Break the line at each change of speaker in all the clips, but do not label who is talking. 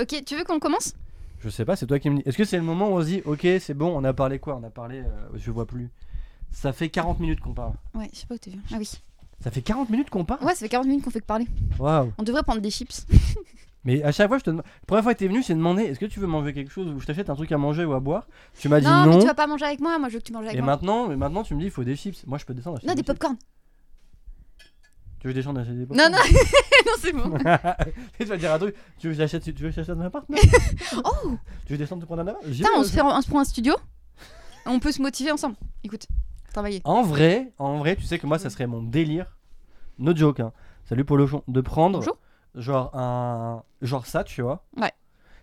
Ok, tu veux qu'on commence
Je sais pas, c'est toi qui me dis. Est-ce que c'est le moment où on se dit, ok, c'est bon, on a parlé quoi On a parlé, euh, je vois plus. Ça fait 40 minutes qu'on parle.
Ouais, je sais pas où t'es vu. Ah oui.
Ça fait 40 minutes qu'on parle
Ouais, ça fait 40 minutes qu'on fait que parler.
Waouh
On devrait prendre des chips.
Mais à chaque fois, je te demande. La première fois que t'es venu, j'ai demandé, est-ce que tu veux manger quelque chose ou je t'achète un truc à manger ou à boire Tu m'as dit
non,
non.
mais tu vas pas manger avec moi. Moi, je veux que tu manges avec
et
moi.
maintenant, et maintenant, tu me dis, il faut des chips. Moi, je peux descendre. acheter
Non, des
chips.
popcorn.
Tu veux que je descende acheter des pop
Non, non, non, c'est bon.
tu vas dire un truc. Tu veux que j'achète, tu veux que j'achète un appart non
Oh
Tu veux descendre te prendre un appart J'y
Putain,
vais,
on
je-
se, fait, on se prend un studio. On peut se motiver ensemble. Écoute, travailler.
En vrai, en vrai, tu sais que moi,
Mm.
ça serait mon délire. No joke, hein. Salut Polochon. De prendre
Bonjour.
genre un genre ça, tu vois.
Ouais.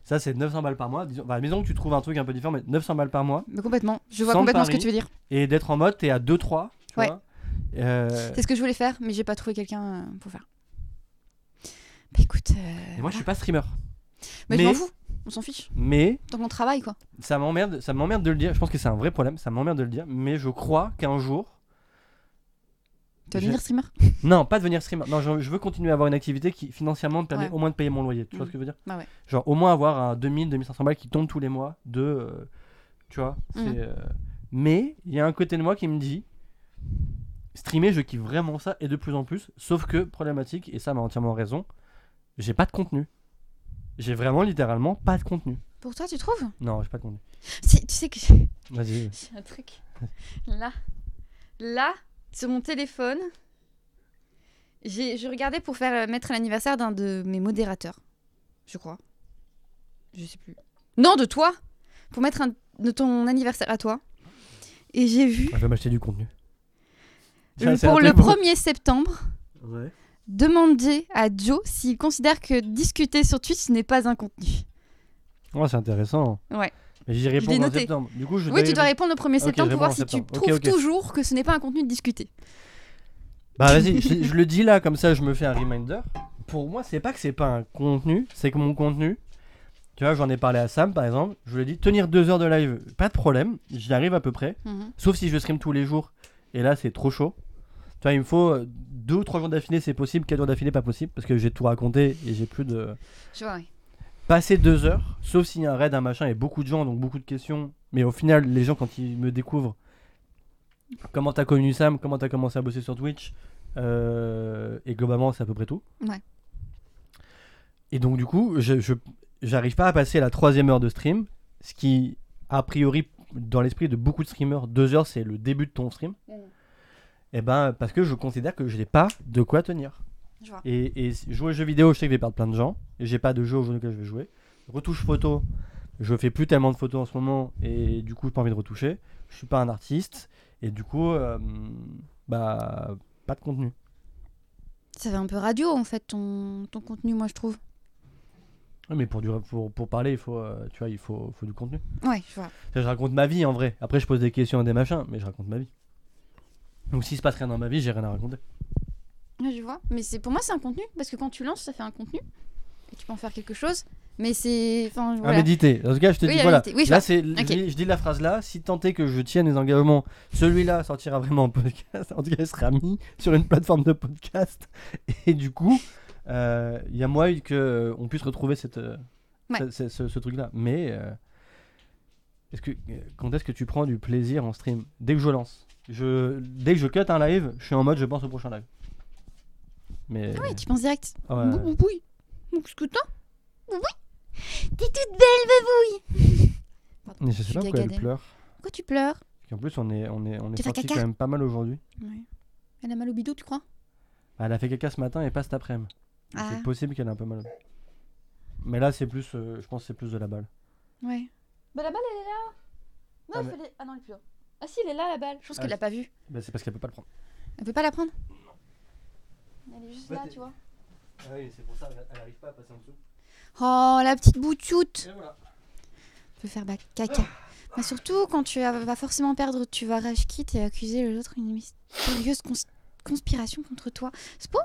Ça c'est 900 balles par mois. Disons, bah, disons que tu trouves un truc un peu différent, mais 900 balles par mois
Mais complètement. Je vois
Sans
complètement ce
Paris.
que tu veux dire.
et d'être en mode t'es à 2-3 tu
Ouais.
vois. Euh,
C'est ce que je voulais faire, mais j'ai pas trouvé quelqu'un euh, pour faire. Bah écoute. euh,
et moi je
voilà.
suis pas streamer,
Mais je m'en
mais-
fous. On s'en fiche.
mais
Tant qu'on travaille, quoi.
ça m'emmerde, ça m'emmerde de le dire. Je pense que c'est un vrai problème, ça m'emmerde de le dire, mais je crois qu'un jour,
Tu vas
Je-
devenir streamer.
non, pas devenir streamer. Non, je, je veux continuer à avoir une activité qui financièrement me permet
Ouais.
au moins de payer mon loyer. Tu vois
Mhm.
ce que je veux dire
Bah ouais.
Genre au moins avoir un 2000, 2500 balles qui tombe tous les mois de, euh, tu vois. c'est,
Mhm.
euh, Mais il y a un côté de moi qui me dit, streamer, je kiffe vraiment ça et de plus en plus. Sauf que problématique et ça m'a entièrement raison, j'ai pas de contenu. J'ai vraiment littéralement pas de contenu.
Pour toi, tu trouves
Non, j'ai pas de contenu.
Si, Tu sais que j'ai
Vas-y.
j'ai un truc. Là. Là, sur mon téléphone, j'ai- je regardais pour faire euh, mettre à l'anniversaire d'un de mes modérateurs. Je crois. Je sais plus. Non, de toi Pour mettre un, de ton anniversaire à toi. Et j'ai vu,
Je vais m'acheter du contenu.
le- Euh, pour le 1er septembre,
Ouais.
demander à Joe s'il considère que discuter sur Twitch n'est pas un contenu.
Ouais, c'est intéressant.
Ouais.
Mais j'y réponds
l'ai
en
noté.
septembre. Du coup, je
Oui,
dois-
tu dois répondre le 1er
Ok,
septembre
je
pour voir
réponds en
si tu
septembre. Ok,
trouves
ok.
toujours que ce n'est pas un contenu de discuter.
Bah vas-y, je, je le dis là, comme ça je me fais un reminder. Pour moi, c'est pas que c'est pas un contenu, c'est que mon contenu, tu vois, j'en ai parlé à Sam par exemple, je lui ai dit tenir deux heures de live, pas de problème, j'y arrive à peu près, sauf si je stream tous les jours, et là c'est trop chaud. Tu vois, il me faut euh, deux ou trois jours d'affilée, c'est possible, quatre jours d'affilée, pas possible, parce que j'ai tout raconté et j'ai plus de.
Je vois, oui.
Passer deux heures, sauf s'il y a un raid, un machin, et beaucoup de gens, donc beaucoup de questions, mais au final, les gens quand ils me découvrent, comment t'as connu Sam, comment t'as commencé à bosser sur Twitch, euh, et globalement, c'est à peu près tout.
Ouais.
Et donc, du coup, je, je- j'arrive pas à passer la troisième heure de stream, ce qui, a priori, dans l'esprit de beaucoup de streamers, deux heures, c'est le début de ton stream.
Mm.
Et ben, parce que je considère que je n'ai pas de quoi tenir.
Je vois.
Et, et s- jouer aux jeux vidéo, je sais que je vais perdre plein de gens, et j'ai pas de jeu aujourd'hui que je vais jouer. Retouche photo, je fais plus tellement de photos en ce moment, et du coup, j'ai pas envie de retoucher. Je suis pas un artiste, et du coup, euh, bah, pas de contenu.
Ça fait un peu radio en fait ton, ton contenu, moi je trouve.
Oui, mais pour, du, pour, pour parler, il faut, euh, tu vois, il faut, faut du contenu.
Ouais, je vois.
Ça, Je raconte ma vie en vrai. Après, je pose des questions et des machins, mais je raconte ma vie. Donc, s'il se passe rien dans ma vie, j'ai rien à raconter.
Ouais, je vois. Mais c'est pour moi c'est un contenu parce que quand tu lances, ça fait un contenu et tu peux en faire quelque chose. Mais c'est enfin
À
voilà.
méditer. Dans ce cas, je te
Oui,
Ah, dis,
à
voilà.
méditer. Oui, je
là,
vois.
c'est, je,
Ok.
dis, je dis la phrase là. Si tant est que je tienne les engagements, celui-là sortira vraiment en podcast. En tout cas, il sera mis sur une plateforme de podcast. Et du coup, euh, il y a moyen que euh, on puisse retrouver cette, euh,
Ouais.
ce- ce, ce- ce truc-là. Mais euh, est-ce que, euh, quand est-ce que tu prends du plaisir en stream Dès que je lance. Je, dès que je cut un live, je suis en mode je pense au prochain live. Mais.
Ah ouais, tu penses direct.
Ah ouais.
Bou- bou- Boui. Bou- Qu'est-ce que t'as Boui. T'es toute belle, bavouille.
Mais je sais pas pourquoi elle
Gagadel.
pleure.
Pourquoi tu pleures
En plus, on est, on est, on est
Tu fais
sorti
caca
quand même pas mal aujourd'hui.
Elle a mal au bidou, tu crois
Elle a fait caca ce matin et pas cet après-midi. Donc
Ah.
C'est possible qu'elle ait un peu mal. Mais là, c'est plus, euh, je pense, que c'est plus de la balle.
Ouais. Bah la balle elle est là.
Ah, mais-
fallait- ah non, elle est plus là. Ah si, elle est là la balle. Je pense
Ah,
qu'elle l'a pas vue.
Bah, c'est parce qu'elle peut pas le prendre.
Elle peut pas la prendre Elle est juste
Bah,
là,
t'es-
tu vois.
Ah oui, c'est pour ça, elle arrive pas à passer en dessous.
Oh, la petite bouchoute.
Et voilà.
Tu peux faire bah, caca. Mais surtout, quand tu as- vas forcément perdre, tu vas rage quitte et accuser les autres d'une mystérieuse cons- conspiration contre toi. Spo,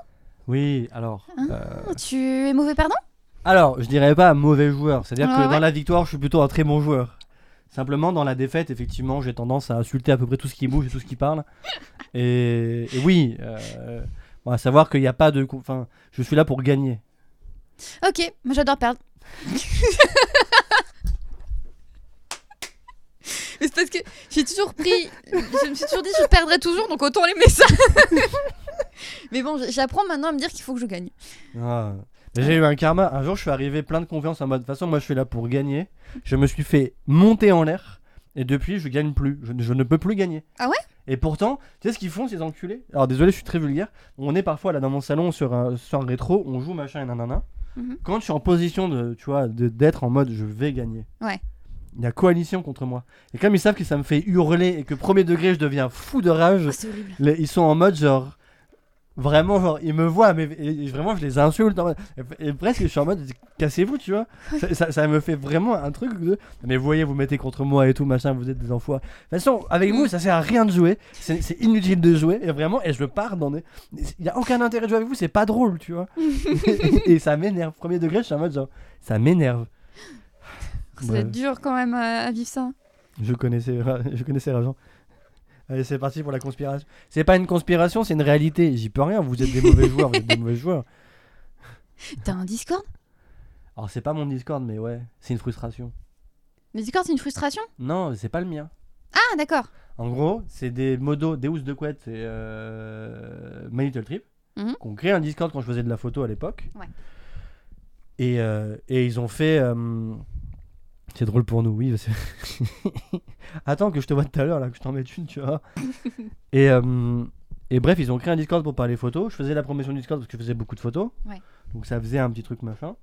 Oui, alors.
Ah.
euh,
tu es mauvais pardon
Alors, je dirais pas mauvais joueur. C'est-à-dire
Ah Ouais,
que
ouais.
dans la victoire, je suis plutôt un très bon joueur. Simplement, dans la défaite, effectivement, j'ai tendance à insulter à peu près tout ce qui bouge et tout ce qui parle. Et, et oui, euh, bon, à savoir qu'il n'y a pas de. co- Enfin, je suis là pour gagner.
Ok, moi j'adore perdre. Mais c'est parce que j'ai toujours pris. Je me suis toujours dit, je perdrais toujours, donc autant les messages. Mais bon, j'apprends maintenant à me dire qu'il faut que je gagne.
Ah. Mais J'ai eu un karma. Un jour, je suis arrivé plein de confiance en mode. De toute façon, moi, je suis là pour gagner. Je me suis fait monter en l'air. Et depuis, je gagne plus. Je, ne- je ne peux plus gagner.
Ah ouais
Et pourtant, tu sais ce qu'ils font, ces enculés Alors, désolé, je suis très vulgaire. On est parfois là dans mon salon sur un, sur un rétro. On joue machin et nanana.
Mhm.
Quand je suis en position de, tu vois, de- d'être en mode je vais gagner.
Ouais.
Il y a coalition contre moi. Et comme ils savent que ça me fait hurler et que premier degré, je deviens fou de rage.
Oh, c'est horrible.
Les- ils sont en mode genre. Vraiment, genre, ils me voient, mais et- et vraiment, je les insulte. en mode- et, et presque, je suis en mode, cassez-vous, tu vois. Ça, ça- ça me fait vraiment un truc de. Mais vous voyez, vous mettez contre moi et tout, machin, vous êtes des enfoirés. De toute façon, avec vous, ça sert à rien de jouer. C'est c'est inutile de jouer, et vraiment, et je pars dans des. Il n'y a aucun intérêt de jouer avec vous, c'est pas drôle, tu vois. et, ça m'énerve. Premier degré, je suis en mode, genre, ça m'énerve.
Ça doit
Bref.
être dur quand même euh, à à vivre ça.
Je connaissais, Ra- je connaissais Rajan. Allez, c'est parti pour la conspiration. C'est pas une conspiration, c'est une réalité. J'y peux rien. Vous êtes des mauvais joueurs. Vous êtes des mauvais joueurs.
T'as un Discord
Alors c'est pas mon Discord, mais ouais, c'est une frustration.
Le Discord, c'est une frustration
Non, c'est pas le mien.
Ah, d'accord.
En gros, c'est des modos, des housses de couette et euh, My Little Trip.
Mhm.
Qu'on crée un Discord quand je faisais de la photo à l'époque.
Ouais.
Et, euh, et ils ont fait. euh, c'est drôle pour nous, oui. parce que- Attends que je te vois tout à l'heure, là, que je t'en mette une, tu vois. et, euh, et bref, ils ont créé un Discord pour parler photos. Je faisais la promotion du Discord parce que je faisais beaucoup de photos.
Ouais.
Donc ça faisait un petit truc machin.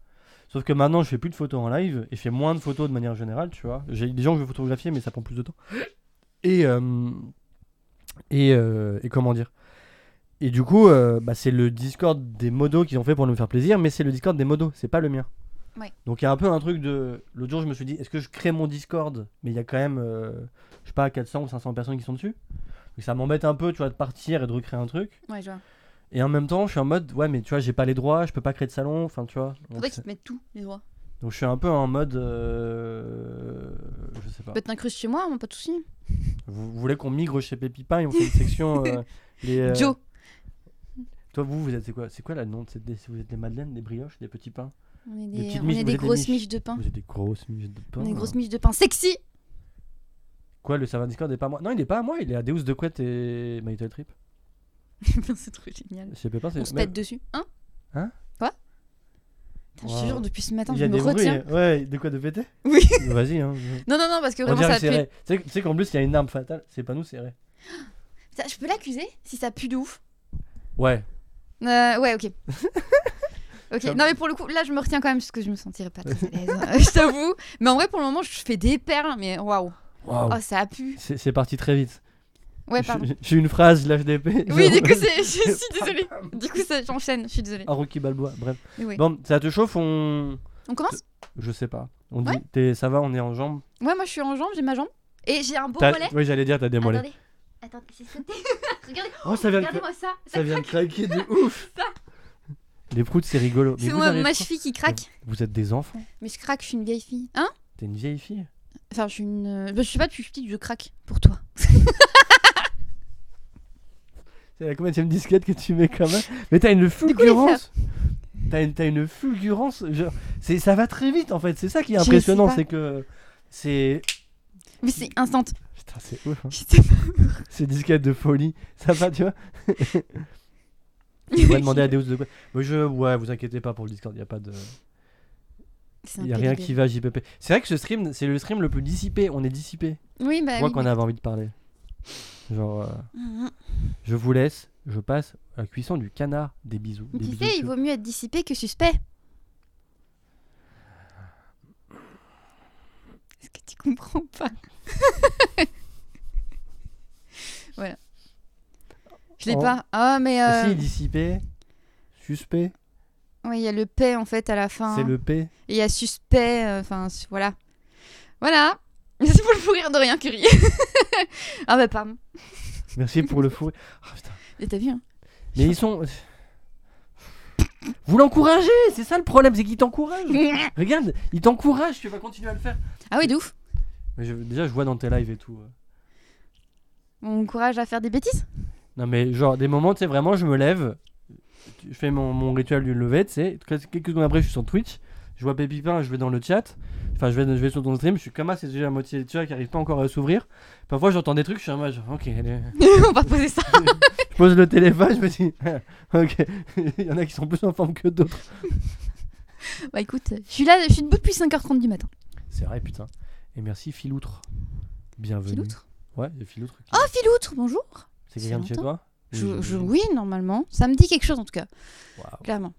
Sauf que maintenant, je fais plus de photos en live et je fais moins de photos de manière générale, tu vois. J'ai des gens que je veux photographier, mais ça prend plus de temps. Et, euh, et, euh, et comment dire Et du coup, euh, bah, c'est le Discord des modos qu'ils ont fait pour nous faire plaisir, mais c'est le Discord des modos, c'est pas le mien.
Ouais.
Donc il y a un peu un truc de. L'autre jour, je me suis dit, est-ce que je crée mon Discord Mais il y a quand même, euh, je sais pas, 400 ou 500 personnes qui sont dessus. Donc ça m'embête un peu, tu vois, de partir et de recréer un truc.
Ouais, je vois.
Et en même temps, je suis en mode, ouais, mais tu vois, j'ai pas les droits, je peux pas créer de salon, enfin, tu vois. Donc,
Faudrait qu'ils
c'est-
te mettent tout, les droits.
donc, je suis un peu en mode. euh, je sais pas.
Tu peux t'incruster chez moi, moi, pas de soucis.
Vous, vous voulez qu'on migre chez Pépipin et on fait une section. euh, les, euh,
Joe.
Toi, vous, vous êtes c'est quoi C'est quoi la nom de cette- des- Vous êtes des madeleines, des brioches, des petits pains
On est
Des
des,
petites
on
miches,
est
vous
des
êtes des
grosses
miches.
miches de pain.
Vous êtes des grosses miches de pain.
Hein. On est des grosses miches de pain sexy
Quoi, le serveur Discord n'est pas à moi Non, il n'est pas à moi, il est à Deus de Couette et My Little Trip.
Putain, C'est trop génial.
Chez Pépin, c'est.
On se
mais-
pète dessus. Hein
Hein
Quoi Putain, Je te
Wow.
jure, depuis ce matin,
il y
je
a
me
des
retiens.
bruits. hein. Ouais, de quoi de péter
Oui.
Vas-y, hein.
Non, non, non, parce que
On
vraiment,
dirait
ça
que c'est
pue.
vrai. Tu sais- tu sais qu'en plus, il y a une arme fatale, c'est pas nous, c'est vrai.
Ça, je peux l'accuser si ça pue de ouf
Ouais.
Euh, ouais, ok. ok,
Ah. Ça-
non, mais pour le coup, là, je me retiens quand même parce que je me sentirais pas très à l'aise. hein, je t'avoue. Mais en vrai, pour le moment, je fais des perles, mais waouh.
Waouh.
Oh, ça a pu.
C'est c'est parti très vite.
Ouais,
J'ai-
pardon.
J'ai une phrase, l'HDP.
Oui, du coup, c'est- je suis désolée. Du coup, ça j'enchaîne, je suis désolée.
Un Rocky Balboa, bref.
Mais oui.
Oh. Bon, ça te chauffe, on.
On commence
Je sais pas. On dit,
Ouais.
t'es- ça va, on est en jambes.
Ouais, moi, je suis en jambe, j'ai ma jambe. Et j'ai un beau
T'as-
mollet.
Oui, j'allais dire, t'as des mollets.
Attendez, attendez, c'est sauté. Regardez,
Oh, ça vient, de...
regardez-moi ça.
ça vient de craquer de ouf.
Ça.
Les proutes, c'est rigolo. Mais
C'est
vous,
moi,
avez-
ma cheville qui craque.
vous êtes des enfants
Mais je craque, je suis une vieille fille. Hein
T'es une vieille fille
Enfin, je suis une. euh, bah, Je sais pas, depuis que je suis petite, je craque pour toi.
C'est la combienième disquette que tu mets quand même Mais t'as une
coup, les
fulgurance T'as une, t'as une fulgurance. genre, c'est- ça va très vite en fait. C'est ça qui est
Je sais
impressionnant.
pas.
C'est que. C'est.
Mais c'est instant.
Putain, c'est ouf. hein.
Je sais pas.
Ces disquettes de folie. Ça va, tu vois On va demander à Deus de quoi. Mais je. Ouais, vous inquiétez pas pour le Discord. Il a pas de.
C'est un
Il a
peu
rien
libéré.
qui va, JPP. C'est vrai que ce stream, c'est le stream le plus dissipé. On est dissipé.
Oui, bah.
Je vois
oui,
qu'on
mais-
avait envie de parler. Genre, euh,
Mhm.
je vous laisse. Je passe à la cuisson du canard. Des bisous.
Mais
des
Tu
bisous
sais, il
chauds.
vaut mieux être dissipé que suspect. Est-ce que tu comprends pas Voilà. Je l'ai
Oh.
pas. Ah, mais.
Mais
euh,
Si, dissipé, suspect,
Ouais, il y a le paix en fait à la fin.
c'est le P.
Et il y a suspect, euh, enfin su- voilà. Voilà. C'est pour le fou rire de rien, Curie. ah bah pardon.
Merci pour le fou. Ah, putain.
Et t'as vu hein
Mais ils sont. Vous l'encouragez, c'est ça le problème, c'est qu'il t'encourage. Regarde, il t'encourage, tu vas continuer à le faire.
Ah oui, de ouf.
Mais je- déjà, je vois dans tes lives et tout. euh.
On encourage à faire des bêtises
Non, mais genre, des moments, tu sais, vraiment, je me lève, je fais mon, mon rituel du lever, tu sais, quelques secondes après, je suis sur Twitch, je vois Baby Pain, je vais dans le chat, enfin je vais, je vais sur ton stream, je suis comme ah, à ces sujets à moitié tu vois, qui arrivent pas encore à s'ouvrir. Parfois j'entends des trucs, je suis en mode genre, ok, elle est-
On va poser ça.
je pose le téléphone, je me dis ok, il y en a qui sont plus en forme que d'autres.
Bah écoute, je suis là, je suis debout depuis 5h30 du matin.
C'est vrai, putain. Et merci Filoutre. Bienvenue.
Filoutre
Ouais, il y a Filoutre. qui-
Ah, Filoutre, bonjour.
c'est
c'est
quelqu'un de chez
longtemps.
toi
Je- je-
j'imagine.
oui, normalement. Ça me dit quelque chose en tout cas,
Waouh.
clairement.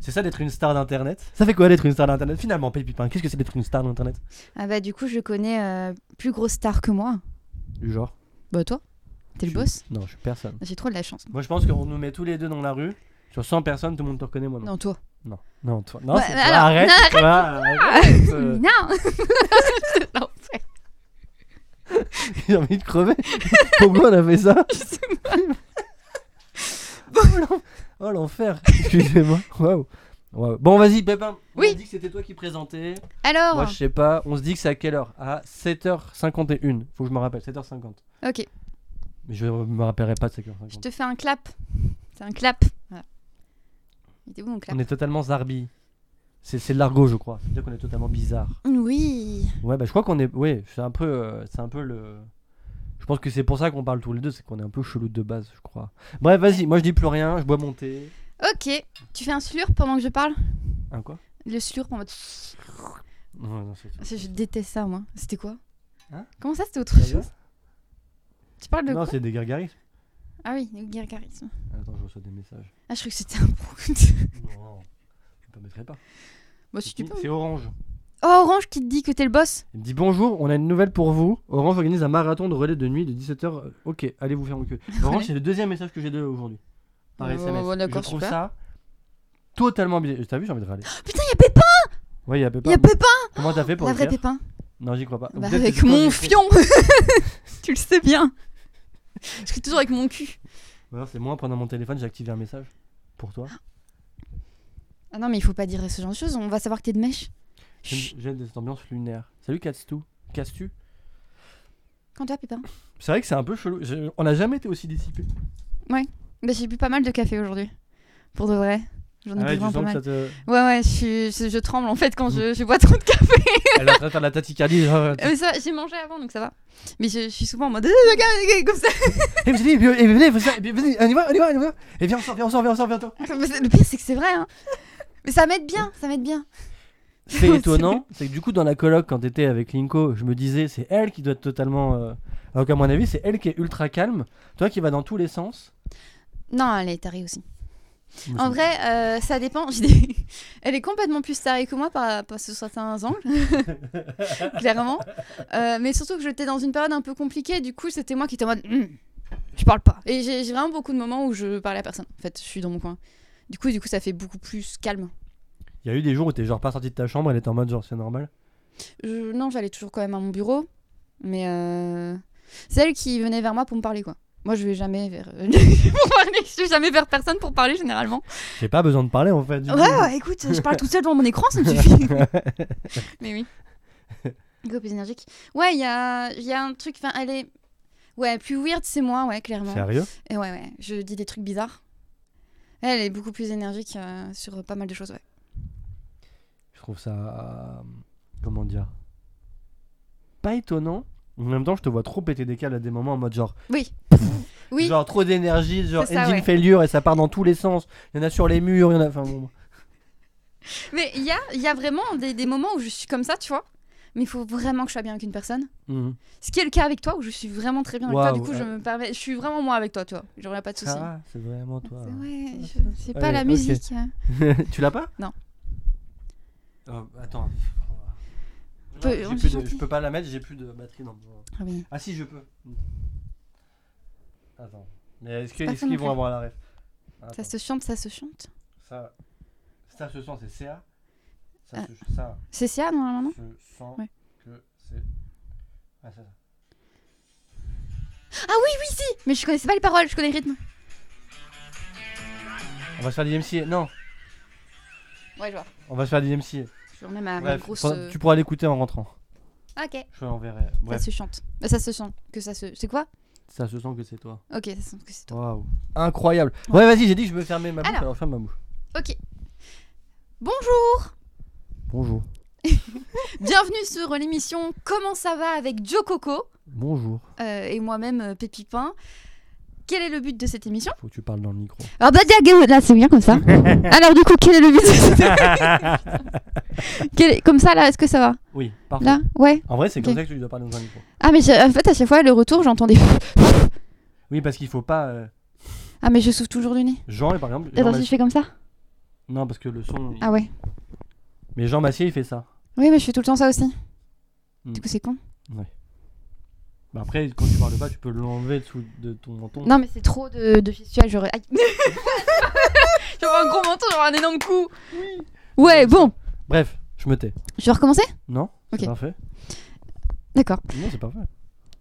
C'est ça d'être une star d'internet Ça fait quoi d'être une star d'internet Finalement, Baby Pain, qu'est-ce que c'est d'être une star d'internet
Ah bah du coup, je connais euh, plus grosse star que moi.
Du genre
Bah toi, t'es le
je-
boss.
Non, je suis personne.
J'ai trop de la chance.
Moi je pense qu'on nous met tous les deux dans la rue. Sur 100 personnes, tout le monde te reconnaît, moi non.
Non, toi.
Non, toi. Non,
Ouais,
c'est
mais
toi,
alors,
arrête,
non,
toi, arrête, euh,
Non C'est l'enfer.
J'ai envie de crever. Pourquoi on a fait ça
Je sais pas.
Oh, l'en- Oh l'enfer Excusez-moi. Waouh. Waouh. Bon, vas-y, Pépin. On
Oui. Oh.
a dit que c'était toi qui présentais.
Alors,
Moi, je sais pas. On se dit que c'est à quelle heure À 7h51. Faut que je me rappelle. 7h50.
ok,
Mais je me rappellerai pas de
je
7h50.
te fais un clap. C'est un clap. Voilà. Il était où mon clap
On est totalement zarbi. C'est c'est de l'argot, je crois. C'est-à-dire qu'on est totalement bizarre.
Oui.
Ouais, bah, je crois qu'on est. Ouais, c'est un peu. euh, c'est un peu le. Je pense que c'est pour ça qu'on parle tous les deux, c'est qu'on est un peu chelou de base, je crois. Bref, vas-y, moi je dis plus rien, je bois mon thé.
Ok, tu fais un slurp pendant que je parle
Un quoi
Le slurp en mode...
Non, non, c'est
Ça, Je déteste ça, moi. C'était quoi
Hein
Comment ça, c'était autre chose
Gargarisme
Tu parles de
Non,
quoi
c'est des gargarismes.
Ah oui, le gargarisme.
Attends, je reçois des messages.
Ah, je croyais que c'était un pro.
Non, je ne permettrai pas.
Moi, si tu peux.
C'est Orange.
Oh, Orange qui te dit que t'es le boss
Il me dit bonjour, on a une nouvelle pour vous. Orange organise un marathon de relais de nuit de 17h. Ok, allez vous faire mon queue. Orange,
Ouais.
c'est le deuxième message que j'ai d'eux aujourd'hui. Par
Ouais,
SMS.
ouais, ouais,
je
Oh, d'accord,
trouve
super.
ça totalement bizarre. T'as vu, j'ai envie de râler.
Putain, y'a Pépin
Ouais, il y a Pépin.
Y'a Pépin
Comment t'as fait Bah, pour
La
le
vraie
faire
Pépin
Non, j'y crois pas.
Bah,
Peut-être que
avec
c'est toi
mon
qui fais-
fion Tu le sais bien Je suis toujours avec mon cul.
Ou alors c'est moi en prenant mon téléphone, j'ai activé un message pour toi.
Ah non, mais il faut pas dire ce genre de choses, on va savoir que t'es de mèche. Chut,
J'aime j'aime cette ambiance lunaire. Salut Castou. Castu.
quand toi, Pépin
C'est vrai que c'est un peu chelou. Je- On n'a jamais été aussi dissipé.
Bah, j'ai bu pas mal de café aujourd'hui. Pour de vrai. J'en ai
Ah
bu vraiment pas mal.
te.
Ouais, ouais, je, suis- je- je tremble en fait quand je, je bois trop de café.
Elle est en train de faire de la tachycardie. genre, euh,
Mais ça, j'ai mangé avant donc ça va. Mais je, je suis souvent en mode. euh, Comme ça.
Eh, vous allez, eh, venez, vous allez, venez, on y va, on y va, on y va. Et viens, on sort, viens, on sort, viens, on sort bientôt.
Mais c'est- Le pire, c'est que c'est vrai. Hein. Mais ça m'aide bien, ça m'aide bien.
C'est
C'est-
étonnant, c'est que du coup, dans la coloc, quand t'étais avec Linko, je me disais, c'est elle qui doit être totalement. euh, Alors qu'à mon avis, c'est elle qui est ultra calme. Toi qui vas dans tous les sens.
Non, elle est tarée aussi.
Mais
En
c'est-
vrai, euh, ça dépend. J'ai des- Elle est complètement plus tarée que moi par, par sous certains angles, clairement. Euh, mais surtout que j'étais dans une période un peu compliquée, du coup, c'était moi qui étais en mode Hmm, je parle pas. Et j'ai j'ai vraiment beaucoup de moments où je parle à personne. En fait, je suis dans mon coin. Du coup, du coup, ça fait beaucoup plus calme.
Il y a eu des jours où t'es genre pas sorti de ta chambre, elle était en mode genre, c'est normal.
Je- Non, j'allais toujours quand même à mon bureau, mais euh, c'est elle qui venait vers moi pour me parler, quoi. Moi, je vais jamais vers. pour parler, je vais jamais vers personne pour parler généralement.
J'ai pas besoin de parler en fait. du
Ouais,
coup.
ouais, écoute, je parle tout seul devant mon écran, ça me suffit. Mais oui. Go plus énergique. Ouais, il y a, il y a un truc. Enfin, elle est. Ouais, plus weird, c'est moi, ouais, clairement.
Sérieux
Et ouais, ouais, je dis des trucs bizarres. Elle est beaucoup plus énergique euh, sur pas mal de choses, ouais.
Je trouve ça. euh, comment dire Pas étonnant. En même temps, je te vois trop péter des câbles à des moments en mode genre.
Oui. Oui.
Genre trop d'énergie, genre
C'est ça,
engine
ouais.
failure et ça part dans tous les sens. Il y en a sur les murs, il y en a. Enfin bon.
Mais il y a, il y a vraiment des, des moments où je suis comme ça, tu vois. Mais il faut vraiment que je sois bien avec une personne.
Mhm.
Ce qui est le cas avec toi, où je suis vraiment très bien avec toi.
Waouh,
Du coup, je me permets. Je suis vraiment moi avec toi, tu vois. J'aurais pas de soucis.
Ah, c'est vraiment toi.
C'est- Ouais, je- c'est pas
Allez,
la
ok.
musique. hein.
tu l'as pas
Non.
Oh, attends.
Peut-
J'ai
on
plus
peut
de-
chanter.
je peux pas la mettre, j'ai plus de batterie dans mon-
Ah oui.
Ah si, je peux. Attends. Mais est-ce que-
pas
est-ce
ça
qu'ils
non
vont
plus.
avoir la ref
Ça
Attends.
se chante, ça se chante.
Ça, ça se sent, c'est CA. Ça,
Ah.
se, ça
C'est ça, normalement, non
se sent
Ouais.
que c'est. Ah, c'est ça.
Mais je connaissais pas les paroles, je connais le rythme.
On va se faire des MCA. Non,
Ouais, je vois.
on va se faire des MCA.
Je remets ma, ma
Bref,
grosse.
faudra-
euh,
tu pourras l'écouter en rentrant.
Ah, Ok.
Je l'enverrai. Bref,
Ça se chante. Euh, Ça se chante. Que ça se. C'est quoi
ça se sent que c'est toi.
Ok, ça se chante que c'est toi.
Waouh. Incroyable. Ouais, vas-y, j'ai dit que je me fermais ma bouche, alors,
Alors.
ferme ma bouche.
Ok. Bonjour
Bonjour.
Bienvenue sur l'émission Comment ça va avec Joe Coco
Bonjour.
euh, et moi-même euh, Pépi Pain. Quel est le but de cette émission
Faut que tu parles dans le micro.
Ah bah d'accord, là c'est bien comme ça. Alors du coup, quel est le but de cette Quel est- Comme ça là, est-ce que ça va
oui, parfait.
Là Ouais.
En vrai, c'est comme
Ok.
ça que tu dois parler dans un micro.
Ah mais j'ai- en fait à chaque fois le retour j'entendais.
Oui, parce qu'il faut pas. euh,
Ah mais je souffle toujours du nez.
Jean, par exemple. Jean
Attends
Mas-
si je fais comme ça
Non, parce que le son. il-
Ah ouais.
Mais Jean Massier, il fait ça.
Oui mais je fais tout le temps ça aussi.
Hmm.
Du coup c'est con.
Bah après, quand tu parles pas, tu peux l'enlever dessous de ton menton.
Non mais c'est trop de, de gestuels, j'aurais... Aïe. J'aurais un gros menton, j'aurais un énorme coup. Ouais bon,
Bref, je me tais.
je vais recommencer
Non
Ok.
C'est parfait.
D'accord.
Non, c'est parfait.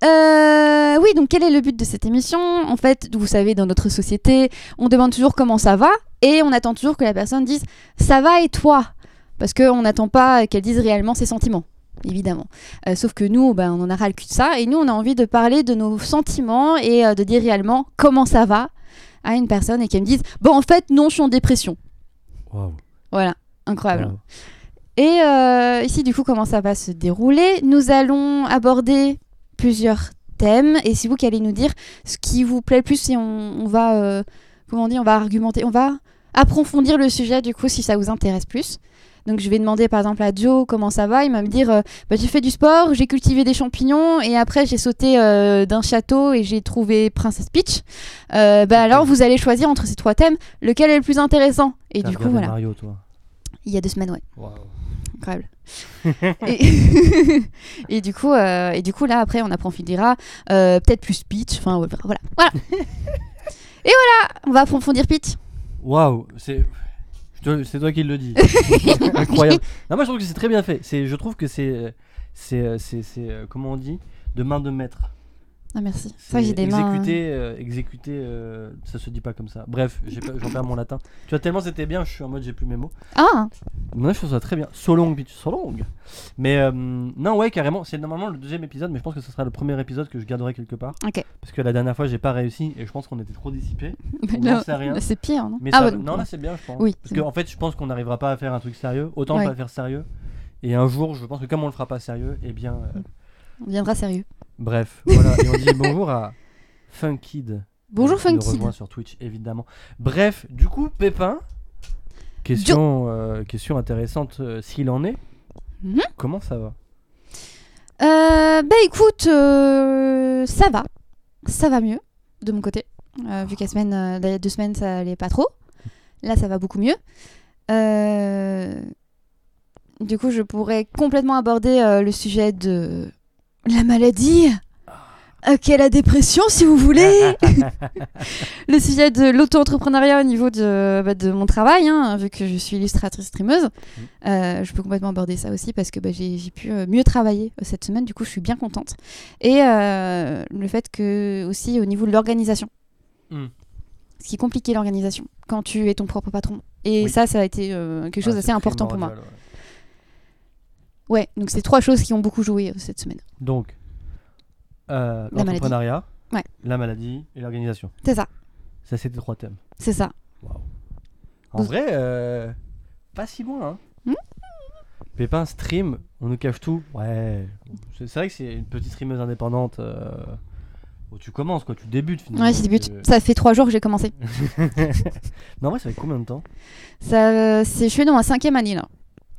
Euh, oui, donc quel est le but de cette émission En fait, vous savez, dans notre société, on demande toujours comment ça va et on attend toujours que la personne dise ça va et toi Parce qu'on n'attend pas qu'elle dise réellement ses sentiments, évidemment. Euh, sauf que nous, ben, on en a ras le cul de ça et nous, on a envie de parler de nos sentiments et euh, de dire réellement comment ça va à une personne et qu'elle me dise bon, en fait, non, je suis en dépression.
Waouh.
Voilà, incroyable.
Waouh.
Et euh, ici, du coup, comment ça va se dérouler Nous allons aborder plusieurs thèmes, et c'est vous qui allez nous dire ce qui vous plaît le plus, et on, on va, euh, comment on dit, on va argumenter, on va approfondir le sujet, du coup, si ça vous intéresse plus. Donc, je vais demander, par exemple, à Joe comment ça va. Il va me dire, euh, Bah, j'ai fait du sport, j'ai cultivé des champignons, et après, j'ai sauté euh, d'un château et j'ai trouvé Princess Peach. Euh, bah, alors, vous allez choisir entre ces trois thèmes lequel est le plus intéressant. Et
T'as
du coup,
regardé
voilà.
Mario, toi.
Il y a deux semaines, ouais.
Waouh.
Incroyable. et, et du coup, euh, et du coup, là, après, on approfondira euh, peut-être plus pitch. Enfin, voilà. Voilà. Voilà. Et voilà, on va approfondir pitch.
Waouh, c'est. je te- C'est toi qui le dis. Incroyable. Non, moi je trouve que c'est très bien fait. C'est, je trouve que c'est, c'est, c'est, c'est, euh, comment on dit, de main de maître.
Ah, merci. C'est
C'est
vrai que j'ai des mains. hein.
exécuté, euh, exécuté, euh, ça se dit pas comme ça. Bref, j'ai pas- j'en perds mon latin. Tu vois tellement c'était bien, je suis en mode j'ai plus mes mots.
Ah,
Moi je trouve ça très bien. So long, bitch, so long. Mais euh, non, ouais, carrément. C'est normalement le deuxième épisode, mais je pense que ce sera le premier épisode que je garderai quelque part.
Ok.
Parce que la dernière fois j'ai pas réussi et je pense qu'on était trop dissipés.
mais
On
là,
n'en sait rien.
c'est pire, non
Mais
Ah,
ça-
ouais, donc,
non,
ouais.
là c'est bien, je pense.
Oui,
Parce
c'est
que
bon.
en fait, je pense qu'on n'arrivera pas à faire un truc sérieux. Autant
Ouais.
pas faire sérieux. Et un jour, je pense que comme on le fera pas sérieux, eh bien, euh,
on viendra sérieux.
bref, voilà. Et on dit bonjour à Funkid.
Bonjour,
Qui nous
Funky.
rejoint sur Twitch, évidemment. Bref, du coup, Pépin, question, euh, question intéressante, euh, s'il en est.
Mhm.
Comment ça va
Euh, bah écoute, euh, ça va. Ça va mieux, de mon côté. Euh, vu qu'à semaine, euh, il y a deux semaines, ça allait pas trop. Là, ça va beaucoup mieux. Euh, du coup, je pourrais complètement aborder euh, le sujet de la maladie.
Ah.
Ok, la dépression, si vous voulez. le sujet de l'auto-entrepreneuriat au niveau de, bah, de mon travail, hein, vu que je suis illustratrice streameuse.
Mm.
Euh, je peux complètement aborder ça aussi parce que bah, j'ai j'ai pu euh, mieux travailler euh, cette semaine, du coup je suis bien contente. Et euh, le fait que aussi au niveau de l'organisation,
Hmm.
ce qui est compliqué l'organisation quand tu es ton propre patron. Et
Oui.
ça, ça a été euh, quelque chose
Ah,
d'assez
c'est
important pour moi.
primordial, ouais.
Ouais, donc c'est trois choses qui ont beaucoup joué euh, cette semaine.
Donc, euh,
La maladie.
l'entrepreneuriat,
Ouais.
la maladie et l'organisation.
C'est ça,
Ça, c'était trois thèmes.
c'est ça.
En
Vous-
vrai, euh, pas si loin. Hein.
Mhm.
Pépin stream, on nous cache tout. Ouais. C'est c'est vrai que c'est une petite streameuse indépendante. euh, où tu commences, quoi. Tu débutes finalement.
Ouais, j'ai début-
Euh,
Ça fait trois jours que j'ai commencé.
non, ouais, ça fait combien de temps
Ça, euh, c'est- je suis dans ma cinquième année là.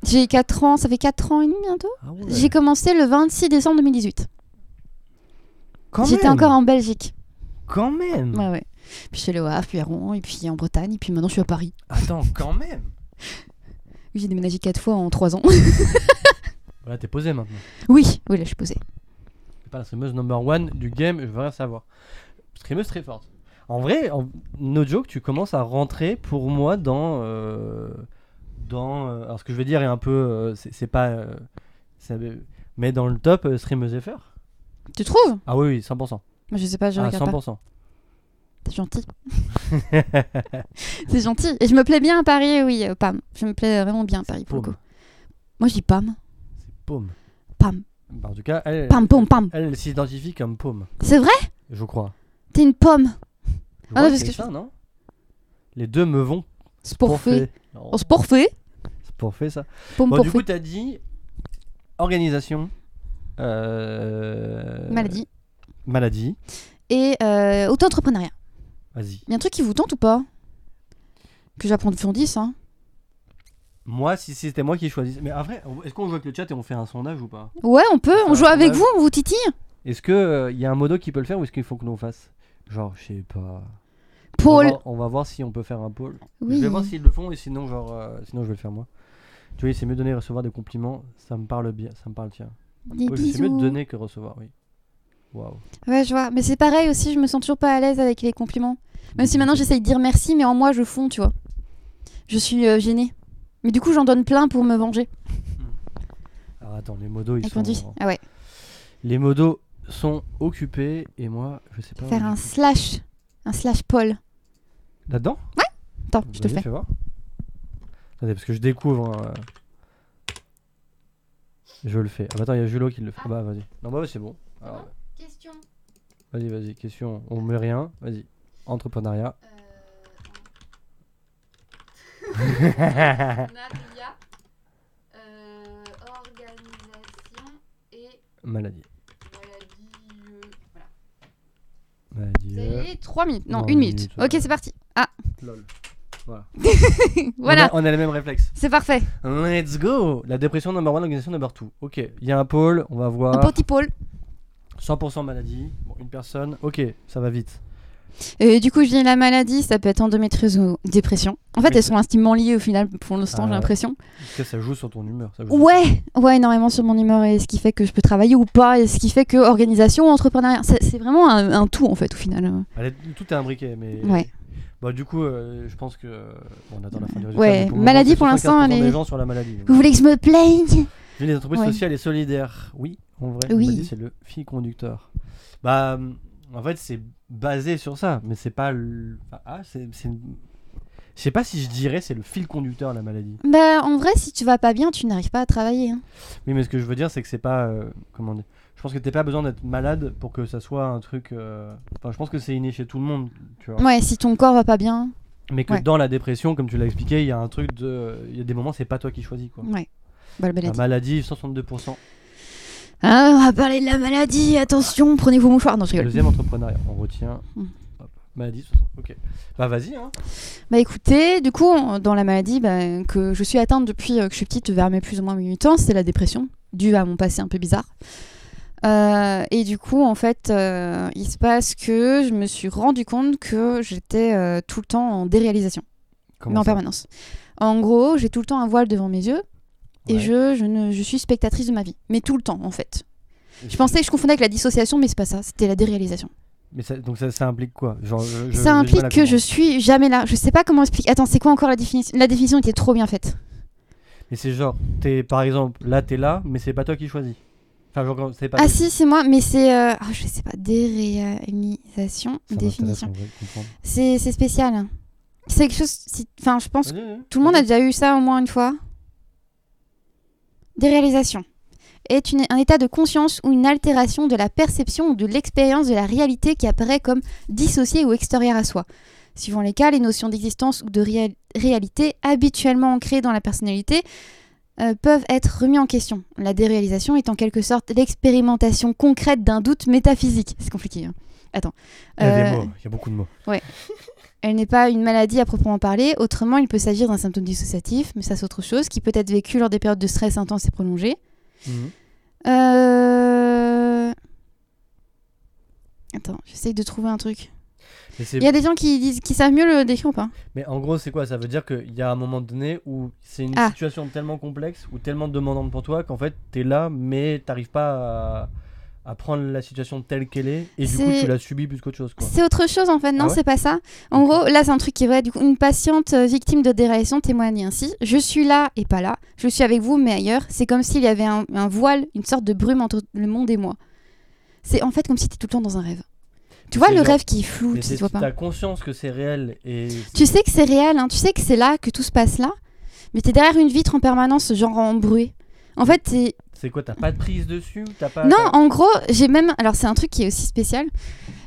J'ai 4 ans, ça fait 4 ans et demi bientôt.
ah ouais.
J'ai commencé le 26 décembre 2018.
Quand
J'étais
même,
encore en Belgique.
Quand même
Ouais, ouais. Puis chez Le Havre, puis à Rouen, et puis en Bretagne, et puis maintenant je suis à Paris.
Attends, quand même
J'ai déménagé quatre fois en trois ans.
Voilà, t'es posé maintenant.
oui, oui, là je suis posée.
T'es pas la streameuse number one du game, je veux rien savoir. Streameuse très forte. En vrai, en... no joke, tu commences à rentrer pour moi dans. euh, dans euh, Alors, ce que je vais dire est un peu. euh, c'est c'est pas. euh, ça- euh, mais dans le top, euh, streameuse FR.
Tu trouves
Ah oui, oui, 100%.
Moi, Je sais pas, je
ah,
regarde pas.
100%.
C'est gentil. C'est gentil. Et je me plais bien à Paris, oui, euh, Pam. Je me plais vraiment bien à Paris pour le
Paume.
coup. Moi je dis Pam.
C'est paume.
Pam.
Bah, en tout cas, elle.
Pam, pom, pam.
Elle, elle s'identifie comme paume,
C'est vrai
je crois.
T'es une pomme.
Je
Ah,
crois
parce
c'est
que je-
ça, non Les deux me vont.
Sporfée.
porfer. Non.
On se porfait.
C'est pour faire ça.
Pomme
Bon,
pour
Bah, du
feu.
coup, t'as dit organisation, euh,
Maladie.
maladie.
Et euh, auto-entrepreneuriat.
Vas-y.
Il y a un truc qui vous tente ou pas Que j'apprends de Fondis, hein
Moi, si c'était moi qui choisissais. Mais après, on- est-ce qu'on joue avec le chat et on fait un sondage ou pas
Ouais, on peut,
Enfin,
on joue avec
ouais.
vous, on vous titille.
Est-ce qu'il y a un modo qui peut le faire ou est-ce qu'il faut que nous fasse Genre, je sais pas. On
Paul.
va, voir- on va voir si on peut faire un pôle.
Oui.
bah, Je vais voir s'ils le font et sinon, genre, euh, sinon je vais le faire moi. Tu vois, c'est mieux donner et recevoir des compliments. Ça me parle bien, ça me parle tiens.
Des
Ouais, c'est mieux
bisous.
de donner que recevoir, oui. Waouh.
Ouais, je vois. Mais c'est pareil aussi, je me sens toujours pas à l'aise avec les compliments. Même si maintenant j'essaye de dire merci, mais en moi je fonds, tu vois. Je suis euh, gênée. Mais du coup, j'en donne plein pour me venger.
Alors attends, les modos ils
Avec
sont.
mon dieu. Ah ouais.
Les modos sont occupés et moi, je sais pas.
Faire
où
un
j'ai tout.
slash. Un slash Paul.
Là-dedans
Attends, je te le
Vas-y,
fais.
fais voir. Attendez, parce que je découvre. hein, euh. Je le fais. Ah bah attends, il y a Julo qui le fait. Ah bah vas-y. Non bah ouais, c'est bon. Alors,
Question.
vas-y, vas-y. Question, on met rien. Vas-y. Entrepreneuriat.
Euh, Natalia, euh, organisation et
Maladie.
maladie.
Maladie.
Vous
euh,
avez 3 minutes. Non,
Non,
1
une
minute.
minute,
Ok,
ouais.
c'est parti. Ah,
Lol. Voilà.
voilà,
On a, on a les mêmes réflexes.
c'est parfait.
Let's go La dépression number one, l'organisation number two. Ok, il y a un pôle, on va voir.
Un petit pôle.
100% maladie. Bon, une personne. Ok, ça va vite.
Et Euh, du coup, je dis la maladie, ça peut être endométriose ou dépression. En fait,
Oui,
elles
c'est-
sont intimement liées au final, pour l'instant,
Ah,
j'ai
ouais.
l'impression.
Est-ce que ça joue sur ton humeur ça joue sur-
Ouais, ouais, énormément sur mon humeur et ce qui fait que je peux travailler ou pas, et ce qui fait que organisation, entrepreneuriat, c'est c'est vraiment un, un tout en fait au final.
Elle est- Tout est imbriqué, mais.
Ouais.
Bah, du coup, euh, je pense que. bon, on attend la fin du résultat.
Ouais,
mais le
maladie,
moment, c'est
pour l'instant,
75%
elle
des
est-
gens sur la maladie.
Vous voulez que je me plaigne
Vu les entreprises
Ouais.
sociales et solidaires, oui, en vrai,
Oui.
on m'a dit, c'est le fil conducteur. Bah, hum, en fait, c'est basé sur ça, mais c'est pas. le- enfin, ah, c'est. c'est- Je sais pas si je dirais c'est le fil conducteur la maladie.
Bah, en vrai, si tu vas pas bien, tu n'arrives pas à travailler. hein.
Oui, mais ce que je veux dire, c'est que c'est pas. euh, comment dire Je pense que t'as pas besoin d'être malade pour que ça soit un truc. euh, Enfin, je pense que c'est inné chez tout le monde, tu vois.
Ouais, si ton corps va pas bien.
Mais que
Ouais.
dans la dépression, comme tu l'as expliqué, il y a un truc de. Il y a des moments, c'est pas toi qui choisis, quoi.
Ouais. Bah, la
La
maladie.
maladie, 62%.
Ah, on va parler de la maladie, attention, prenez vos mouchoirs. Non, je rigole.
Deuxième entrepreneuriat, on retient.
Hmm.
Hop. Maladie, 60. Ok. Bah, vas-y, hein.
Bah écoutez, du coup, on- dans la maladie bah, que je suis atteinte depuis euh, que je suis petite, vers mes plus ou moins mes 8 ans, c'est la dépression, due à mon passé un peu bizarre. Euh, et du coup, en fait, euh, il se passe que je me suis rendu compte que j'étais euh, tout le temps en déréalisation, mais
Comment
en
ça
permanence. En gros, j'ai tout le temps un voile devant mes yeux et
Ouais.
je, je, ne, je suis spectatrice de ma vie, mais tout le temps en fait. Je
Et-
pensais que je confondais avec la dissociation, mais c'est pas ça, c'était la déréalisation.
Mais ça, donc ça, ça implique quoi Genre, je- je- j'ai du
Ça
mal
implique
à
que je
comprendre.
suis jamais là. Je sais pas comment expliquer. Attends, c'est quoi encore la définition La définition était trop bien faite.
Mais c'est genre, t'es par exemple, là t'es là, mais c'est pas toi qui choisis. Enfin, genre, c'est pas.
Ah
toi-
si, c'est moi, mais c'est... euh, ah, je sais pas, déréalisation,
Ça m'intéresse,
définition.
en vrai, de comprendre.
C'est c'est spécial. hein. C'est quelque chose... si- Enfin, je pense que
Vas-y, vas-y.
tout le monde a déjà eu ça au moins une fois. Déréalisation est une- un état de conscience ou une altération de la perception ou de l'expérience de la réalité qui apparaît comme dissociée ou extérieure à soi. Suivant les cas, les notions d'existence ou de réa- réalité habituellement ancrées dans la personnalité euh, peuvent être remises en question. La déréalisation est en quelque sorte l'expérimentation concrète d'un doute métaphysique. C'est compliqué. hein. Attends.
Il y a des
Euh,
mots, il y a beaucoup de mots.
elle n'est pas une maladie à proprement parler, autrement il peut s'agir d'un symptôme dissociatif, mais ça c'est autre chose, qui peut être vécu lors des périodes de stress intense et prolongées.
Mhm.
Euh... Attends, j'essaye de trouver un truc.
Mais, c'est-
Il y a des gens qui disent qui savent mieux le décrire ou pas
mais en gros, c'est quoi Ça veut dire qu'il y a un moment donné où c'est une
Ah.
situation tellement complexe ou tellement demandante pour toi qu'en fait t'es là, mais t'arrives pas à... à prendre la situation telle qu'elle est et du coup
C'est-
tu la subis plus qu'autre chose. Quoi.
C'est autre chose en fait, non,
Ah ouais
c'est pas ça. En
Ok.
gros, là c'est un truc qui est vrai. Du coup, une patiente euh, victime de déréalisation témoigne ainsi Je suis là et pas là, je suis avec vous mais ailleurs. C'est comme s'il y avait un, un voile, une sorte de brume entre le monde et moi. C'est en fait comme si tu tout le temps dans un rêve. Tu vois
c'est
le
genre-
rêve qui est flou,
Mais
qui se
c'est-
voit pas.
t'as conscience que c'est réel et
Tu sais que c'est réel, hein, tu sais que c'est là, que tout se passe là, mais t'es derrière une vitre en permanence, genre embrouillé. En fait, t'es-
c'est quoi T'as pas de prise dessus T'as pas
non,
t'as-
en gros, j'ai même. Alors, c'est un truc qui est aussi spécial.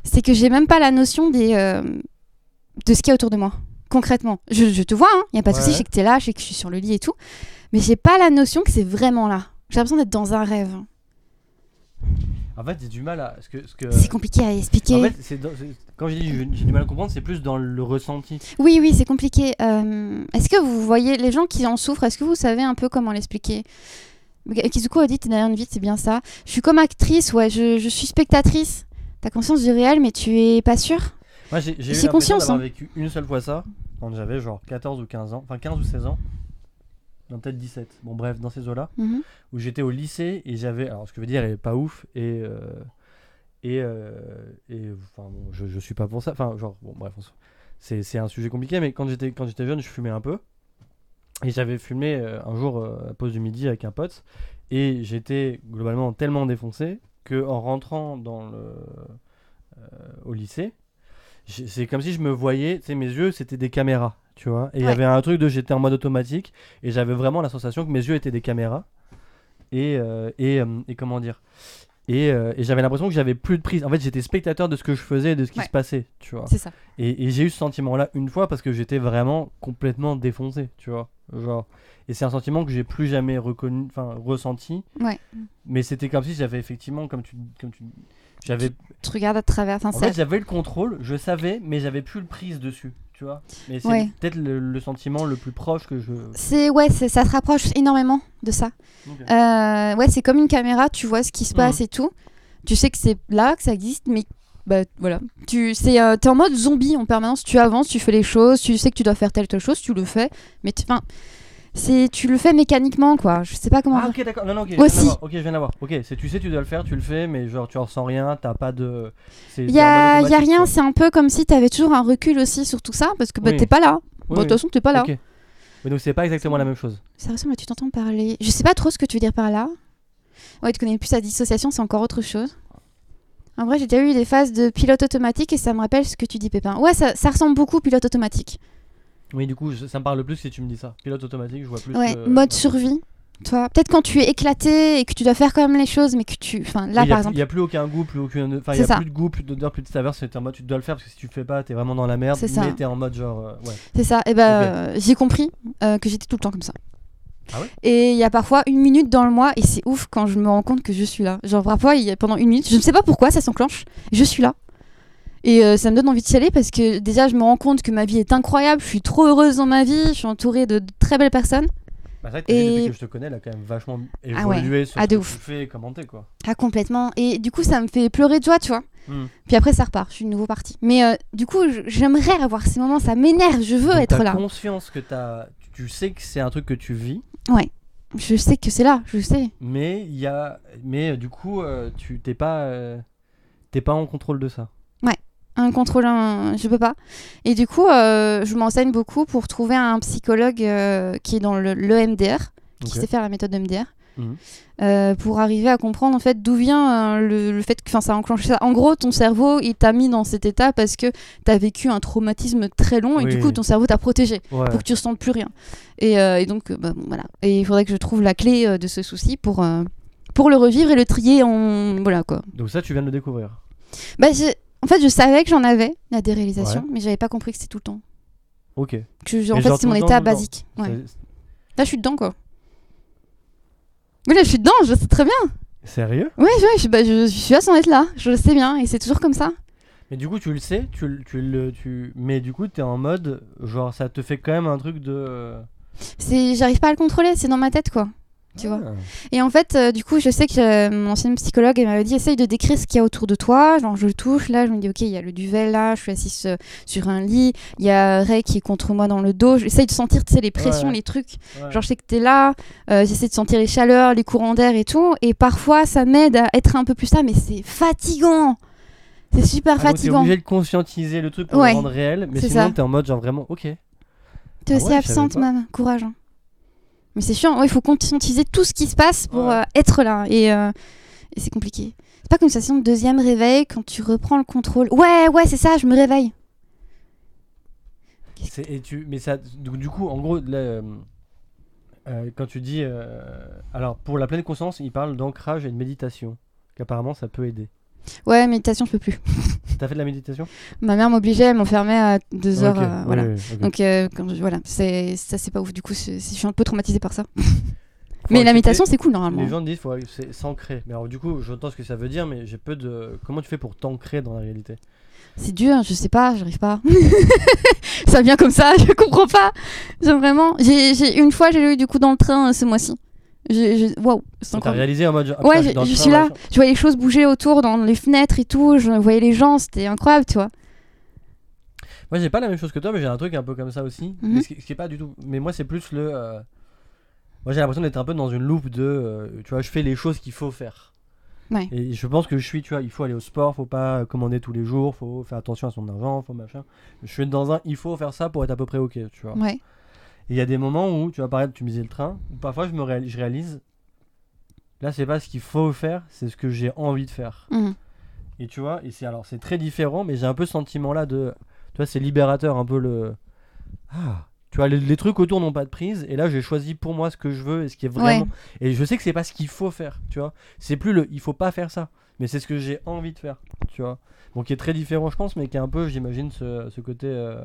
C'est que j'ai même pas la notion des, euh, de ce qu'il y a autour de moi. concrètement. Je, je te vois, il hein, n'y a pas de souci,
Ouais.
je sais que tu es là, je sais que je suis sur le lit et tout. Mais j'ai pas la notion que c'est vraiment là. J'ai l'impression d'être dans un rêve.
Euh. En fait, j'ai du mal à. Ce que, ce que...
C'est compliqué à expliquer.
En fait, c'est dans- c'est- quand j'ai dit j'ai j'ai du mal à comprendre, c'est plus dans le ressenti.
Oui, oui, c'est compliqué. Euh, est-ce que vous voyez les gens qui en souffrent Est-ce que vous savez un peu comment l'expliquer Kizuko a dit t'es derrière une vitre, c'est bien ça. Je suis comme actrice, ouais, je, je suis spectatrice. T'as conscience du réel, mais tu es pas sûre
Moi, j'ai j'ai eu
C'est
l'impression
conscience,
d'avoir
hein.
vécu une seule fois ça quand j'avais genre 14 ou 15 ans, enfin 15 ou 16 ans, dans peut-être 17. Bon, bref, dans ces eaux-là,
Mhm.
où j'étais au lycée et j'avais. Alors, ce que je veux dire, elle est pas ouf et. euh, et. euh, et, enfin, bon, je, je suis pas pour ça. Enfin, genre, bon, bref, on s'en- c'est c'est un sujet compliqué, mais quand j'étais quand j'étais jeune, je fumais un peu. Et j'avais fumé euh, un jour euh, à pause du midi avec un pote. Et j'étais globalement tellement défoncé que en rentrant dans le, euh, au lycée, j'ai- c'est comme si je me voyais, tu sais, mes yeux c'était des caméras, tu vois. Et il y
Ouais.
avait un truc de j'étais en mode automatique et j'avais vraiment la sensation que mes yeux étaient des caméras. Et, euh, et, euh, et comment dire Et, euh, et j'avais l'impression que j'avais plus de prise. En fait, j'étais spectateur de ce que je faisais et de ce qui
Ouais.
se passait, tu vois.
C'est ça.
Et, et j'ai eu ce sentiment-là une fois parce que j'étais vraiment complètement défoncé, tu vois. Genre. Et c'est un sentiment que j'ai plus jamais reconnu, enfin ressenti.
Ouais.
Mais c'était comme si j'avais effectivement, comme tu, comme tu, j'avais,
Tu regardes à travers. Enfin,
en
ça-
fait, j'avais le contrôle, je savais, mais j'avais plus le prise dessus, tu vois. Mais c'est
Ouais.
peut-être le, le sentiment le plus proche que je.
c'est ouais, c'est- ça se rapproche énormément de ça.
Ok. Ah,
Euh, ouais, c'est comme une caméra, tu vois ce qui se
Mm.
passe et tout. Tu sais que c'est là, que ça existe, mais bah, voilà. Tu c'est, euh, t'es en mode zombie en permanence, tu avances, tu fais les choses, tu sais que tu dois faire telle telle chose, tu le fais, mais tu- 'fin, c'est tu le fais mécaniquement quoi. Je sais pas comment. dire.
Ah ok d'accord non non ok je
Aussi.
viens d'avoir ok je viens d'avoir ok c'est tu sais tu dois le faire tu le fais mais genre tu ressens rien t'as pas de c'est
Il
c'est
y a,
en
y
mode
a
automatique,
rien,
quoi.
c'est un peu comme si t'avais toujours un recul aussi sur tout ça, parce que bah,
Oui.
t'es pas là. Bah, De
Oui,
toute façon, t'es pas là.
oui, ok. mais donc c'est pas exactement la même chose
Ça ressemble à tu t'entends parler. Je sais pas trop ce que tu veux dire par là. Ouais, tu connais plus la dissociation, c'est encore autre chose. En vrai, j'ai déjà eu des phases de pilote automatique et ça me rappelle ce que tu dis, Pépin. Ouais, ça, ça ressemble beaucoup au pilote automatique.
Oui, du coup, je- ça me parle plus si tu me dis ça. Pilote automatique, je vois plus.
ouais,
euh,
mode
ouais.
survie. Toi, peut-être quand tu es éclaté et que tu dois faire quand même les choses, mais que tu. Enfin, là,
Oui, y a
par
plus-
exemple.
Y a plus aucun goût, plus aucune. Enfin,
C'est
y a
ça.
plus de goût, plus d'odeur, plus de saveur. C'est en mode, tu dois le faire parce que si tu le fais pas, t'es vraiment dans la merde.
C'est ça.
Mais t'es en mode genre. euh, ouais.
C'est ça. Et ben,
Ok.
euh, j'ai compris euh, que j'étais tout le temps comme ça.
Ah ouais
et il y a parfois une minute dans le mois et c'est ouf quand je me rends compte que je suis là. Genre parfois il y a- pendant une minute, je ne sais pas pourquoi ça s'enclenche, je suis là. Et euh, ça me donne envie de y aller parce que déjà je me rends compte que ma vie est incroyable, je suis trop heureuse dans ma vie, je suis entourée de, de très belles personnes.
Bah, c'est vrai que ta vie,
Et-
depuis que je te connais, elle a quand même vachement évolué
Ah ouais.
sur
Ah,
ce
de
que
ouf.
tu fais et commenter, quoi.
Ah complètement. Et du coup ça me fait pleurer de joie, tu vois.
Hmm.
Puis après ça repart, je suis de nouveau partie. Mais euh, du coup je- j'aimerais avoir ces moments, ça m'énerve, je veux
Donc,
être
t'as
là.
conscience que t'as. tu- Tu sais que c'est un truc que tu vis,
Je sais que c'est là, je sais.
mais il y a. Mais euh, du coup, euh, tu t'es pas. euh, T'es pas en contrôle de ça.
un contrôle, un- je peux pas. Et du coup, euh, je m'enseigne beaucoup pour trouver un psychologue euh, qui est dans le, le MDR, qui
Ok.
sait faire la méthode E MDR,
Mhm.
euh, pour arriver à comprendre en fait d'où vient euh, le, le fait que 'fin, ça a enclenché ça. En gros, ton cerveau, il t'a mis dans cet état parce que t'as vécu un traumatisme très long et du
Oui.
coup, ton cerveau t'a protégé
Ouais.
pour que tu ressentes plus rien. Et, euh, et donc, euh, bah, bon, voilà. Et il faudrait que je trouve la clé euh, de ce souci pour. euh, pour le revivre et le trier en voilà quoi.
Donc, ça, tu viens de le découvrir.
Bah, je- En fait, je savais que j'en avais, la déréalisation,
Ouais.
mais j'avais pas compris que c'était tout le temps.
Ok.
Que je- En
Et
fait,
genre
c'est mon
tout le
état
temps, tout le temps.
basique. Ouais.
C'est-
Là, je suis dedans, quoi. Oui, là, je suis dedans, je sais très bien.
Sérieux
Oui, oui, je, bah, je- je suis à son être là, je le sais bien, et c'est toujours comme ça.
Mais du coup, tu le sais, tu, le- tu le. Tu... Mais du coup, t'es en mode. Genre, ça te fait quand même un truc de.
C'est, J'arrive pas à le contrôler, c'est dans ma tête, quoi. Tu vois. Et en fait, euh, du coup, je sais que euh, mon ancienne psychologue, elle m'avait dit, essaye de décrire ce qu'il y a autour de toi. Genre, je le touche, là, je me dis, ok, il y a le duvet, là, je suis assise euh, sur un lit, il y a Ray qui est contre moi dans le dos. J'essaye de sentir, tu sais, les pressions,
Ouais.
les trucs.
Ouais.
Genre, je sais que t'es là, euh, j'essaie de sentir les chaleurs, les courants d'air et tout. Et parfois, ça m'aide à être un peu plus ça, mais c'est fatigant. C'est super
Ah, donc t'es
fatigant.
obligé de conscientiser le truc pour
Ouais.
le rendre réel, mais
C'est
sinon
ça.
t'es en mode genre vraiment ok.
T'es
Ah
aussi
ouais, je savais
absente,
pas.
même. Courage. hein. Mais c'est chiant. Ouais, il faut conscientiser tout ce qui se passe pour
Ouais.
euh, être là. Et, euh, et c'est compliqué. C'est pas comme ça, sensation de deuxième réveil quand tu reprends le contrôle. Ouais, ouais, c'est ça, je me réveille.
C'est- Et tu, mais ça, donc, du coup, en gros, là, euh, euh, quand tu dis, euh, alors pour la pleine conscience, il parle d'ancrage et de méditation, qu'apparemment ça peut aider.
Ouais, méditation, je peux plus.
T'as fait de la méditation
Ma mère m'obligeait, elle m'enfermait à deux heures.
Ok,
euh,
ouais,
voilà.
ouais, ok.
Donc, euh, quand je- voilà, c'est- ça, c'est pas ouf. Du coup, c'est- je suis un peu traumatisée par ça.
Faut
Mais la
accepter-
méditation, c'est cool normalement.
Les gens disent faut c'est s'ancrer. Mais alors du coup, j'entends ce que ça veut dire, mais j'ai peu de. Comment tu fais pour t'ancrer dans la réalité
C'est dur, je sais pas, j'arrive pas. ça vient comme ça, je comprends pas. J'ai vraiment. j'ai j'ai- une fois, j'ai eu du coup dans le train euh, ce mois-ci. J'ai- j'ai- Waouh, c'est
T'as
encore.
réalisé en mode. ah,
Ouais,
putain,
je,
dans le
je
train,
suis là,
machin.
je voyais les choses bouger autour dans les fenêtres et tout, je voyais les gens, c'était incroyable, tu vois.
Moi, j'ai pas la même chose que toi, mais j'ai un truc un peu comme ça aussi.
Mhm.
Mais ce, qui, ce qui est pas du tout. Mais moi, c'est plus le. euh, Moi, j'ai l'impression d'être un peu dans une loupe de. euh, tu vois, je fais les choses qu'il faut faire.
Ouais.
Et je pense que je suis, tu vois, il faut aller au sport, faut pas commander tous les jours, faut faire attention à son argent, faut machin. Je suis dans un, il faut faire ça pour être à peu près ok, tu vois.
Ouais.
Et il y a des moments où, tu vas parler, tu me disais le train, où parfois je me réalise, je réalise, là c'est pas ce qu'il faut faire, c'est ce que j'ai envie de faire.
Mhm.
Et tu vois, et c'est alors c'est très différent, mais j'ai un peu ce sentiment là de, tu vois, c'est libérateur un peu le, ah, tu vois, les, les trucs autour n'ont pas de prise, et là j'ai choisi pour moi ce que je veux et ce qui est vraiment,
Ouais.
et je sais que c'est pas ce qu'il faut faire, tu vois, c'est plus le, il faut pas faire ça, mais c'est ce que j'ai envie de faire, tu vois, bon qui est très différent je pense, mais qui est un peu, j'imagine ce, ce côté, euh,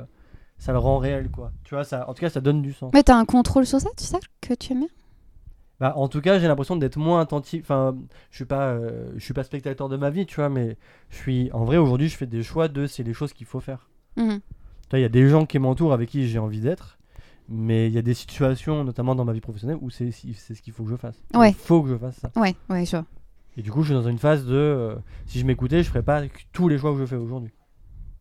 ça le rend réel quoi, tu vois, ça, en tout cas ça donne du sens.
Mais t'as un contrôle sur ça, tu sais que tu aimes bien
Bah, en tout cas, j'ai l'impression d'être moins attentif. Enfin, je suis pas, euh, je suis pas spectateur de ma vie, tu vois, mais je suis. En vrai, aujourd'hui, je fais des choix de c'est les choses qu'il faut faire.
Mhm.
Tu vois, il y a des gens qui m'entourent avec qui j'ai envie d'être, mais il y a des situations, notamment dans ma vie professionnelle, où c'est si- c'est ce qu'il faut que je fasse.
Ouais.
Il faut que je fasse ça.
Ouais, ouais, je vois.
Et du coup, je suis dans une phase de euh, si je m'écoutais, je ferais pas que- tous les choix que je fais aujourd'hui.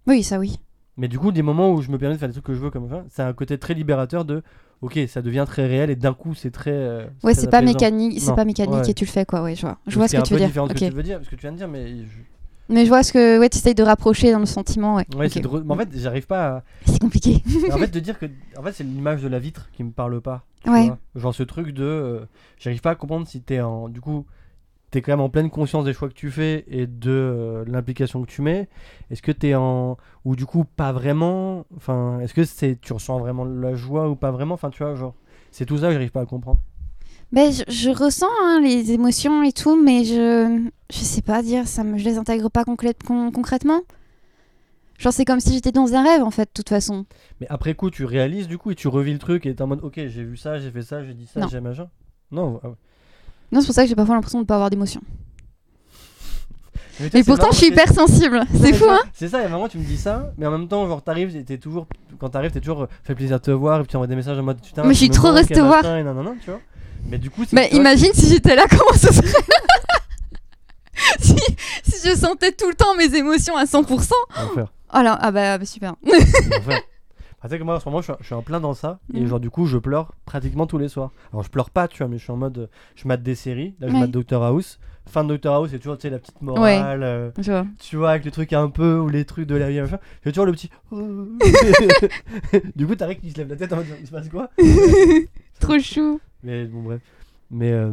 Oui, ça oui.
Mais du coup, des moments où je me permets de faire des trucs que je veux comme ça, c'est un côté très libérateur de. Ok, ça devient très réel et d'un coup, c'est très. euh,
Ouais,
très
c'est pas
apaisant.
mécanique, c'est
Non,
pas mécanique
ouais.
et tu le fais quoi, ouais, je vois. Je
Donc,
vois ce
qui est
que
un
tu veux
peu
dire.
différent de ce
ok.
que tu veux dire, ce que tu viens de dire, mais je-
Mais je vois ce que ouais, tu essayes de rapprocher dans le sentiment, ouais.
Ouais,
Ok.
c'est drôle. Mais en fait, j'arrive pas à...
C'est compliqué.
En fait, de dire que... En fait, c'est l'image de la vitre qui me parle pas. tu
Ouais.
vois. Genre ce truc de... euh, J'arrive pas à comprendre si t'es en... Du coup, t'es quand même en pleine conscience des choix que tu fais et de euh, l'implication que tu mets. Est-ce que t'es en... Ou du coup, pas vraiment... Enfin, est-ce que c'est tu ressens vraiment la joie ou pas vraiment Enfin, tu vois, genre... C'est tout ça que j'arrive pas à comprendre.
Ben, je, je ressens hein, les émotions et tout, mais je, je sais pas dire, ça me, je les intègre pas conclè- con- concrètement. Genre, c'est comme si j'étais dans un rêve, en fait, de toute façon.
Mais après coup, tu réalises du coup et tu revis le truc et t'es en mode, ok, j'ai vu ça, j'ai fait ça, j'ai dit ça,
Non.
j'ai machin. Non, ah ouais.
Non, c'est pour ça que j'ai parfois l'impression de pas avoir d'émotions.
Mais tu vois,
Et
c'est
pourtant,
marrant
je suis
parce que-
hyper sensible. C'est
Non, mais
fou,
tu vois,
hein
C'est ça, il y a un moment tu me dis ça, mais en même temps, genre t'arrives, t'es- t'es toujours, quand t'arrives, t'es toujours, euh, fait plaisir de te voir, et puis tu envoies des messages en mode putain.
Mais je
tu
suis
me
trop
manques,
restée
et
voir. Bah,
machin, et nanana, tu vois. Mais du coup, c'est.
Mais
tu vois,
Ben, imagine si j'étais là, comment ce serait si, si je sentais tout le temps mes émotions à 100%.
l'enfer,
Alors, ah bah, bah, super.
l'enfer. Ah, tu sais que moi en ce moment je suis, je suis en plein dans ça et
Mhm.
genre du coup je pleure pratiquement tous les soirs. Alors je pleure pas tu vois mais je suis en mode euh, je mate des séries, là je
Ouais.
mate Doctor House. Fin de Doctor House c'est toujours tu sais la petite morale, euh,
Je vois.
tu vois avec les trucs un peu ou les trucs de la vie machin. J'ai toujours le petit Du coup Tarek il se lève la tête en mode il se passe quoi
Trop chou.
Mais bon, bref. Mais euh,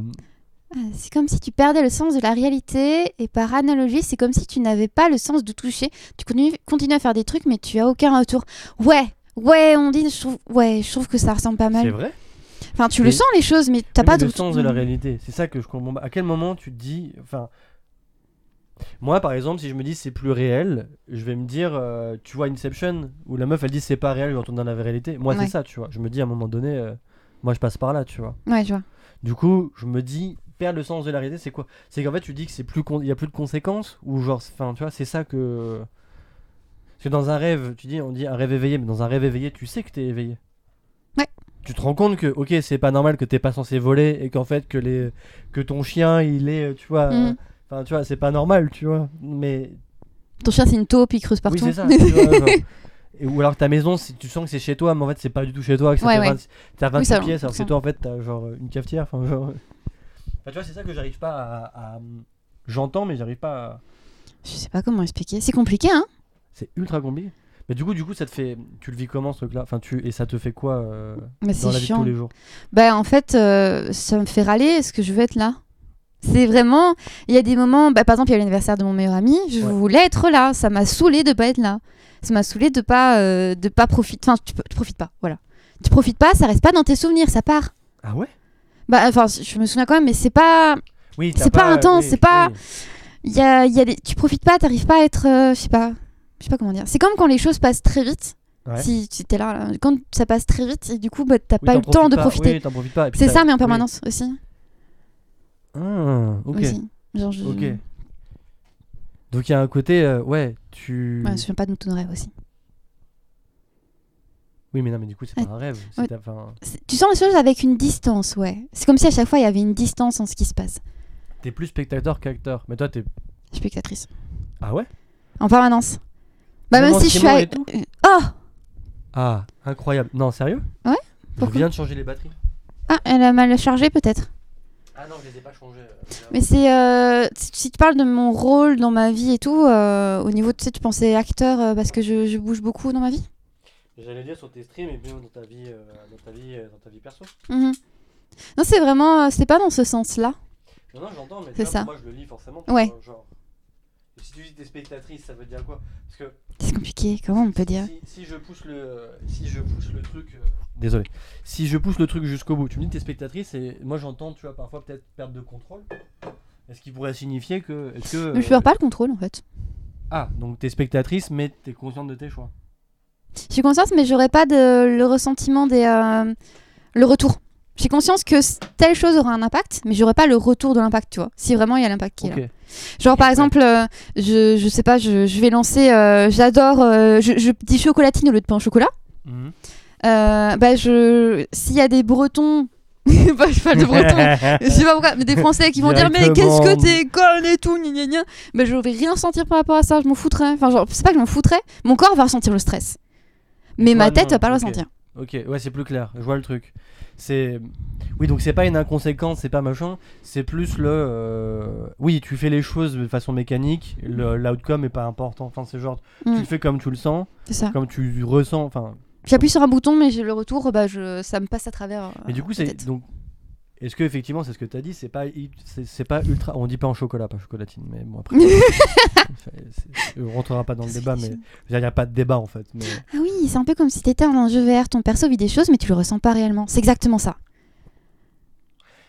Ah, C'est comme si tu perdais le sens de la réalité et par analogie, c'est comme si tu n'avais pas le sens de toucher. Tu continues, continues à faire des trucs mais tu as aucun retour. Ouais, ouais, on dit, je trouve, ouais, je trouve que ça ressemble pas
c'est
mal.
vrai.
Enfin, tu
Mais-
le sens les choses mais t'as
Oui,
pas
mais
de
le sens de la réalité. C'est ça que je comprends. pas. À quel moment tu te dis. Enfin. Moi, par exemple, si je me dis c'est plus réel, je vais me dire, euh, tu vois Inception, où la meuf elle dit c'est pas réel, je retourne dans la réalité. Moi,
Ouais.
c'est ça, tu vois. Je me dis à un moment donné, euh, moi je passe par là, tu vois.
Ouais, je vois.
Du coup, je me dis, perdre le sens de la réalité, c'est quoi C'est qu'en fait, tu dis que c'est plus, con- il y a plus de conséquences ou genre, enfin, tu vois, c'est ça que. Parce que dans un rêve, tu dis, on dit un rêve éveillé, mais dans un rêve éveillé, tu sais que t'es éveillé.
Ouais.
Tu te rends compte que, ok, c'est pas normal que t'es pas censé voler et qu'en fait que les, que ton chien, il est, euh, tu vois,
Mhm.
euh, enfin, tu vois, c'est pas normal, tu vois. Mais
Ton chien c'est une taupe, il creuse partout.
oui, c'est ça. tu vois, genre. Et- ou alors ta maison, si tu sens que c'est chez toi, mais en fait c'est pas du tout chez toi, que ça
Ouais,
fait
ouais.
20 t'as 26
Oui, ça,
pièces, alors que
ça.
c'est toi en fait t'as genre une cafetière. Enfin, genre... Enfin, tu vois, c'est ça que j'arrive pas à. à- J'entends, mais j'arrive pas à.
Je sais pas comment expliquer. C'est compliqué, hein
C'est ultra compliqué. Mais du coup, du coup, ça te fait. Tu le vis comment ce truc-là Enfin, tu et ça te fait quoi euh,
Mais
dans
c'est
la vie de tous
chiant.
les jours
Bah en fait, euh, ça me fait râler. Est-ce que je veux être là C'est vraiment. Il y a des moments. Bah, par exemple, il y a l'anniversaire de mon meilleur ami. Je
Ouais.
voulais être là. Ça m'a saoulé de pas être là. Ça m'a saoulé de pas euh, de pas profiter. Enfin, tu, peux- tu profites pas. Voilà. Tu profites pas. Ça reste pas dans tes souvenirs. Ça part.
Ah ouais
Bah enfin, je me souviens quand même, mais c'est pas.
Oui. t'as
C'est pas intense,
oui,
c'est pas-
oui.
il y a, il y a des... tu profites pas, t'arrives pas à être, euh, je sais pas, je sais pas comment dire. C'est comme quand les choses passent très vite.
Ouais.
Si tu étais là, là, quand ça passe très vite, et du coup, bah, t'as
Oui,
pas eu
t'en
le temps de
profites pas.
profiter.
Oui, t'en profites pas. et puis
c'est
t'as-
ça, mais en
oui.
permanence aussi.
Ah, ok.
aussi. Genre, je...
Ok.
Ouais,
Donc il y a un côté, euh, ouais, tu.
je me souviens pas de ton rêve aussi.
Oui, mais non, mais du coup, c'est pas un rêve. c'est
ouais.
ta- enfin,
C'est- Tu sens les choses avec une distance, ouais. C'est comme si à chaque fois il y avait une distance en ce qui se passe.
T'es plus spectateur qu'acteur. Mais toi, t'es.
Je suis spectatrice.
Ah ouais
En permanence. Bah,
Même
même
en
si je suis.
streamer
à-
et tout
Euh, Oh
Ah, incroyable. Non, sérieux
Ouais,
Je
pourquoi
viens de changer les batteries.
Ah, elle a mal chargé peut-être.
Ah non, je les ai pas changées.
Mais c'est. euh, si- Si tu parles de mon rôle dans ma vie et tout, euh, au niveau, tu sais, tu pensais acteur euh, parce que je, je bouge beaucoup dans ma vie
J'allais dire sur tes streams et puis dans ta vie, euh, dans ta vie, dans ta vie perso.
Mhm. Non, c'est vraiment. euh, C'est pas dans ce sens-là.
Non, non, j'entends, mais
C'est ça.
moi je le lis forcément.
Ouais.
euh, Genre, Et si tu dis t'es spectatrice, ça veut dire quoi Parce que
C'est compliqué, comment on peut dire
si, si je pousse le, euh, si je pousse le truc, euh, désolé, si je pousse le truc jusqu'au bout, tu me dis t'es spectatrice et moi j'entends, tu vois, parfois peut-être perte de contrôle. Est-ce qui pourrait signifier que, est-ce que
Mais je
euh,
perds pas le contrôle en fait.
ah donc t'es spectatrice mais t'es consciente de tes choix.
Je suis consciente, mais j'aurais pas de, le ressentiment des. euh, le retour. J'ai conscience que s- telle chose aura un impact, mais j'aurais pas le retour de l'impact, tu vois. Si vraiment il y a l'impact qui est là.
Ok.
Genre par
Ouais.
exemple, euh, je, je sais pas, je, je vais lancer. euh, J'adore. euh, je, je dis chocolatine au lieu de pain au chocolat.
Mhm.
Euh, bah, je. S'il y a des Bretons. bah, je parle de Bretons. Je sais pas pourquoi, mais des Français qui vont dire mais qu'est-ce que
Directement.
t'es conne et tout, gna gna gna. Mais je vais rien sentir par rapport à ça, je m'en foutrais. Enfin, genre, c'est pas que je m'en foutrais, mon corps va ressentir le stress. Mais ma
Toi,
tête
non,
va pas le
ok.
ressentir.
Ok, ouais, c'est plus clair, je vois le truc. C'est. Oui, donc c'est pas une inconséquence, c'est pas machin, c'est plus le. euh, Oui, tu fais les choses de façon mécanique, le- l'outcome est pas important. Enfin, c'est genre, tu
Mm.
le fais comme tu le sens,
C'est ça.
comme tu ressens. Enfin,
J'appuie sur un bouton, mais j'ai le retour, bah, je... ça me passe à travers. euh,
mais du coup,
la
c'est.
tête.
Donc, est-ce que effectivement, c'est ce que t'as dit, c'est pas, hi- c'est c'est pas ultra. On dit pas en chocolat, pas chocolatine, mais bon, après. Enfin, c'est- on rentrera pas dans le
C'est
débat, mais.
ridicule.
Il n'y a pas de débat en fait. Mais...
Ah oui, c'est un peu comme si t'étais dans un jeu VR, ton perso vit des choses, mais tu le ressens pas réellement. C'est exactement ça.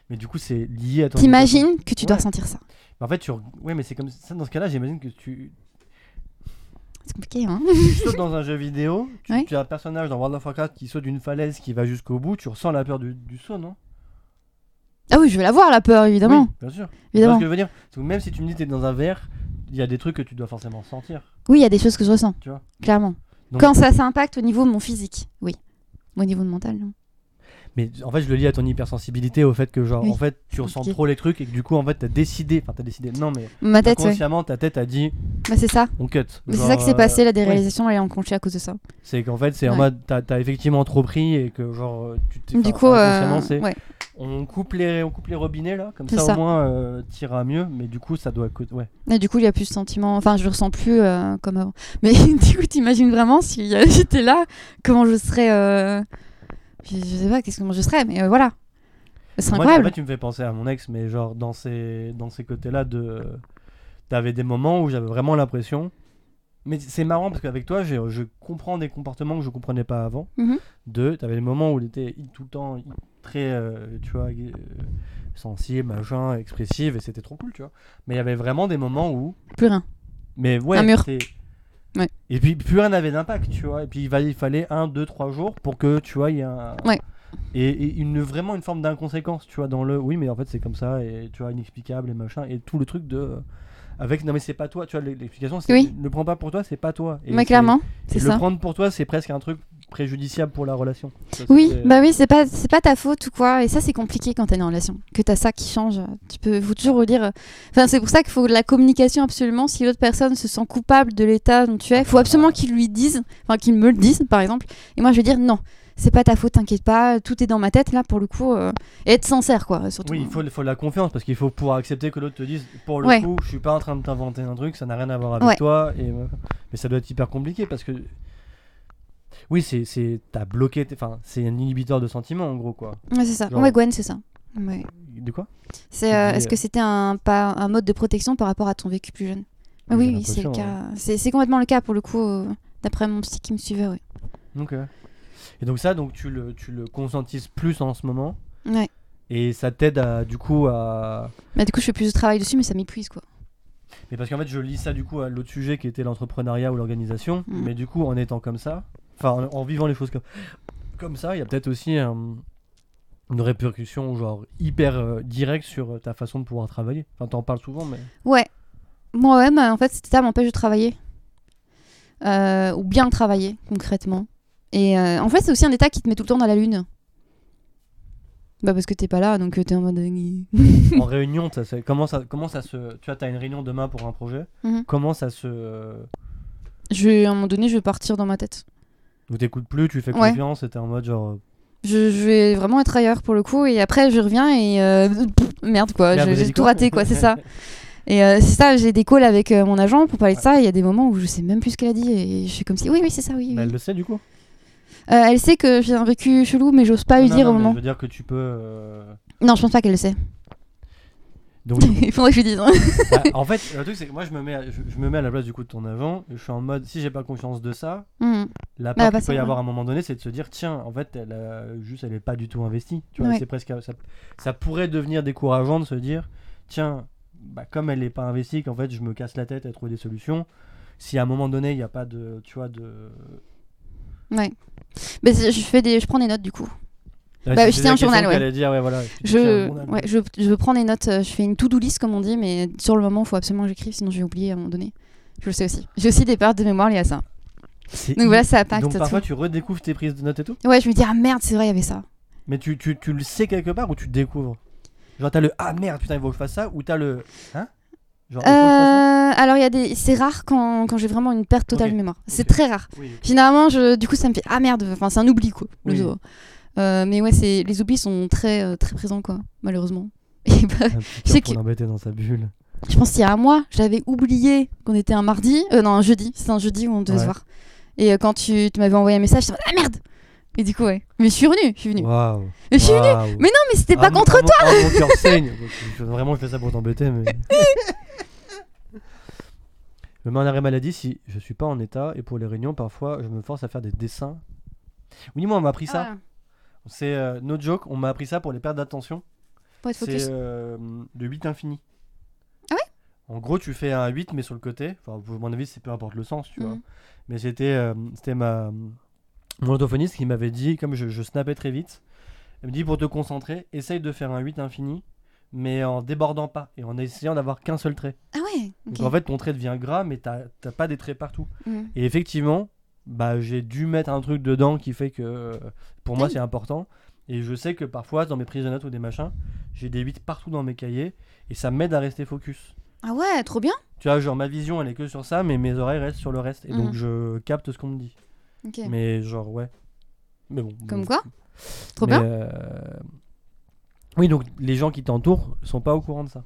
mais du coup, c'est lié à ton. éducation.
T'imagines que tu dois
Ouais.
ressentir ça.
En fait, tu. re- Ouais, mais c'est comme ça, dans ce cas-là, j'imagine que tu,
C'est compliqué, hein
tu sautes dans un jeu vidéo, tu,
Ouais.
tu as un personnage dans World of Warcraft qui saute d'une falaise qui va jusqu'au bout, tu ressens la peur du, du saut, non
Ah oui, je vais l'avoir la peur, évidemment.
Oui, bien sûr. Tu vois
évidemment.
ce que je veux dire Parce que Même si tu me dis que tu es dans un verre, il y a des trucs que tu dois forcément sentir.
Oui, il y a des choses que je ressens.
Tu vois.
Clairement.
Donc-
Quand ça, ça impacte au niveau de mon physique, oui. Au niveau de mental, non.
Mais en fait, je le lis à ton hypersensibilité, au fait que genre,
Oui,
en fait, tu ressens
compliqué.
trop les trucs et que du coup, en fait, t'as décidé, enfin, t'as décidé, non mais
Ma tête, ouais.
inconsciemment, ta tête a dit,
Bah, c'est ça.
on cut.
Mais c'est
Genre,
ça qui s'est
euh,
passé, la
ouais.
déréalisation, elle est enclenchée à cause de ça.
C'est qu'en fait, c'est en
Ouais.
mode, t'as t'as effectivement trop pris et que genre, euh, tu t'es.
du
enfin,
coup, euh,
inconsciemment, c'est-
ouais.
On coupe, les, on coupe les robinets là, comme
C'est
ça,
ça.
au moins euh, t'iras mieux, mais du coup ça doit coûter. Ouais.
Et du coup, il n'y a plus ce sentiment. Enfin, je le ressens plus euh, comme avant. Mais du coup, t'imagines vraiment si y a- j'étais là, comment je serais. euh, Je, je sais pas, qu'est-ce que comment je serais, mais euh, voilà. Ce serait
Moi,
incroyable.
en fait, tu me fais penser à mon ex, mais genre dans ces, dans ces côtés-là, de... t'avais des moments où j'avais vraiment l'impression. Mais c'est marrant parce qu'avec toi, j'ai- je comprends des comportements que je comprenais pas avant.
Mhm.
De, t'avais des moments où t'étais tout le temps très, euh, tu vois, euh, sensible, machin, expressive, et c'était trop cool, tu vois. Mais il y avait vraiment des moments où
Plus rien.
Mais ouais,
Un mur.
t'es-
Ouais.
Et puis plus rien n'avait d'impact, tu vois. Et puis il, va- il fallait un, deux, trois jours pour que, tu vois, il y ait un...
Ouais.
Et, et une, vraiment une forme d'inconséquence, tu vois, dans le... Oui, mais en fait c'est comme ça, et tu vois, inexplicable, et machin, et tout le truc de... euh, Avec, non mais c'est pas toi, tu vois, l'explication, c'est...
Oui.
Ne prends pas pour toi, c'est pas toi. Et
Mais
c'est-
clairement,
et
c'est
le
ça.
prendre pour toi, c'est presque un truc préjudiciable pour la relation. Ça,
Oui,
c'était-
bah oui, c'est pas, c'est pas ta faute ou quoi. Et ça, c'est compliqué quand t'es en relation. Que t'as ça qui change. Tu peux, faut toujours redire. euh, Enfin, c'est pour ça qu'il faut de la communication absolument. Si l'autre personne se sent coupable de l'état dont tu es, faut absolument qu'il lui dise, enfin qu'il me le dise, par exemple. Et moi, je vais dire non, c'est pas ta faute, t'inquiète pas. Tout est dans ma tête là pour le coup. euh, et être sincère, quoi, surtout.
Oui, il faut, il faut de la confiance parce qu'il faut pouvoir accepter que l'autre te dise pour le
Ouais.
coup, je suis pas en train de t'inventer un truc, ça n'a rien à voir avec
Ouais.
toi. Et, euh, mais ça doit être hyper compliqué parce que. Oui, c'est. c'est- T'as bloqué. tes- Enfin, c'est un inhibiteur de sentiments en gros quoi.
Ouais, c'est ça.
Genre-
Ouais, Gwen, c'est ça. Ouais.
De quoi
C'est, euh,
dis,
est-ce
euh,
que c'était un pas un mode de protection par rapport à ton vécu plus jeune
J'ai
Oui, oui, c'est
l'impression,
le cas. C'est, c'est complètement le cas pour le coup. euh, d'après mon psy qui me suivait, oui.
Donc, euh, Et donc ça, donc tu le, tu le conscientises plus en ce moment
Ouais.
et ça t'aide à du coup à.
Bah, du coup, je fais plus de travail dessus, mais ça m'épuise quoi.
Mais parce qu'en fait, je lis ça du coup à l'autre sujet qui était l'entrepreneuriat ou l'organisation.
Mm.
Mais du coup, en étant comme ça, enfin, en, en vivant les choses comme, comme ça, il y a peut-être aussi euh, une répercussion genre hyper euh, directe sur euh, ta façon de pouvoir travailler. Enfin, t'en parles souvent, mais
Ouais. Moi-même, en fait, c'était ça m'empêche de travailler. Euh, ou bien travailler, concrètement. Et euh, en fait, c'est aussi un état qui te met tout le temps dans la lune. Bah, parce que t'es pas là, donc euh, t'es en mode. euh,
en réunion, ça, c'est- comment ça, comment ça se, tu vois, t'as une réunion demain pour un projet.
Mhm.
Comment ça se, euh,
Je vais, à un moment donné, je vais partir dans ma tête.
ou t'écoutes plus, tu fais
Ouais.
confiance, et t'es en mode genre. euh,
Je, je vais vraiment être ailleurs pour le coup, et après, je reviens et. euh, pff, merde, quoi.
Merde,
je-
vous avez
J'ai
dit
tout
quoi
raté, quoi, c'est ça.
Bah,
Et euh, c'est ça, j'ai des calls avec euh, mon agent pour parler de
Ouais.
ça. et Il y a des moments où je sais même plus ce qu'elle a dit, et je suis comme si. Oui, oui, c'est ça, oui. oui.
bah, elle le sait du coup.
Euh, elle sait que j'ai un vécu chelou, mais j'ose pas lui
Non,
dire
non,
au
mais
moment.
Je veux dire que tu peux. euh,
Non, je pense pas qu'elle le sait.
Donc,
Il faudrait que je lui dise.
Bah, en fait, le truc c'est que moi je me mets, à, je, je me mets à la place du coup de ton agent. et Je suis en mode si j'ai pas conscience de ça,
Hmm.
la
Bah,
part
bah, ça,
qu'il peut y
ouais.
avoir à un moment donné, c'est de se dire tiens, en fait, elle a- juste elle est pas du tout investie. Tu vois,
Ouais.
c'est presque ça, ça pourrait devenir décourageant de se dire tiens, bah comme elle n'est pas investie, qu'en fait je me casse la tête à trouver des solutions. Si à un moment donné il n'y a pas de, tu vois, de.
Mais c'est- je fais des, je prends des notes du coup.
Bah,
je
c'est
tiens
la
un
question
journal, ouais.
qu'elle allait dire, ouais, voilà, tu tiens un
Je,
journal.
ouais, je, je prends des notes. euh, Je fais une to-do list comme on dit, mais sur le moment, il faut absolument que j'écrive, sinon je vais oublier à un moment donné. Je le sais aussi. J'ai aussi des pertes de mémoire liées à ça.
C'est
Donc voilà, ça impacte
Donc parfois
tout.
tu redécouvres tes prises de notes et tout.
Ouais, je me dis ah merde, c'est vrai, il y avait ça.
Mais tu, tu, tu le sais quelque part ou tu le découvres Genre t'as le ah merde putain il faut que je fasse ça ou t'as le hein Genre il faut que je fasse
Euh, alors il y a des, c'est rare quand, quand j'ai vraiment une perte totale
Ok.
de mémoire. C'est
Ok.
très rare.
ça Oui.
Finalement, je, du coup, ça me fait ah merde. Enfin, c'est un oubli quoi. le
Oui.
zoo. Euh, mais ouais, c'est les oublis sont très euh, très présents quoi, malheureusement. Et bah,
Un petit
Je
cœur
sais
pour
que-
l'embêter dans sa bulle.
je pense qu'il y a un mois, j'avais oublié qu'on était un mardi, euh, non un jeudi, c'est un jeudi où on devait
Ouais.
se voir. Et euh, quand tu, tu m'avais envoyé un message, j'étais en mode, ah merde Et du coup ouais, mais je suis venue, je suis venue.
Waouh.
Mais je suis venue.
Waouh.
Mais non, mais c'était
Ah,
pas
mon-
contre
ah, mon- ah, mon cœur saigne. Je- Vraiment je fais ça pour t'embêter mais. Je me mets en arrêt maladie si je suis pas en état et pour les réunions parfois je me force à faire des dessins. Oui moi on m'a appris
toi.
ça. C'est euh, no joke on m'a appris ça pour les pertes d'attention.
Pour être focus.
C'est euh, de 8 infini.
Ah
En gros, tu fais un 8 mais sur le côté. Enfin, à mon avis, c'est peu importe le sens, tu vois.
Mhm.
Mais c'était euh, c'était ma mon orthophoniste qui m'avait dit comme je, je snappais très vite. Elle me dit pour te concentrer, essaye de faire un 8 infini mais en débordant pas et en essayant d'avoir qu'un seul trait.
Ah ouais. ok.
Donc en fait, ton trait devient gras mais t'as t'as pas des traits partout.
Mhm.
Et effectivement, bah, j'ai dû mettre un truc dedans qui fait que euh, pour moi
Oui.
c'est important. Et je sais que parfois dans mes prises de notes ou des machins, j'ai des 8 partout dans mes cahiers et ça m'aide à rester focus.
Ah ouais, trop bien.
Tu vois, genre ma vision elle est que sur ça, mais mes oreilles restent sur le reste. Et donc
Mhm.
je capte ce qu'on me dit.
Ok.
Mais genre ouais. Mais bon.
Comme
bon.
quoi Trop
Mais,
bien.
euh, Oui, donc les gens qui t'entourent sont pas au courant de ça.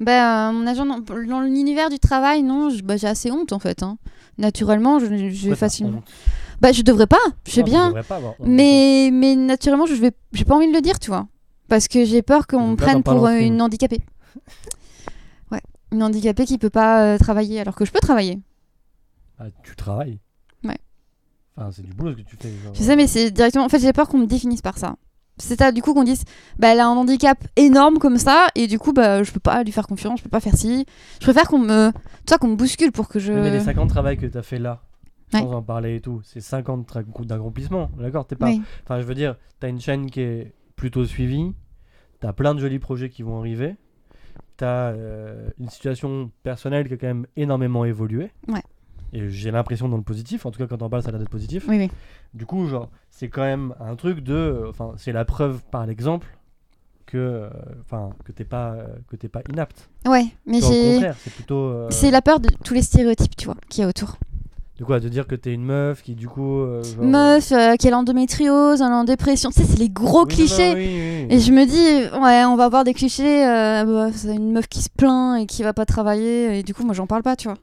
Bah, euh, mon agent dans, dans l'univers du travail, non, je- bah, j'ai assez honte en fait. hein. Naturellement, je, je
Pourquoi
vais
t'as
facilement.
honte
Bah, je devrais pas. Je sais
Non, tu
bien.
devrais pas avoir honte de
Mais, mais naturellement, je vais, j'ai pas envie de le dire, tu vois. Parce que j'ai peur qu'on
Donc
me
là,
prenne
t'en parles
pour
en
euh,
crime.
une handicapée. Ouais, une handicapée qui peut pas euh, travailler alors que je peux travailler.
ça. Ah, tu travailles.
Ouais.
Enfin, c'est du boulot ce que tu fais. genre.
Je sais, mais c'est directement. En fait, j'ai peur qu'on me définisse par ça. C'est ça, du coup, qu'on dise, bah, elle a un handicap énorme comme ça, et du coup, bah, je peux pas lui faire confiance, je peux pas faire ci. Je préfère qu'on me. Tu vois, qu'on me bouscule pour que je.
Oui, mais les 50 travail que t'as fait là,
Euh. Ouais.
sans en parler et tout, c'est 50 tra- coups d'accomplissement, d'accord T'es pas.
Oui.
Enfin, je veux dire, t'as une chaîne qui est plutôt suivie, t'as plein de jolis projets qui vont arriver, t'as euh, une situation personnelle qui a quand même énormément évolué.
Ouais.
Et j'ai l'impression dans le positif, en tout cas quand on parle, ça a l'air d'être positif.
oui, oui.
Du coup, genre, c'est quand même un truc de. euh, Enfin, c'est la preuve par l'exemple que. euh, Enfin, que t'es pas, euh, que t'es pas inapte.
Ouais, mais
Au
j'ai.
contraire, c'est plutôt. euh,
C'est la peur de tous les stéréotypes, tu vois, qu'il y a autour.
De quoi De dire que t'es une meuf qui, du coup. euh, genre-
Meuf, euh, qui a l'endométriose, elle est en dépression, tu sais, c'est les gros
Oui,
clichés.
non, oui, oui, oui.
Et je me dis, ouais, on va avoir des clichés, euh, bah, c'est une meuf qui se plaint et qui va pas travailler, et du coup, moi, j'en parle pas, tu vois.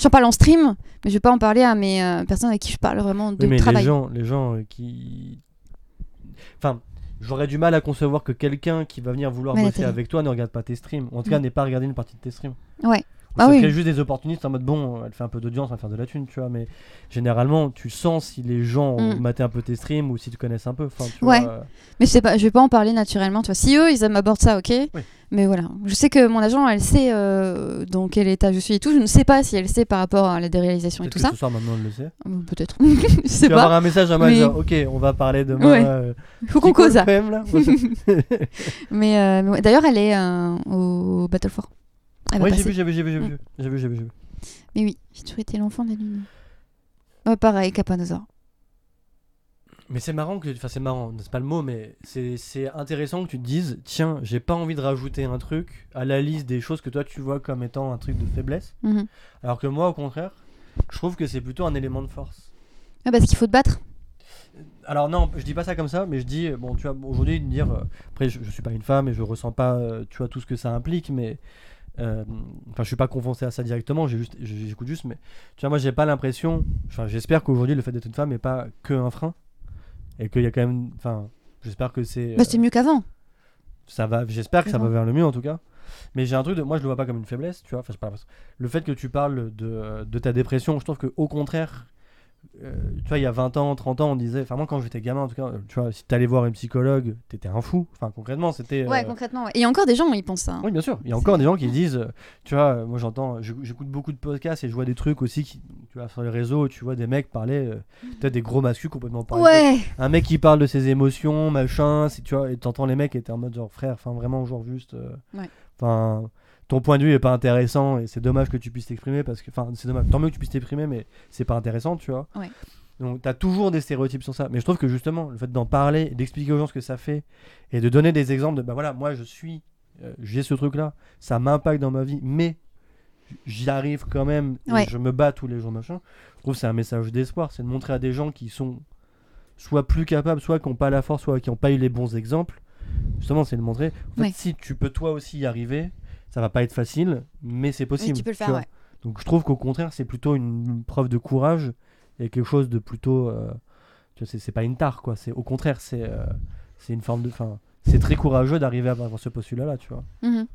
J'en parle en stream, mais je vais pas en parler à mes euh, personnes avec qui je parle vraiment de
Oui, mais les
travail.
gens, les gens euh, qui. Enfin, j'aurais du mal à concevoir que quelqu'un qui va venir vouloir
Mais
bosser
Nathalie.
avec toi ne regarde pas tes streams. En tout cas,
Mm.
n'ait pas regardé une partie de tes streams.
Ouais.
Ou
Ah
ce
oui.
serait juste des opportunistes en mode bon, elle fait un peu d'audience, elle va faire de la thune, tu vois. Mais généralement, tu sens si les gens ont
Mm.
maté un peu tes streams ou si te connaissent un peu. Enfin, tu
Ouais.
vois, euh,
Mais je sais pas, je vais pas en parler naturellement, tu vois. Si eux, ils m'abordent ça, ok. Mais voilà, je sais que mon agent, elle sait euh, dans quel état je suis et tout. Je ne sais pas si elle sait par rapport à la déréalisation et
Peut-être
tout
que
ça.
ce soir maintenant on le sait.
Euh, Peut-être. je sais
Tu vas
pas.
avoir un message à moi
Mais-
genre ok on va parler demain.
Ouais.
euh,
Faut qu'on
petit call
cause.
quand même, là.
Mais, euh, mais ouais, d'ailleurs, elle est euh, au Battle 4. Elle va
oui j'ai
passer. Mm.
vu j'ai vu j'ai vu j'ai vu j'ai vu j'ai vu j'ai vu.
Mais oui, j'ai toujours été l'enfant de la lune. Ouais, pareil, Capanosaur.
Mais c'est marrant que, enfin c'est marrant, c'est pas le mot, mais c'est c'est intéressant que tu te dises, tiens, j'ai pas envie de rajouter un truc à la liste des choses que toi tu vois comme étant un truc de faiblesse,
Mhm.
alors que moi au contraire, je trouve que c'est plutôt un élément de force.
Ouais, parce qu'il faut te battre.
Alors non, je dis pas ça comme ça, mais je dis, bon, tu vois, bon, aujourd'hui, de me dire, euh, après, je, je suis pas une femme et je ressens pas, euh, tu vois, tout ce que ça implique, mais, euh, enfin, je suis pas confronté à ça directement, j'ai juste, j'ai- j'écoute juste, mais, tu vois, moi, j'ai pas l'impression, enfin, j'espère qu'aujourd'hui, le fait d'être une femme n'est pas que un frein, et qu'il y a quand même, enfin, j'espère que c'est,
Bah, c'est
euh,
mieux qu'avant.
ça va, j'espère que ça va
Clairement.
vers le mieux en tout cas. Mais j'ai un truc de, moi je le vois pas comme une faiblesse, tu vois. Enfin, j'ai pas l'impression. le fait que tu parles de, de ta dépression, je trouve que au contraire, euh, tu vois, il y a 20 ans, 30 ans, on disait, enfin moi quand j'étais gamin en tout cas, euh, tu vois, si t'allais voir une psychologue, t'étais un fou. Enfin concrètement, c'était. euh,
Ouais, concrètement. ouais. Et il y a encore des gens, ils pensent ça. hein.
oui, bien sûr. Il y a
C'est-
encore des gens qui disent, euh, tu vois, euh, moi j'entends, j'éc- j'écoute beaucoup de podcasts et je vois des trucs aussi qui, tu vois, sur les réseaux, tu vois des mecs parler, euh, peut-être des gros masculins complètement parler
Mm. Ouais,
un mec qui parle de ses émotions, machin, si tu vois, et t'entends les mecs et t'es en mode genre frère, enfin vraiment genre juste, euh,
Ouais.
enfin ton point de vue est pas intéressant et c'est dommage que tu puisses t'exprimer parce que, enfin c'est dommage, tant mieux que tu puisses t'exprimer mais c'est pas intéressant, tu vois.
Ouais.
Donc t'as toujours des stéréotypes sur ça, mais je trouve que justement le fait d'en parler, d'expliquer aux gens ce que ça fait et de donner des exemples de bah voilà moi je suis, euh, j'ai ce truc là, ça m'impacte dans ma vie, mais j'y arrive quand même, et
Ouais.
je me bats tous les jours machin. Je trouve que c'est un message d'espoir, c'est de montrer à des gens qui sont soit plus capables, soit qui n'ont pas la force, soit qui n'ont pas eu les bons exemples. Justement, c'est de montrer. En fait,
Ouais.
si tu peux toi aussi y arriver, ça va pas être facile, mais c'est
Oui,
possible.
tu peux le
tu
faire,
vois.
ouais.
Donc je trouve qu'au contraire, c'est plutôt une, une preuve de courage et quelque chose de plutôt. euh, tu vois, c'est- c'est pas une tare, quoi. C'est au contraire, c'est euh, c'est une forme de. Enfin, c'est très courageux d'arriver à avoir ce postulat-là, tu vois.
Mhm.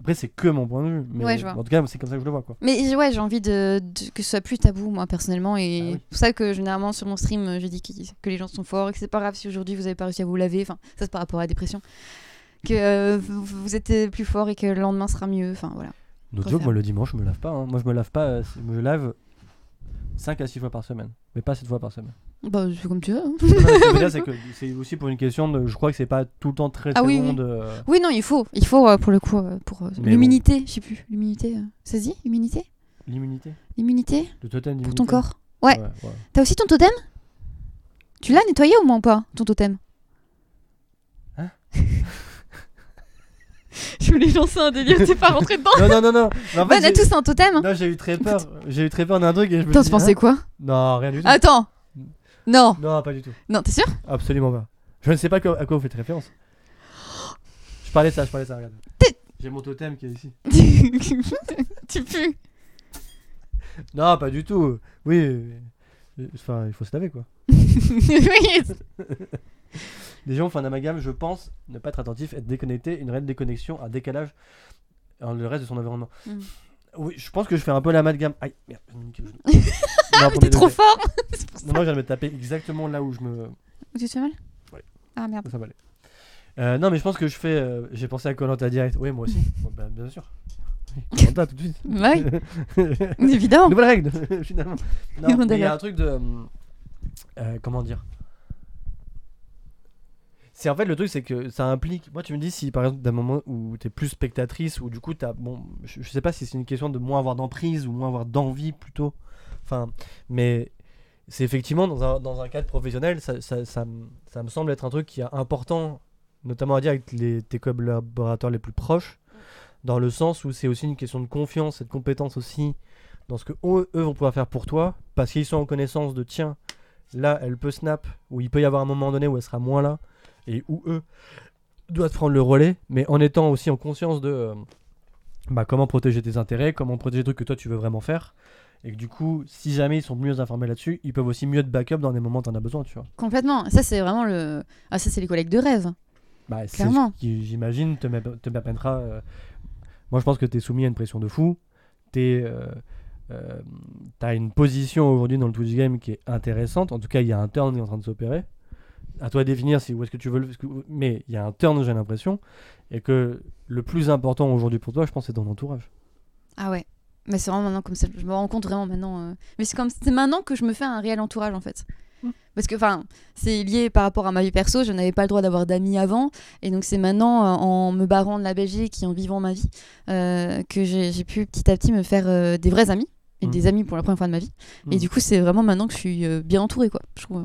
Après, c'est que mon point de vue, mais
Ouais, je vois.
en tout cas, c'est comme ça que je le vois, quoi.
Mais ouais, j'ai envie de, de- que ce soit plus tabou, moi, personnellement. Et
Ah oui.
c'est pour ça que généralement, sur mon stream, euh, je dis que, que les gens sont forts et que c'est pas grave si aujourd'hui vous avez pas réussi à vous laver. Enfin, ça, c'est par rapport à la dépression. Que euh, vous, vous êtes plus fort et que le lendemain sera mieux. Enfin, voilà.
D'autres
Faut
jokes, moi le dimanche, je me lave pas. hein. Moi, je me lave pas. euh, c'est- je me lave 5 à 6 fois par semaine, mais pas 7 fois par semaine.
Bah, c'est comme tu veux. hein.
Non, mais ce que je veux dire, c'est que c'est aussi pour une question de. Je crois que c'est pas tout le temps très
Ah
très
oui,
bon
oui.
de- euh,
Oui, non, il faut. Il faut, euh, pour le coup, euh, pour euh,
Mais bon.
l'humilité, je sais plus. L'humilité, euh, ça se dit L'humilité
l'immunité,
L'humilité
le totem d'immunité.
Pour ton corps. Ouais.
ouais.
T'as aussi ton totem Tu l'as nettoyé au moins ou pas, ton totem
Hein
Je voulais lancer un délire, t'es pas rentré dedans
Non, non, non, non. Mais en
Bah, on a
j'ai-
tous un totem hein.
non, j'ai eu très peur. J'ai eu très peur d'un truc et je me
Attends,
suis
tu
dit,
pensais
hein
quoi Ah,
Non, rien du tout.
Attends
Hmm.
Non
Non, pas du tout.
Non, t'es sûr
Absolument pas. Je ne sais pas quoi- à quoi vous faites référence. Je parlais de ça, je parlais de ça, regarde.
T'es-
J'ai mon totem qui est ici.
Tu pues
Non, pas du tout. Oui. euh, euh, Enfin, il faut se laver quoi.
Oui
Des gens font un amalgame, je pense, ne pas être attentif, être déconnecté, une réelle déconnexion, un décalage dans le reste de son environnement.
Mm.
Oui, je pense que je fais un peu l'amalgame. Aïe, merde, je me nique le genou.
Ah, mais t'es
Non, premier
trop
degré.
fort
Non, non, je viens de me taper exactement là où je me.
Tu te fais mal
Ouais.
Ah merde.
Ça va aller. Euh, non, mais je pense que je fais. euh, J'ai pensé à Colanta direct. Oui, moi aussi. Bon, bah, bien sûr. Colanta tout de suite.
Ouais, évidemment
Nouvelle règle, finalement. Non,
Ils vont
mais il y
d'accord.
a un truc de. hum, euh, comment dire c'est en fait le truc, c'est que ça implique. Moi, tu me dis si par exemple d'un moment où t'es plus spectatrice ou du coup t'as bon, je, je sais pas si c'est une question de moins avoir d'emprise ou moins avoir d'envie plutôt. Enfin, mais c'est effectivement dans un, dans un cadre professionnel, ça, ça, ça me- ça me semble être un truc qui est important, notamment à dire avec les, tes collaborateurs les plus proches, dans le sens où c'est aussi une question de confiance et de compétence aussi dans ce que eux, eux vont pouvoir faire pour toi, parce qu'ils sont en connaissance de tiens, là elle peut snap, ou il peut y avoir un moment donné où elle sera moins là, et où eux doivent prendre le relais, mais en étant aussi en conscience de euh, bah, comment protéger tes intérêts, comment protéger les trucs que toi tu veux vraiment faire, et que du coup, si jamais ils sont mieux informés là-dessus, ils peuvent aussi mieux te backup dans des moments où t'en as besoin, tu vois.
Complètement, ça c'est vraiment le... Ah ça c'est les collègues de rêve
Bah, c'est
Clairement.
ce qui, j'imagine, te, map- te permettra. euh, moi, je pense que tu es soumis à une pression de fou. euh, Tu as une position aujourd'hui dans le Twitch game qui est intéressante. En tout cas, il y a un turn qui est en train de s'opérer. à toi de définir si, où est-ce que tu veux le. Mais il y a un turn, j'ai l'impression. Et que le plus important aujourd'hui pour toi, je pense, c'est ton entourage.
Ah ouais. Mais c'est vraiment maintenant comme ça. Je me rends compte vraiment maintenant. euh. Mais c'est comme c'est maintenant que je me fais un réel entourage en fait.
Mm.
Parce que enfin, c'est lié par rapport à ma vie perso. Je n'avais pas le droit d'avoir d'amis avant, et donc c'est maintenant euh, en me barrant de la Belgique et en vivant ma vie euh, que j'ai j'ai pu petit à petit me faire euh, des vrais amis et
Mm.
des amis pour la première fois de ma vie.
Mm.
Et du coup, c'est vraiment maintenant que je suis euh, bien entourée quoi. Je trouve.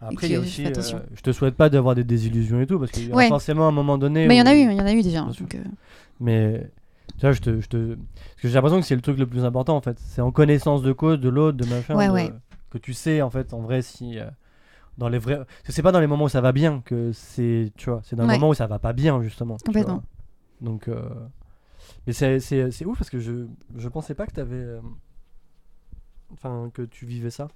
Après,
Ok,
il y a
je
aussi.
fais
euh,
attention.
je te souhaite pas d'avoir des désillusions et tout, parce qu'il y a
Ouais.
forcément un moment donné.
Mais il y en a
où-
eu, il y en a eu déjà.
Bien
hein,
sûr.
donc, euh,
Mais tu vois, je te, je te... Parce que j'ai l'impression que c'est le truc le plus important en fait. C'est en connaissance de cause, de l'autre, de machin.
Ouais,
de-
ouais.
Que tu sais en fait, en vrai, si. euh, Dans les vrais... Parce que c'est pas dans les moments où ça va bien que c'est. Tu vois, c'est dans les
Ouais.
moments où ça va pas bien justement. tu
Complètement.
vois. Donc. euh, Mais c'est, c'est, c'est ouf parce que je, je pensais pas que t'avais. euh, Enfin, que tu vivais ça.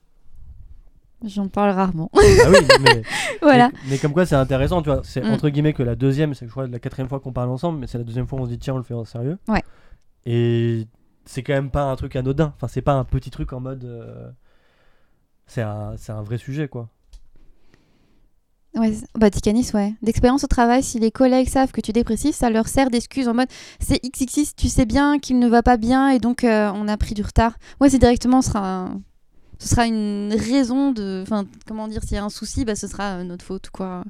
euh, J'en parle rarement.
ah oui, mais.
voilà.
Mais, mais comme quoi, c'est intéressant, tu vois. C'est
Mm.
entre guillemets que la deuxième, c'est je crois la quatrième fois qu'on parle ensemble, mais c'est la deuxième fois qu'on se dit tiens, on le fait en sérieux.
Ouais.
Et c'est quand même pas un truc anodin. Enfin, c'est pas un petit truc en mode. euh, C'est un, c'est un vrai sujet, quoi.
Ouais, c'est ça. bah Ticanis, ouais. D'expérience au travail, si les collègues savent que tu es dépressif, ça leur sert d'excuse en mode c'est XXX, tu sais bien qu'il ne va pas bien et donc euh, on a pris du retard. Ouais, c'est directement, ce sera, un- ce sera une raison de. Enfin, comment dire, s'il y a un souci, bah, ce sera euh, notre faute, quoi.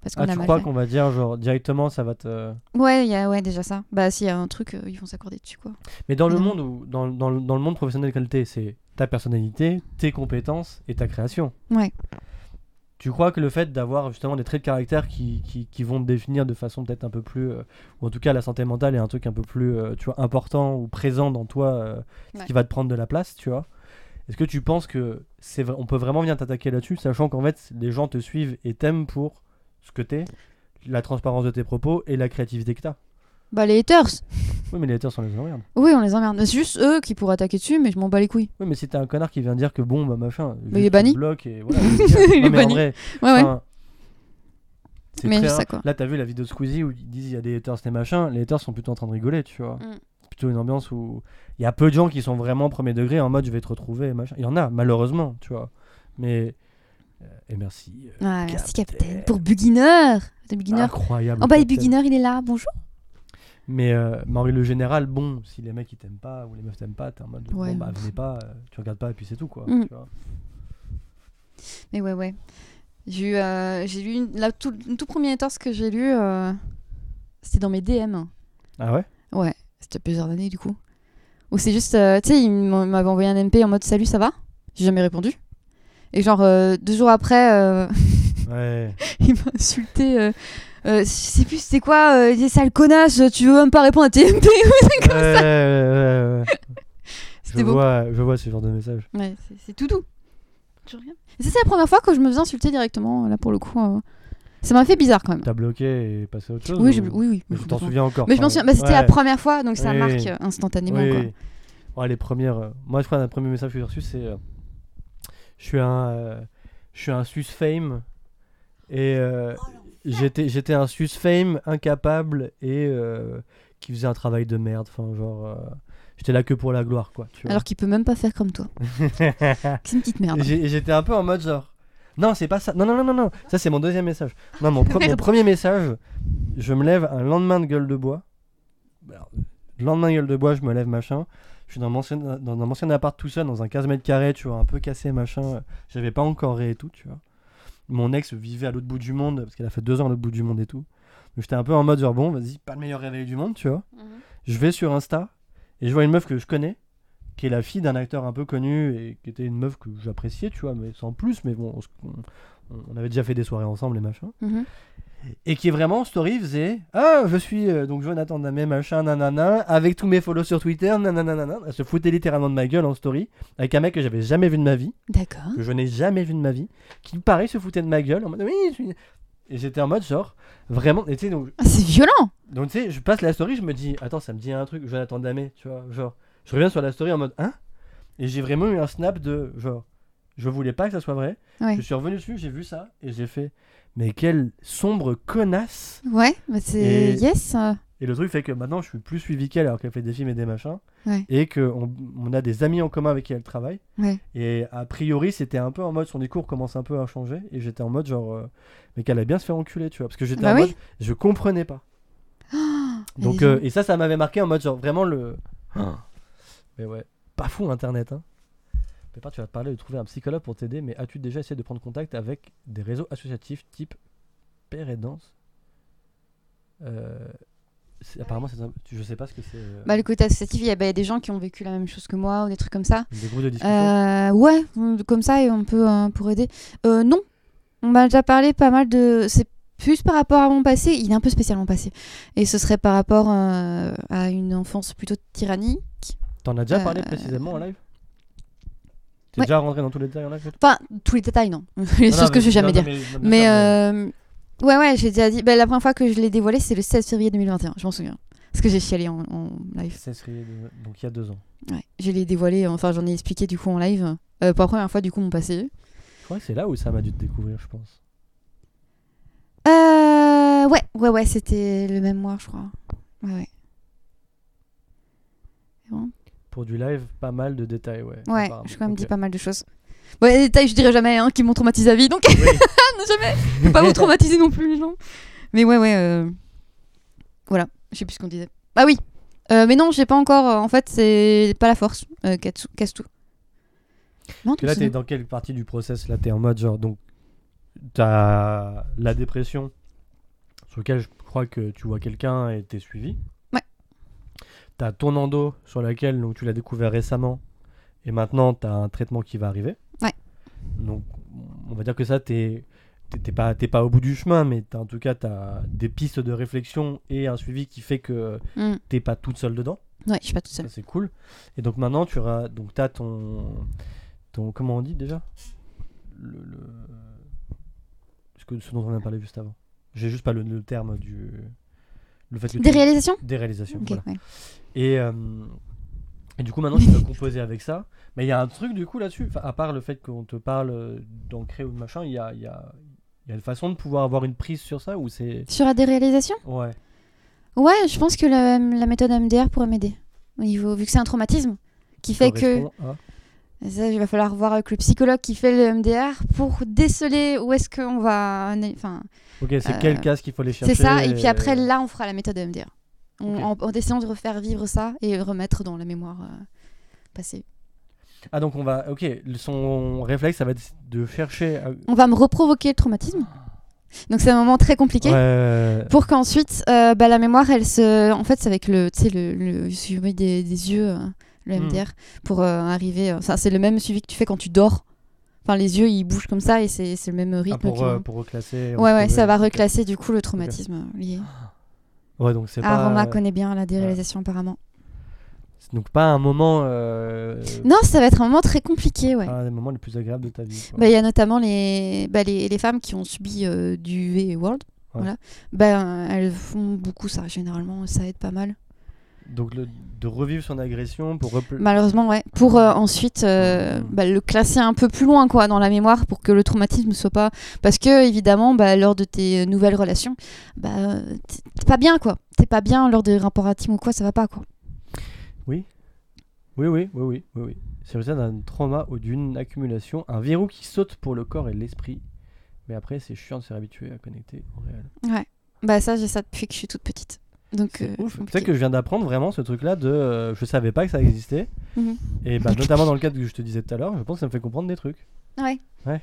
Parce qu'on a
Ah, tu
mal
crois
fait.
qu'on va dire, genre, directement, ça va te.
Ouais, il y a, ouais, déjà ça. Bah, s'il y a un truc, euh, ils vont s'accorder dessus, quoi.
Mais dans le
Non.
monde, où, dans, dans le- dans le monde professionnel quel t'es, c'est ta personnalité, tes compétences et ta création.
Ouais.
Tu crois que le fait d'avoir justement des traits de caractère qui, qui, qui vont te définir de façon peut-être un peu plus, euh, ou en tout cas la santé mentale est un truc un peu plus, euh, tu vois, important ou présent dans toi, euh, ce
Ouais.
qui va te prendre de la place, tu vois. Est-ce que tu penses que c'est vrai- on peut vraiment venir t'attaquer là-dessus, sachant qu'en fait les gens te suivent et t'aiment pour ce que t'es, la transparence de tes propos et la créativité que t'as.
Bah, les haters,
Oui, mais les haters sont les emmerdes.
oui, on les emmerde. C'est juste eux qui pourraient attaquer dessus, mais je m'en bats les couilles.
Oui, mais si t'as un connard qui vient dire que bon, bah machin. juste
il est
tu
banni.
le bloques et voilà. je veux dire.
Il
Non,
est
mais en
banni.
vrai,
Ouais, ouais.
enfin, c'est
Mais
très
juste ça,
rare.
quoi.
Là, t'as vu la vidéo de Squeezie où ils disent il y a des haters, des machins. Les haters sont plutôt en train de rigoler, tu vois.
Mm.
C'est plutôt une ambiance où il y a peu de gens qui sont vraiment premier degré en mode je vais te retrouver, machin. Il y en a, malheureusement, tu vois. Mais. euh, et merci. euh,
Ouais, merci,
Capitaine. Ah,
Capitaine. Pour Beginner. De Beginner.
incroyable.
Oh, bah, et
Captain.
Beginner, il est là. Bonjour.
Mais euh, mais en règle générale, bon, si les mecs ils t'aiment pas ou les meufs t'aiment pas, t'es en mode
Ouais.
bon, bah venez pas, euh, tu regardes pas et puis c'est tout, quoi.
Mm.
tu vois.
Mais ouais, ouais. J'ai eu, euh, j'ai lu une- la tout, le tout premier torse que j'ai lu, euh, c'était dans mes DM.
Ah ouais
Ouais, c'était plusieurs années du coup. Ou c'est juste, euh, tu sais, il m'a- il m'avait envoyé un MP en mode salut, ça va J'ai jamais répondu. Et genre euh, deux jours après, euh,
Ouais.
il m'a insulté. euh, euh, je sais plus c'était quoi, euh, il dit sale connasse, tu veux même pas répondre à tes MP
Ouais, Euh, ouais, ouais, ouais. Je
C'était beau.
vois, je vois ce genre de message.
Ouais, c'est- c'est tout doux. Je regarde. Et ça, c'est la première fois que je me faisais insulter directement, là pour le coup. euh. Ça m'a fait bizarre quand même.
T'as bloqué et passé à autre chose
Oui,
ou-
j'ai- oui, oui.
Mais
oui,
tu t'en
complètement.
souviens encore.
Mais je m'en
enfin,
souviens, bah, c'était la
ouais.
première fois, donc ça
Oui,
marque
oui.
euh, instantanément.
Oui,
quoi.
oui. Ouais, les premières. euh, Moi, je crois que le premier message que j'ai reçu, c'est. euh, je suis un. euh, je suis un sus fame. Et. euh, j'étais, j'étais un sus fame incapable et. euh, qui faisait un travail de merde. Enfin, genre. euh, j'étais là que pour la gloire, quoi. Tu vois.
Alors qu'il peut même pas faire comme toi. C'est une petite merde.
Et j'ai- et j'étais un peu en mode genre. Non, c'est pas ça. Non, non, non, non, non. Ça, c'est mon deuxième message. Non, mon, pre- mon
Merde.
premier message, je me lève un lendemain de gueule de bois. Alors, le lendemain de gueule de bois, je me lève, machin. Je suis dans mon ancien, dans un ancien appart tout seul, dans un 15 mètres carrés, tu vois, un peu cassé, machin. J'avais pas encore ré et tout, tu vois. Mon ex vivait à l'autre bout du monde, parce qu'elle a fait deux ans à l'autre bout du monde et tout. Donc j'étais un peu en mode genre, bon, vas-y, pas le meilleur réveil du monde, tu vois je vais sur Insta et je vois une meuf que je connais, qui est la fille d'un acteur un peu connu et qui était une meuf que j'appréciais, tu vois, mais sans plus, mais bon, on, se- on- on avait déjà fait des soirées ensemble et machin.
Mhm.
Et qui est vraiment en story faisait Ah, je suis euh, donc Jonathan Damé, machin, nanana, avec tous mes follows sur Twitter, nanana, nanana. Elle se foutait littéralement de ma gueule en story, avec un mec que j'avais jamais vu de ma vie,
D'accord.
que je n'ai jamais vu de ma vie, qui pareil se foutait de ma gueule en mode Oui, je suis. Et j'étais en mode genre, vraiment, et tu sais, donc
Ah, c'est violent
donc tu sais, je passe la story, je me dis, attends, ça me dit un truc, Jonathan Damé, tu vois, genre, je reviens sur la story en mode, hein Et j'ai vraiment eu un snap de, genre, je voulais pas que ça soit vrai,
Ouais.
je suis revenu dessus, j'ai vu ça, et j'ai fait, mais quelle sombre connasse
Ouais, bah c'est.
Et-
Yes euh.
Et le truc fait que maintenant, je suis plus suivi qu'elle alors qu'elle fait des films et des machins.
Ouais.
Et qu'on on a des amis en commun avec qui elle travaille.
Ouais.
Et a priori, c'était un peu en mode son discours commence un peu à changer. Et j'étais en mode genre, euh, mais qu'elle allait bien se faire enculer, tu vois. Parce que j'étais
Bah
en
oui.
mode, je comprenais pas.
Mais
Donc,
dis
euh,
donc.
et ça, ça m'avait marqué en mode genre vraiment le. Mais ouais, pas fou internet, hein. Pépin, tu vas te parler de trouver un psychologue pour t'aider, mais as-tu déjà essayé de prendre contact avec des réseaux associatifs type Père Aidance Euh, c'est- Apparemment, c'est un- tu- je sais pas ce que c'est. euh,
Bah, le côté associatif, il y, a- bah, il y a des gens qui ont vécu la même chose que moi ou des trucs comme ça.
des groupes de discussion.
Euh, ouais, on- comme ça, et on peut euh, pour aider. Euh, non, on m'a déjà parlé pas mal de. C'est plus par rapport à mon passé. Il est un peu spécial mon passé. Et ce serait par rapport euh, à une enfance plutôt tyrannique.
T'en as déjà parlé
euh,
précisément en live T'es
ouais.
déjà rentré dans tous les détails en live et tout
Enfin, tous les détails, non. Les
Non,
choses
non,
que je vais
non,
jamais dire.
non, non, bien
Mais euh,
sûr,
ouais, ouais, j'ai déjà dit. bah, la première fois que je l'ai dévoilé, c'est le 16 février 2021. Je m'en souviens. Parce que j'ai chialé en, en live.
ça serait de- Donc il y a deux ans.
Ouais. Je l'ai dévoilé, enfin, j'en ai expliqué du coup en live. euh, pour la première fois, du coup, mon passé.
Je crois que c'est là où ça m'a dû te découvrir, je pense.
Euh, ouais, ouais, ouais, c'était le même mois, je crois. Ouais, ouais.
Pour du live, pas mal de détails, ouais.
Ouais,
apparemment.
je quand même
Ok.
dis pas mal de choses. Bon, les détails, je dirais jamais, hein, qui m'ont traumatisé à vie, donc
Oui.
ne jamais. Faut pas vous traumatiser non plus, les gens. Mais ouais, ouais. euh, Voilà, je sais plus ce qu'on disait. Ah oui. Euh, mais non, j'ai pas encore. euh, en fait, c'est pas la force. Euh, Katsu- casse tout. Non,
Que là,
c'est
t'es
bon.
dans quelle partie du process Là, t'es en mode genre, donc, t'as la dépression, sur laquelle je crois que tu vois quelqu'un et t'es suivi.
Ouais.
T'as ton endo, sur laquelle donc, tu l'as découvert récemment, et maintenant, t'as un traitement qui va arriver.
Ouais.
Donc, on va dire que ça, t'es. t'es- T'es pas, t'es pas au bout du chemin, mais t'as- en tout cas, t'as des pistes de réflexion et un suivi qui fait que
Mm.
t'es pas toute seule dedans.
Ouais, je suis pas toute
Ça,
seule.
c'est cool. Et donc maintenant, tu auras, donc t'as ton, ton, comment on dit déjà le, le... Ce, que, ce dont on a parlé juste avant. J'ai juste pas le, le terme du, le fait que
Des
tu-
réalisations
des réalisations.
Ok,
voilà.
ouais.
Et, euh, et du coup, maintenant, tu peux composer avec ça. Mais il y a un truc du coup là-dessus. Enfin, à part le fait qu'on te parle euh, d'ancrer ou de machin, il y a, il y a, il y a une façon de pouvoir avoir une prise sur ça ou c'est
Sur des réalisations
ouais.
Ouais, je pense que la, la méthode MDR pourrait m'aider. Au niveau, vu que c'est un traumatisme, qui fait que
correspond à-
ça, il va falloir voir avec le psychologue qui fait le MDR pour déceler où est-ce qu'on va. euh, Enfin,
Ok, c'est
Euh,
quel casque qu'il faut aller chercher
c'est ça. Et puis après, là, on fera la méthode MDR. On-
euh, Ok.
en, en essayant de refaire vivre ça et remettre dans la mémoire euh, passée.
Ah donc on va, ok, le- son réflexe ça va être de euh, chercher. à-
On va me reprovoquer le traumatisme. Donc c'est un moment très compliqué.
Ouais.
Pour qu'ensuite, euh, bah, la mémoire, elle se. En fait, c'est avec le, tu sais, le, le suivi des, des yeux, euh, le
Mm.
MDR, pour euh, arriver. euh, ça, c'est le même suivi que tu fais quand tu dors. Enfin, les yeux, ils bougent comme ça et c'est c'est le même rythme.
Ah, pour,
qu'ils
euh,
ont.
pour reclasser.
ouais, ouais,
retrouver-
ça va
ok.
reclasser du coup le traumatisme euh, lié.
Ouais, donc c'est
Ah,
pas. euh,
Roma connaît bien la déréalisation apparemment.
c'est donc pas un moment. euh,
Non, ça va être un moment très compliqué, ouais.
Un des moments les plus agréables de ta vie. quoi.
Bah, Il y a notamment les, bah, les, les femmes qui ont subi euh, du V World.
Ouais.
Voilà. Ben, elles font beaucoup ça, généralement, ça aide pas mal.
Donc le- de revivre son agression pour. repl-
Malheureusement, ouais. Pour euh, ensuite euh, bah, le classer un peu plus loin, quoi, dans la mémoire, pour que le traumatisme soit pas. Parce que, évidemment, bah, lors de tes euh, nouvelles relations, bah, euh, t'es t'es pas bien, quoi. T'es pas bien lors des rapports intimes ou quoi, ça va pas, quoi.
Oui, oui, oui, oui, oui, oui. C'est le résultat d'un trauma ou d'une accumulation, un verrou qui saute pour le corps et l'esprit. Mais après c'est chiant de se réhabituer à connecter au réel.
Ouais. Bah, ça, j'ai ça depuis que je suis toute petite. Donc, euh,
C'est ouf.
compliqué.
Peut-être que je viens d'apprendre vraiment ce truc-là de. euh, je savais pas que ça existait.
Mhm.
Et bah, notamment dans le cadre que je te disais tout à l'heure, je pense que ça me fait comprendre des trucs.
Ouais.
Ouais.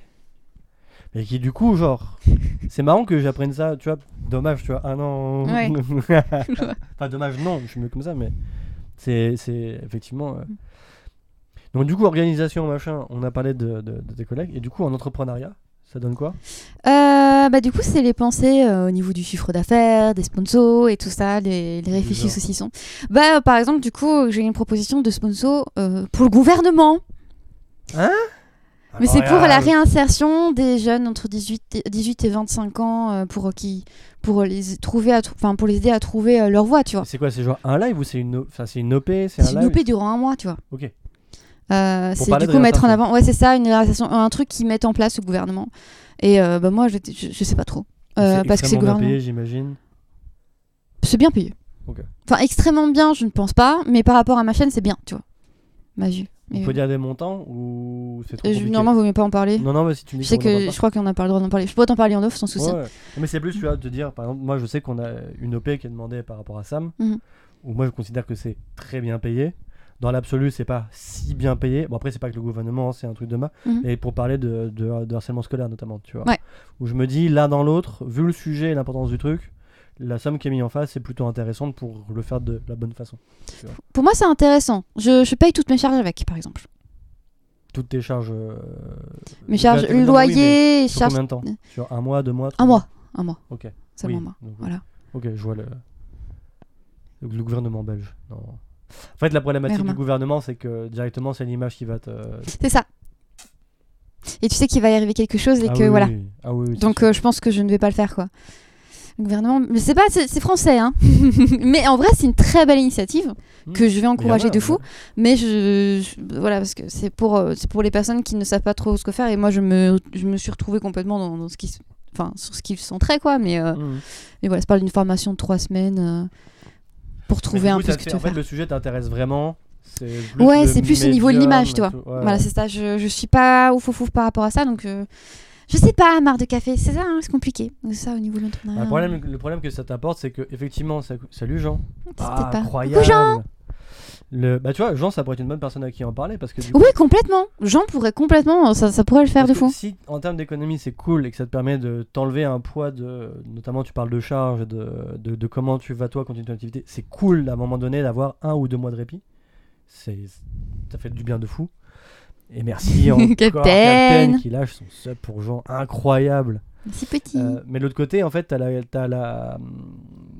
Et qui, du coup, genre. C'est marrant que j'apprenne ça, tu vois. Dommage, tu vois. Ah non.
Ouais.
enfin, dommage, non, je suis mieux comme ça, mais. C'est c'est effectivement. euh.
Mhm.
Donc, du coup, organisation, machin, on a parlé de, de- de tes collègues. Et du coup, en entrepreneuriat, ça donne quoi
Euh, bah, du coup, c'est les pensées euh, au niveau du chiffre d'affaires, des sponsors et tout ça, les, les réfléchis
genre.
saucissons. Bah, euh, par exemple, du coup, j'ai une proposition de sponsor euh, pour le gouvernement. Mais c'est pour la
rien
réinsertion des jeunes entre 18 et, 18 et 25 ans euh, pour, qui, pour, les trouver à trou- enfin, pour les aider à trouver euh, leur voie, tu vois.
C'est quoi C'est genre un live ou c'est une, o- enfin, c'est une OP C'est
C'est
un
une
live
OP durant un mois, tu vois.
Ok.
Euh,
Pour
c'est
parler
du
de
coup mettre en
réinsertion.
avant, ouais c'est ça, une réinsertion- un truc qu'ils mettent en place au gouvernement. Et euh, bah moi je, je, je sais pas trop, Euh, parce que c'est
extrêmement bien
gouvernement.
payé, j'imagine.
C'est bien payé.
Ok.
Enfin, extrêmement bien, je ne pense pas, mais par rapport à ma chaîne, c'est bien, tu vois. Ma vue. Mais,
On peut dire des montants ou c'est trop
euh, je-
compliqué
normalement, vaut mieux pas en parler.
Non, non, mais si tu me
je
dis
sais
qu'on
que
en parle
je crois qu'on a pas le droit d'en parler. Je pourrais t'en parler en off sans
pas.
souci.
Ouais, ouais. Non, Mais c'est plus, tu vois, de dire, par exemple, moi je sais qu'on a une OP qui est demandée par rapport à Sam,
Mhm.
où moi je considère que c'est très bien payé. Dans l'absolu, c'est pas si bien payé. Bon, après, c'est pas que le gouvernement, hein, c'est un truc de ma.
Mhm.
Et pour parler de, de- de harcèlement scolaire, notamment, tu vois.
Ouais.
Où je me dis, l'un dans l'autre, vu le sujet et l'importance du truc, la somme qui est mise en face est plutôt intéressante pour le faire de la bonne façon.
Pour moi, c'est intéressant. Je, je paye toutes mes charges avec, par exemple.
Toutes tes charges. euh,
Mes charges,
gratuites, non,
le
oui, mais
loyer,
sur
charges.
combien de temps Sur un mois, deux mois trois
Un mois. Un mois.
Ok.
Ça
oui,
m'en va.
donc,
Voilà.
Ok, je vois le, le, le gouvernement belge. Non. En fait, la problématique
Mermin.
du gouvernement, c'est que directement, c'est l'image qui va te.
C'est ça. Et tu sais qu'il va y arriver quelque chose et
Ah
que
oui,
voilà.
oui. Ah oui, oui, c'est
Donc
sûr.
euh, je pense que je ne vais pas le faire quoi. Le gouvernement, mais c'est pas, c'est c'est français hein. mais en vrai c'est une très belle initiative
Hmm.
que je vais
Mais Mmh. il y en
encourager
a,
de fou.
ouais.
Mais je, je- voilà parce que c'est pour euh, c'est pour les personnes qui ne savent pas trop ce que faire et moi je me je me suis retrouvée complètement dans, dans ce qui se- enfin sur ce qu'ils sentraient quoi. Mais euh,
Mhm.
mais voilà, c'est pas une formation de trois semaines euh, pour
Mais
trouver
du
un
coup,
peu
ça
ce
te
que
fait-
tu veux
en fait,
faire.
le sujet t'intéresse vraiment. C'est
Ouais,
le
c'est plus au niveau de
médium
l'image,
et
tu vois.
tout. Ouais,
Voilà,
ouais.
c'est ça. Je, je suis pas ouf ouf ouf par rapport à ça, donc euh, je sais pas, marre de café, c'est ça, hein, c'est compliqué. Donc Ça au niveau de
Bah, le, problème, le problème que ça t'apporte, c'est que effectivement, ça... salut Jean.
C'était
Ah,
pas-
incroyable.
Coucou, Jean
Le... Bah, tu vois, Jean, ça pourrait être une bonne personne à qui en parler parce que du coup,
Oui, complètement. Jean pourrait complètement, ça, ça pourrait le faire de
Parce que
fou.
Si en termes d'économie c'est cool et que ça te permet de t'enlever un poids de, notamment tu parles de charges, de, de, de comment tu vas toi continuer ton activité, c'est cool à un moment donné d'avoir un ou deux mois de répit. C'est, ça fait du bien de fou. Et merci encore
Captain.
Captain qui lâche son sub pour Jean, incroyable.
Si petit.
Euh, mais de l'autre côté, en fait, t'as la, t'as la, hum,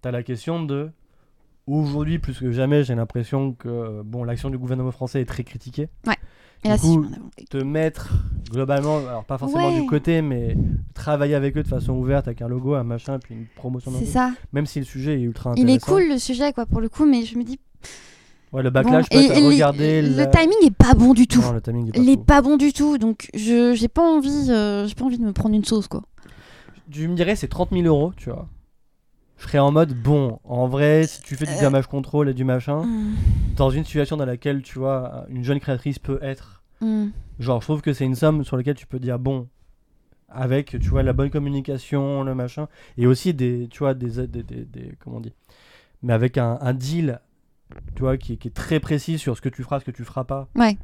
t'as la question de aujourd'hui plus que jamais, j'ai l'impression que bon, l'action du gouvernement français est très critiquée
Et là,
du
si je
coup,
mets en avant.
te mettre globalement, alors pas forcément
Ouais.
du côté, mais travailler avec eux de façon ouverte avec un logo, un machin, puis une promotion. d'un
C'est
truc.
ça.
Même si le sujet est ultra intéressant.
Il est cool le sujet, quoi, pour le coup, mais je me dis.
Ouais, le
bon,
backlash,
et-
peut-être
et les-
regarder
le
la-
timing est pas bon du tout.
Non, le timing est pas
Il est
fou.
pas bon du tout, donc je j'ai pas envie, euh, j'ai pas envie de me prendre une sauce, quoi.
Tu me dirais, c'est 30 000 euros, tu vois. Je serais en mode, bon, en vrai, si tu fais du
Euh.
damage control et du machin,
Hmm.
dans une situation dans laquelle, tu vois, une jeune créatrice peut être
Hmm.
Genre, je trouve que c'est une somme sur laquelle tu peux dire bon, avec, tu vois, la bonne communication, le machin, et aussi des, tu vois, des, des, des- des- comment on dit, mais avec un, un deal, tu vois, qui, qui est très précis sur ce que tu feras, ce que tu feras pas.
Ouais.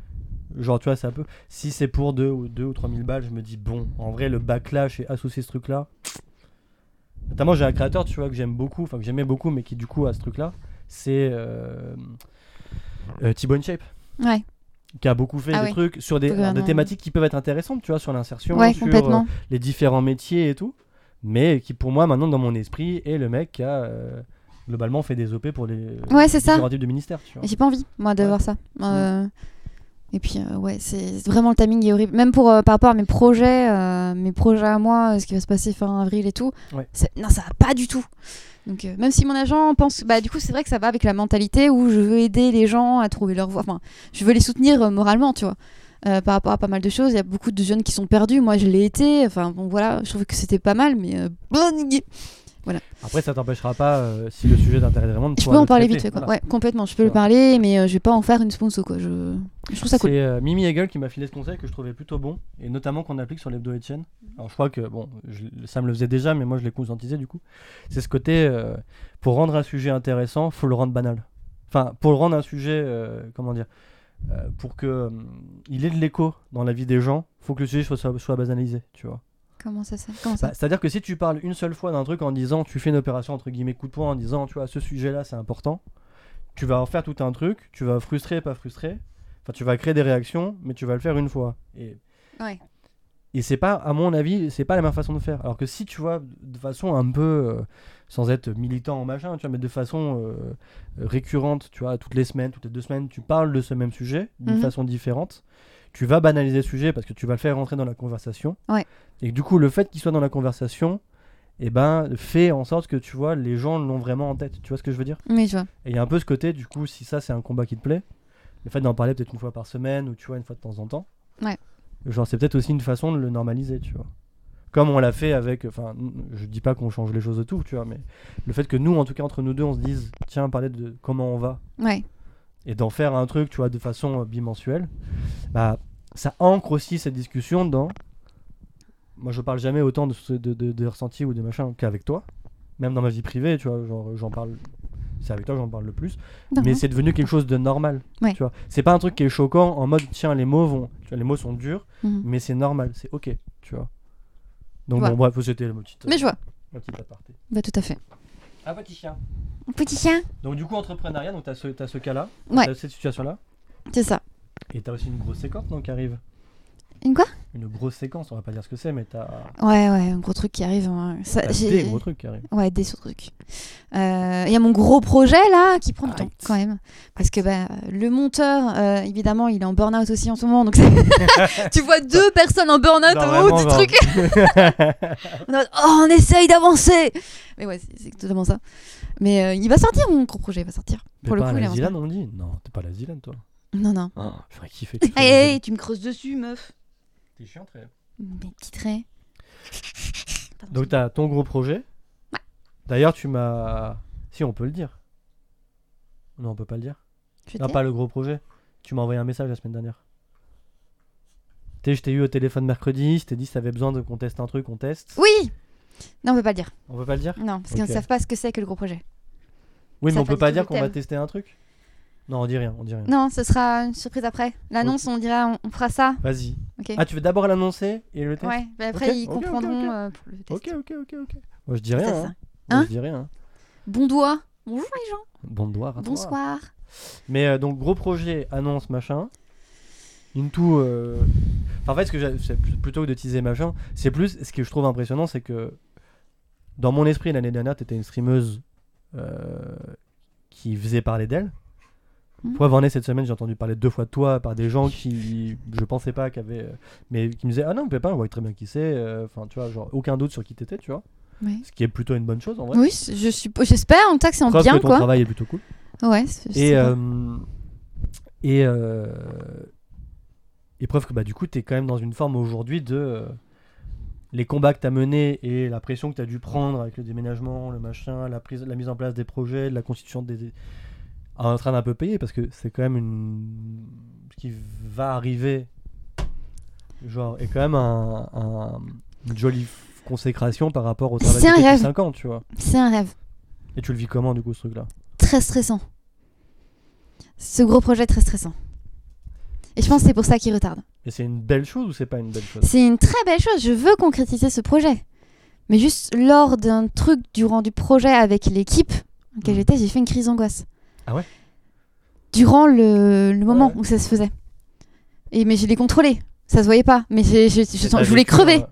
Genre, tu vois, ça peut. Si c'est pour 2 ou 2 ou 3 000 balles, je me dis bon, en vrai, le backlash et associer ce truc-là. Notamment, j'ai un créateur, tu vois, que j'aime beaucoup, enfin, que j'aimais beaucoup, mais qui, du coup, a ce truc-là, c'est euh, euh, T-Bone Shape
Ouais,
qui a beaucoup fait
Ah
des
oui.
trucs sur des,
Faut que
alors, des
vraiment-
thématiques qui peuvent être intéressantes, tu vois, sur l'insertion,
ouais,
sur
complètement.
euh, les différents métiers et tout, mais qui pour moi maintenant dans mon esprit est le mec qui a euh, globalement fait des OP pour les
Ouais, c'est ça.
différents types de ministères, tu vois.
J'ai pas envie, moi, de
Ouais.
voir ça. Euh, Et puis, euh, ouais, c'est vraiment le timing est horrible. Même pour, euh, par rapport à mes projets, euh, mes projets à moi, euh, ce qui va se passer fin avril et tout,
Ouais.
c'est- non, ça va pas du tout. Donc, euh, même si mon agent pense. Bah, du coup, c'est vrai que ça va avec la mentalité où je veux aider les gens à trouver leur voie. Enfin, je veux les soutenir euh, moralement, tu vois. Euh, par rapport à pas mal de choses, il y a beaucoup de jeunes qui sont perdus. Moi, je l'ai été. Enfin, bon, voilà, je trouve que c'était pas mal, mais euh, bonne idée.
Après, ça t'empêchera pas, euh, si le sujet t'intéresse vraiment, de
Je
pouvoir
peux en
le
parler
traiter,
vite fait, quoi.
voilà.
Ouais, complètement. Je peux le
Voilà.
parler, mais euh, je vais pas en faire une sponsor, quoi. Je, je trouve ça cool.
C'est euh, Mimi Hegel qui m'a filé ce conseil que je trouvais plutôt bon, et notamment qu'on applique sur l'hebdo Etienne. Alors je crois que, bon, je- ça me le faisait déjà, mais moi je l'ai conscientisé du coup. C'est ce côté, euh, pour rendre un sujet intéressant, faut le rendre banal. Enfin, pour rendre un sujet, euh, comment dire, euh, pour que euh, il ait de l'écho dans la vie des gens, faut que le sujet soit, soit, soit banalisé, tu vois.
Comment ça, ça Comment ça
Bah, C'est-à-dire que si tu parles une seule fois d'un truc en disant, tu fais une opération entre guillemets coup de poing en disant, tu vois, ce sujet-là c'est important, tu vas en faire tout un truc, tu vas frustrer, pas frustrer, enfin tu vas créer des réactions, mais tu vas le faire une fois. Et,
Ouais.
et c'est pas, à mon avis, c'est pas la même façon de faire. Alors que si tu vois, de façon un peu, euh, sans être militant en machin, tu vois, mais de façon euh, récurrente, tu vois, toutes les semaines, toutes les deux semaines, tu parles de ce même sujet d'une
Mhm.
façon différente, tu vas banaliser le sujet parce que tu vas le faire rentrer dans la conversation.
Ouais.
Et du coup, le fait qu'il soit dans la conversation, eh ben, fait en sorte que tu vois, les gens l'ont vraiment en tête. Tu vois ce que je veux dire
Mais je vois.
Et il y a un peu ce côté, du coup, si ça c'est un combat qui te plaît, le fait d'en parler peut-être une fois par semaine ou tu vois, une fois de temps en temps.
Ouais.
Genre, c'est peut-être aussi une façon de le normaliser, tu vois. Comme on l'a fait avec. Enfin, je dis pas qu'on change les choses de tout, tu vois, mais le fait que nous, en tout cas, entre nous deux, on se dise tiens, parler de comment on va
Ouais.
et d'en faire un truc, tu vois, de façon euh, bimensuelle, bah, ça ancre aussi cette discussion dans. Moi, je parle jamais autant de, ce- de, de- des ressentis ou des machins qu'avec toi, même dans ma vie privée, tu vois, genre, j'en parle. C'est avec toi que j'en parle le plus
Non,
mais
non.
c'est devenu quelque chose de normal.
Ouais.
Tu vois, c'est pas un truc qui est choquant en mode tiens les mots vont, tu vois, les mots sont durs,
Mhm.
mais c'est normal, c'est ok, tu vois. Donc
Voilà.
bon bref, c'était le petit.
Mais je vois.
Un petit aparté.
Bah, tout à fait.
Un petit chien.
Petit chien
Donc du coup entrepreneuriat, donc t'as ce t'as ce cas-là,
Ouais.
t'as cette situation-là,
C'est ça.
et t'as aussi une grosse séquence donc qui arrive.
Une quoi
Une grosse séquence, on va pas dire ce que c'est, mais t'as
Ouais, ouais, un gros truc qui arrive. hein. Ça,
t'as
j'ai-
Bah, des gros trucs qui arrivent.
Ouais, des sous-trucs. Il y a mon gros projet là qui prend du temps
Arrête.
quand même. Parce que bah, le monteur, euh, évidemment, il est en burn-out aussi en ce moment. Donc c'est- tu vois deux personnes en burn-out
Non,
au haut
vraiment,
du
genre,
truc. On est en mode, Oh, on essaye d'avancer Mais ouais, c'est- c'est totalement ça. Mais euh, il va sortir mon gros projet, il va sortir.
t'es
Pour le
pas
coup,
à
il
la
avance
Zilane, on me dit Non, t'es pas à la Zilane toi.
Non, non.
Ah, J'aurais kiffé.
Hey, hey, tu me creuses dessus, meuf.
T'es chiant, très.
Mes petits traits. Pardon,
Donc t'as ton gros projet.
Ouais.
D'ailleurs tu m'as. Si on peut le dire. Non on peut pas le dire.
je vais
Ah
te
pas le gros projet. Tu m'as envoyé un message la semaine dernière. Tu sais, je t'ai eu au téléphone mercredi, je t'ai dit si t'avais besoin de qu'on teste un truc, on teste.
dire. Oui Non, on peut pas le dire.
On peut pas le dire
Non, parce qu'ils
Ok.
ne savent pas ce que c'est que le gros projet.
Oui
Ça
mais
a
on
pas
peut
du
pas
tout
dire
le
qu'on va
thème. Mm.
tester un truc. Non on dit rien, on dit rien.
Non, ce sera une surprise après. L'annonce, on dira, on, on fera ça.
Vas-y.
Ok.
Ah tu veux d'abord l'annoncer et le test
ouais, mais après
Ok,
ils
ok, ok,
comprendront
ok.
euh, pour le test.
Ok ok ok ok. Moi je dis
Ça,
rien.
ça.
hein. Moi,
Hein
je dis rien.
Bon doigt. Bonjour les gens.
Bonsoir. à toi.
Bonsoir.
Mais euh, donc gros projet, annonce, machin. Into. euh, enfin, en fait, ce que j'ai- c'est plus- plutôt que de teaser machin, c'est plus ce que je trouve impressionnant, c'est que dans mon esprit l'année dernière, t'étais une streameuse euh, qui faisait parler d'elle.
Mhm.
Preuve en est, cette semaine, j'ai entendu parler deux fois de toi par des gens qui je pensais pas qu'avaient, euh, mais qui me disaient ah non, on peut pas, on voit très bien qui c'est. euh, Enfin, tu vois, genre aucun doute sur qui t'étais, tu vois.
Ouais.
Ce qui est plutôt une bonne chose en vrai.
Oui, c- je suis. J'espère en tout cas que c'est en
Preuve
bien
que ton
quoi.
travail est plutôt cool.
Ouais. c'est- je sais
Et,
pas.
euh, et, euh, et preuve que bah, du coup, tu es quand même dans une forme aujourd'hui de euh, les combats que tu as menés et la pression que tu as dû prendre avec le déménagement, le machin, la, prise, la mise en place des projets, de la constitution des. des- en train d'un peu payer parce que c'est quand même une. Ce qui va arriver, genre, est quand même un, un- une jolie f- consécration par rapport au travail
C'est un
que t'as depuis
rêve.
5 ans, tu vois.
C'est un rêve
Et tu le vis comment du coup ce truc-là
très stressant. Ce gros projet est très stressant. Et je pense que c'est pour ça qu'il retarde.
Et c'est une belle chose ou c'est pas une belle chose
C'est une très belle chose. Je veux concrétiser ce projet. Mais juste lors d'un truc durant du projet avec l'équipe dans laquelle
Mhm.
j'étais, j'ai fait une crise d'angoisse.
Ah ouais
Durant le, le moment
ouais.
où ça se faisait. Et mais je l'ai contrôlé. Ça se voyait pas. Mais j'ai- je, je- je-
Bah,
je voulais crever.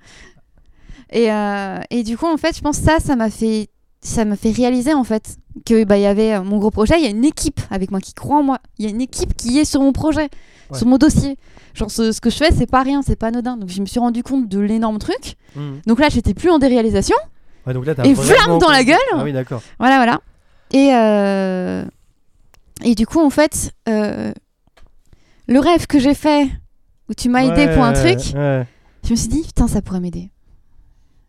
Et, euh, et du coup, en fait, je pense que ça, ça m'a fait ça m'a fait réaliser en fait que bah il y avait euh, mon gros projet, il y a une équipe avec moi qui croit en moi, il y a une équipe qui est sur mon projet,
Ouais.
sur mon dossier. Genre ce, ce que je fais, c'est pas rien, c'est pas anodin. Donc je me suis rendu compte de l'énorme truc.
Mhm.
Donc là, j'étais plus en déréalisation.
Ouais, donc là, t'as
Et
vraiment
flamme dans la
compris.
gueule
Ah oui, d'accord.
Voilà, voilà. Et euh, et du coup, en fait, euh, le rêve que j'ai fait où tu m'as aidé pour un
Ouais,
truc,
ouais.
je me suis dit, putain, ça pourrait m'aider.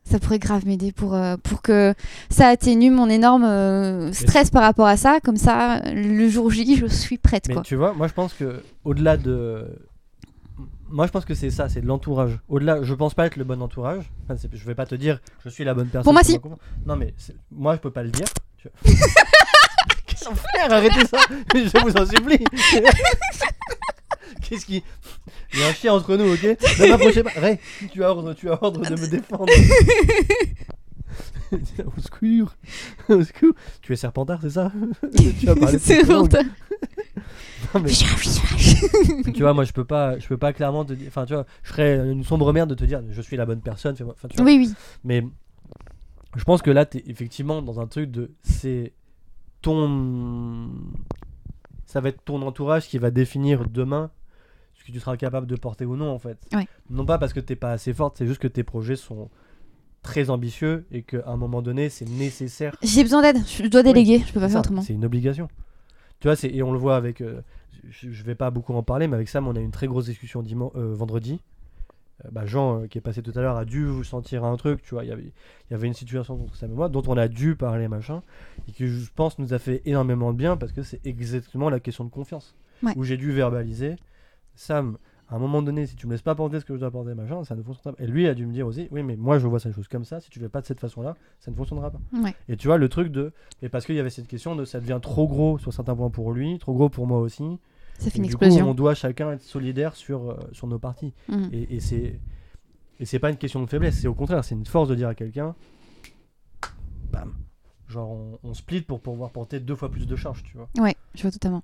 Ça pourrait grave m'aider pour, euh, pour que ça atténue mon énorme euh, stress par rapport à ça. Comme ça, le jour J, je suis prête.
Mais
Quoi.
tu vois, moi je pense que au-delà de moi je pense que c'est ça, c'est de l'entourage. Au-delà, je pense pas être le bon entourage. Enfin, c'est- je vais pas te dire je suis la bonne personne.
Pour moi, si.
ma confiance. Non mais c'est- moi je peux pas le dire. tu vois. Qu'est-ce qu'on fait Arrêtez ça Je vous en supplie. Qu'est-ce qui Il y a un chien entre nous, OK Ne m'approchez pas. Ray, tu as ordre, tu as ordre de me défendre. Au secours. Au secours. Tu es serpentard, c'est ça Tu as parlé de
C'est
serpentard.
mental.
Non, mais- tu vois, moi, je peux pas, je peux pas clairement te dire. Enfin, tu vois, je serais une sombre merde de te dire, je suis la bonne personne. fais-moi- Enfin, tu vois.
Oui, oui.
Mais je pense que là, t'es effectivement dans un truc de, c'est ton, ça va être ton entourage qui va définir demain ce que tu seras capable de porter ou non, en fait.
Ouais.
Non pas parce que t'es pas assez forte, c'est juste que tes projets sont très ambitieux et qu'à un moment donné, c'est nécessaire
J'ai besoin d'aide. Je dois déléguer. Je peux pas faire
c'est ça,
autrement.
C'est une obligation. Tu vois, c'est- et on le voit avec. euh, je, je vais pas beaucoup en parler, mais avec Sam, on a eu une très grosse discussion diman- euh, vendredi. euh, bah, Jean, euh, qui est passé tout à l'heure, a dû vous sentir un truc, tu vois. Il y avait, il y avait une situation contre sa mémoire dont on a dû parler, machin, et qui, je pense, nous a fait énormément de bien parce que c'est exactement la question de confiance.
Ouais.
Où j'ai dû verbaliser, Sam, à un moment donné, si tu me laisses pas porter ce que je dois porter, machin, ça ne fonctionnera pas. Et lui a dû me dire aussi, oui, mais moi je vois ces choses comme ça, si tu fais pas de cette façon-là, ça ne fonctionnera pas.
Ouais.
Et tu vois, le truc de. Et parce qu'il y avait cette question de ça devient trop gros sur certains points pour lui, trop gros pour moi aussi.
Ça fait
Et
une
du coup,
explosion.
on doit chacun être solidaire sur, euh, sur nos parties.
Mhm.
Et, et c'est et c'est pas une question de faiblesse, c'est au contraire, c'est une force de dire à quelqu'un, bam, genre on, on split pour pouvoir porter deux fois plus de charges, tu vois.
Ouais, je vois totalement.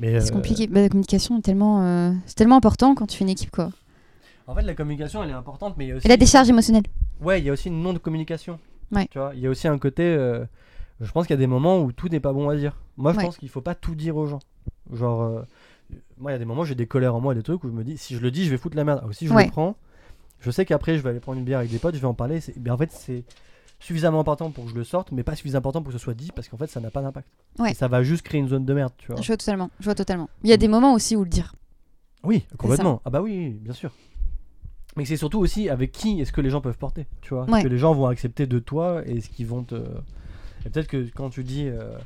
Mais
C'est
euh,
compliqué. Bah, la communication est tellement, euh, c'est tellement important quand tu fais une équipe, quoi.
En fait, la communication, elle est importante, mais il y a aussi.
Et la décharge émotionnelle.
Ouais, il y a aussi une non de communication.
Ouais.
Tu vois, il y a aussi un côté. euh, je pense qu'il y a des moments où tout n'est pas bon à dire. Moi, je
Ouais.
pense qu'il faut pas tout dire aux gens. Genre, euh, moi, il y a des moments où j'ai des colères en moi, des trucs où je me dis, si je le dis, je vais foutre la merde. Ou si je
Ouais.
le prends, je sais qu'après, je vais aller prendre une bière avec des potes, je vais en parler. c'est- Mais en fait, c'est suffisamment important pour que je le sorte, mais pas suffisamment important pour que ce soit dit, parce qu'en fait, ça n'a pas d'impact.
Ouais.
Et Ça va juste créer une zone de merde, tu vois.
Je vois totalement. Je vois totalement. Il y a
Mm.
des moments aussi où le dire.
Oui, complètement. Ah bah oui, oui, bien sûr. Mais c'est surtout aussi avec qui est-ce que les gens peuvent porter, tu vois.
Ouais.
Est-ce que les gens vont accepter de toi et est-ce qu'ils vont te... Et peut-être que quand tu dis euh,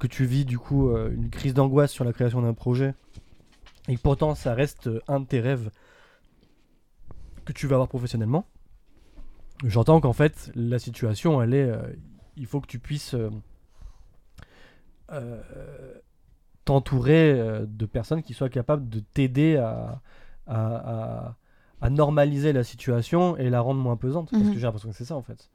que tu vis du coup euh, une crise d'angoisse sur la création d'un projet et que pourtant ça reste euh, un de tes rêves que tu vas avoir professionnellement, j'entends qu'en fait la situation elle est... euh, il faut que tu puisses... euh, euh, t'entourer euh, de personnes qui soient capables de t'aider à, à, à- à normaliser la situation et la rendre moins pesante. Parce
Mhm.
que j'ai l'impression que c'est ça en fait.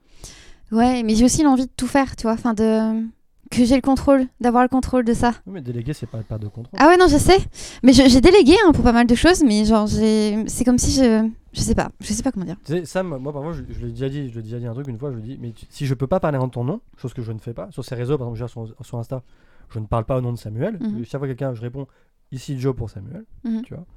Ouais, mais j'ai aussi l'envie de tout faire, tu vois. Enfin, de que j'ai le contrôle, d'avoir le contrôle de ça.
Oui, mais déléguer, c'est pas perdre de contrôle.
Ah ouais, non, je sais. Mais je- j'ai délégué hein, pour pas mal de choses, mais genre, j'ai... c'est comme si je. Je sais pas. Je sais pas comment dire.
Tu sais, Sam, moi parfois, je, je l'ai déjà dit, je l'ai déjà dit un truc une fois, je lui ai dit, mais tu- si je peux pas parler en ton nom, chose que je ne fais pas, sur ces réseaux, par exemple, je veux dire, sur, sur Insta, je ne parle pas au nom de Samuel.
Mhm.
Chaque fois que quelqu'un, je réponds ici Joe pour Samuel,
Mhm.
tu vois.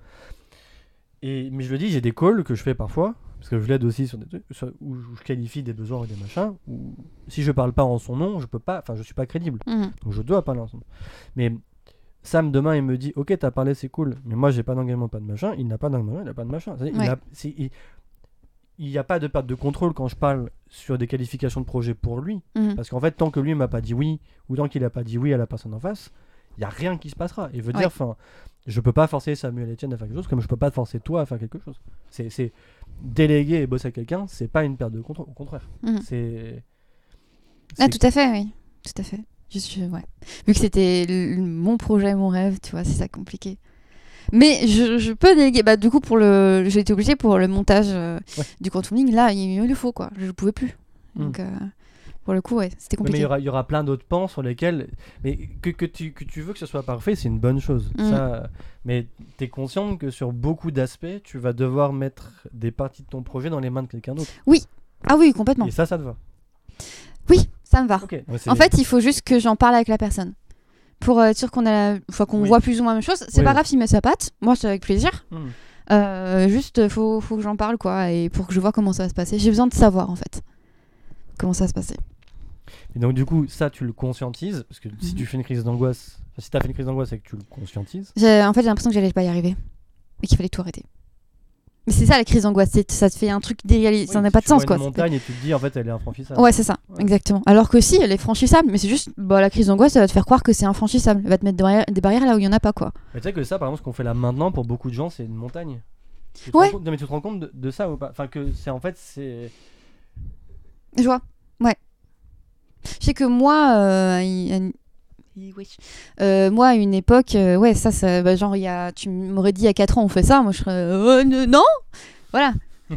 Et, mais je le dis, j'ai des calls que je fais parfois, parce que je l'aide aussi sur des trucs, sur- où je- où je qualifie des besoins ou des machins, où si je parle pas en son nom, je peux pas, enfin, je suis pas crédible.
Mhm.
Donc je dois parler ensemble. Mais Sam, demain, il me dit Ok, t'as parlé, c'est cool, mais moi, j'ai pas d'engagement, pas de machin. Il n'a pas d'engagement, il n'a pas de machin. C'est-à-dire,
Ouais.
Il a- c'est- il- il n'y a pas de perte de contrôle quand je parle sur des qualifications de projet pour lui.
Mhm.
Parce qu'en fait, tant que lui m'a pas dit oui, ou tant qu'il a pas dit oui à la personne en face, il y a rien qui se passera. Et veut
Ouais.
dire, enfin, je peux pas forcer Samuel Etienne à faire quelque chose, comme je peux pas te forcer toi à faire quelque chose. C'est, c'est déléguer et bosser à quelqu'un, c'est pas une perte de contrôle, au contraire.
Mhm.
C'est,
Ah,
c'est-
tout à fait, oui. Tout à fait. Je suis- ouais. Vu que c'était le- mon projet, mon rêve, tu vois, c'est ça compliqué. Mais je, je peux déléguer. Bah, du coup, pour le, j'ai été obligée pour le montage euh,
Ouais.
du contouring. Là, il me le faut, quoi. Je ne pouvais plus. Donc, euh, pour le coup, ouais, c'était
Oui, Mais
compliqué.
il y aura, il y aura plein d'autres pans sur lesquels. Mais que, que tu, que tu veux que ce soit parfait, c'est une bonne chose.
Mm.
Ça, euh, mais tu es consciente que sur beaucoup d'aspects, tu vas devoir mettre des parties de ton projet dans les mains de quelqu'un d'autre.
Ah oui, complètement.
Et ça, ça te va.
Oui, ça me va.
Ok. Ouais, c'est-
En fait, il faut juste que j'en parle avec la personne. Pour euh, être sûr qu'on a, la- enfin, qu'on
Oui.
voit plus ou moins la même chose. C'est
Oui,
pas
oui.
grave s'il met sa patte. Moi, c'est avec plaisir.
Mm.
Euh, juste, faut, faut que j'en parle, quoi. Et pour que je vois comment ça va se passer. J'ai besoin de savoir, en fait. Comment ça va se passer.
Et donc, du coup, ça, tu le conscientises. Parce que si
Mhm.
tu fais une crise d'angoisse, enfin, si tu as fait une crise d'angoisse et que tu le conscientises,
J'ai- En fait, j'ai l'impression que j'allais pas y arriver. Et qu'il fallait tout arrêter. Mais c'est ça la crise d'angoisse. c'est- Ça te fait un truc déréalisé. ça
oui,
n'a
si
pas
tu
de sens,
vois
quoi.
une montagne et tu te dis, en fait, elle est infranchissable.
Ouais, c'est ça,
Ouais.
exactement. Alors que si, elle est franchissable, mais c'est juste, bah, la crise d'angoisse, ça va te faire croire que c'est infranchissable. Elle va te mettre des barrières, des barrières là où il y en a pas, quoi.
Mais tu sais que ça, par exemple, ce qu'on fait là maintenant, pour beaucoup de gens, c'est une montagne. Tu te
Ouais.
rends compte- non, mais tu te rends compte de, de ça ou pas Enfin, que c'est en fait, c'est.
Je vois, ouais. Je sais que moi, euh, il- un- il- oui. Euh, moi, à une époque, euh, ouais, ça, ça bah, genre, il y a, tu m'aurais dit il y a 4 ans, on fait ça, moi je serais, euh, ne- non Voilà.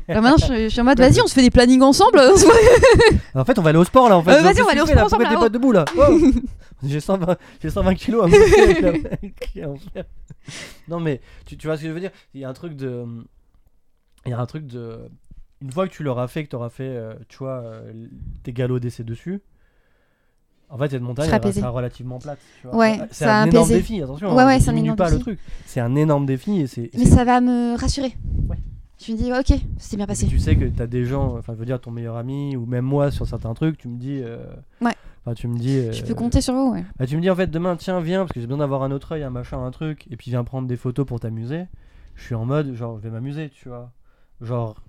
Là, maintenant, je, je suis en mode, vas-y, on se fait des plannings ensemble. on se voit.
En fait, on va aller au sport là. En fait.
Euh, vas-y,
Qu'est-ce
on va aller
que
au
tu fais, là
sport ensemble,
Pourquoi t'es
là-haut
pas debout là Oh J'ai 120, j'ai 120 kilos à monter avec la- avec l'enfer. Non mais tu, tu vois ce que je veux dire Il y a un truc de, il y a un truc de, une fois que tu l'auras fait, que t'auras fait, euh, tu vois, euh, tes galops d'essai dessus. En fait, cette montagne
Tu seras
elle va-
apaisé.
sera relativement plate. tu vois.
Ouais,
c'est
ça
un
va
énorme
apaiser.
défi. Attention,
Ouais,
hein,
ouais,
je
c'est un
diminue
énorme
pas le
défi.
truc. C'est un énorme défi et c'est.
Mais
c'est-
ça va me rassurer.
Ouais.
Je me dis, ouais, ok, c'est bien
et
passé.
tu sais que t'as des gens, enfin je veux dire ton meilleur ami ou même moi sur certains trucs, tu me dis. euh,
Ouais.
Enfin tu me dis.
Je
euh,
peux compter sur vous, ouais.
Bah, tu me dis en fait demain tiens viens parce que j'ai besoin d'avoir un autre œil un machin un truc et puis viens prendre des photos pour t'amuser je suis en mode, genre, je vais m'amuser, tu vois. Genre.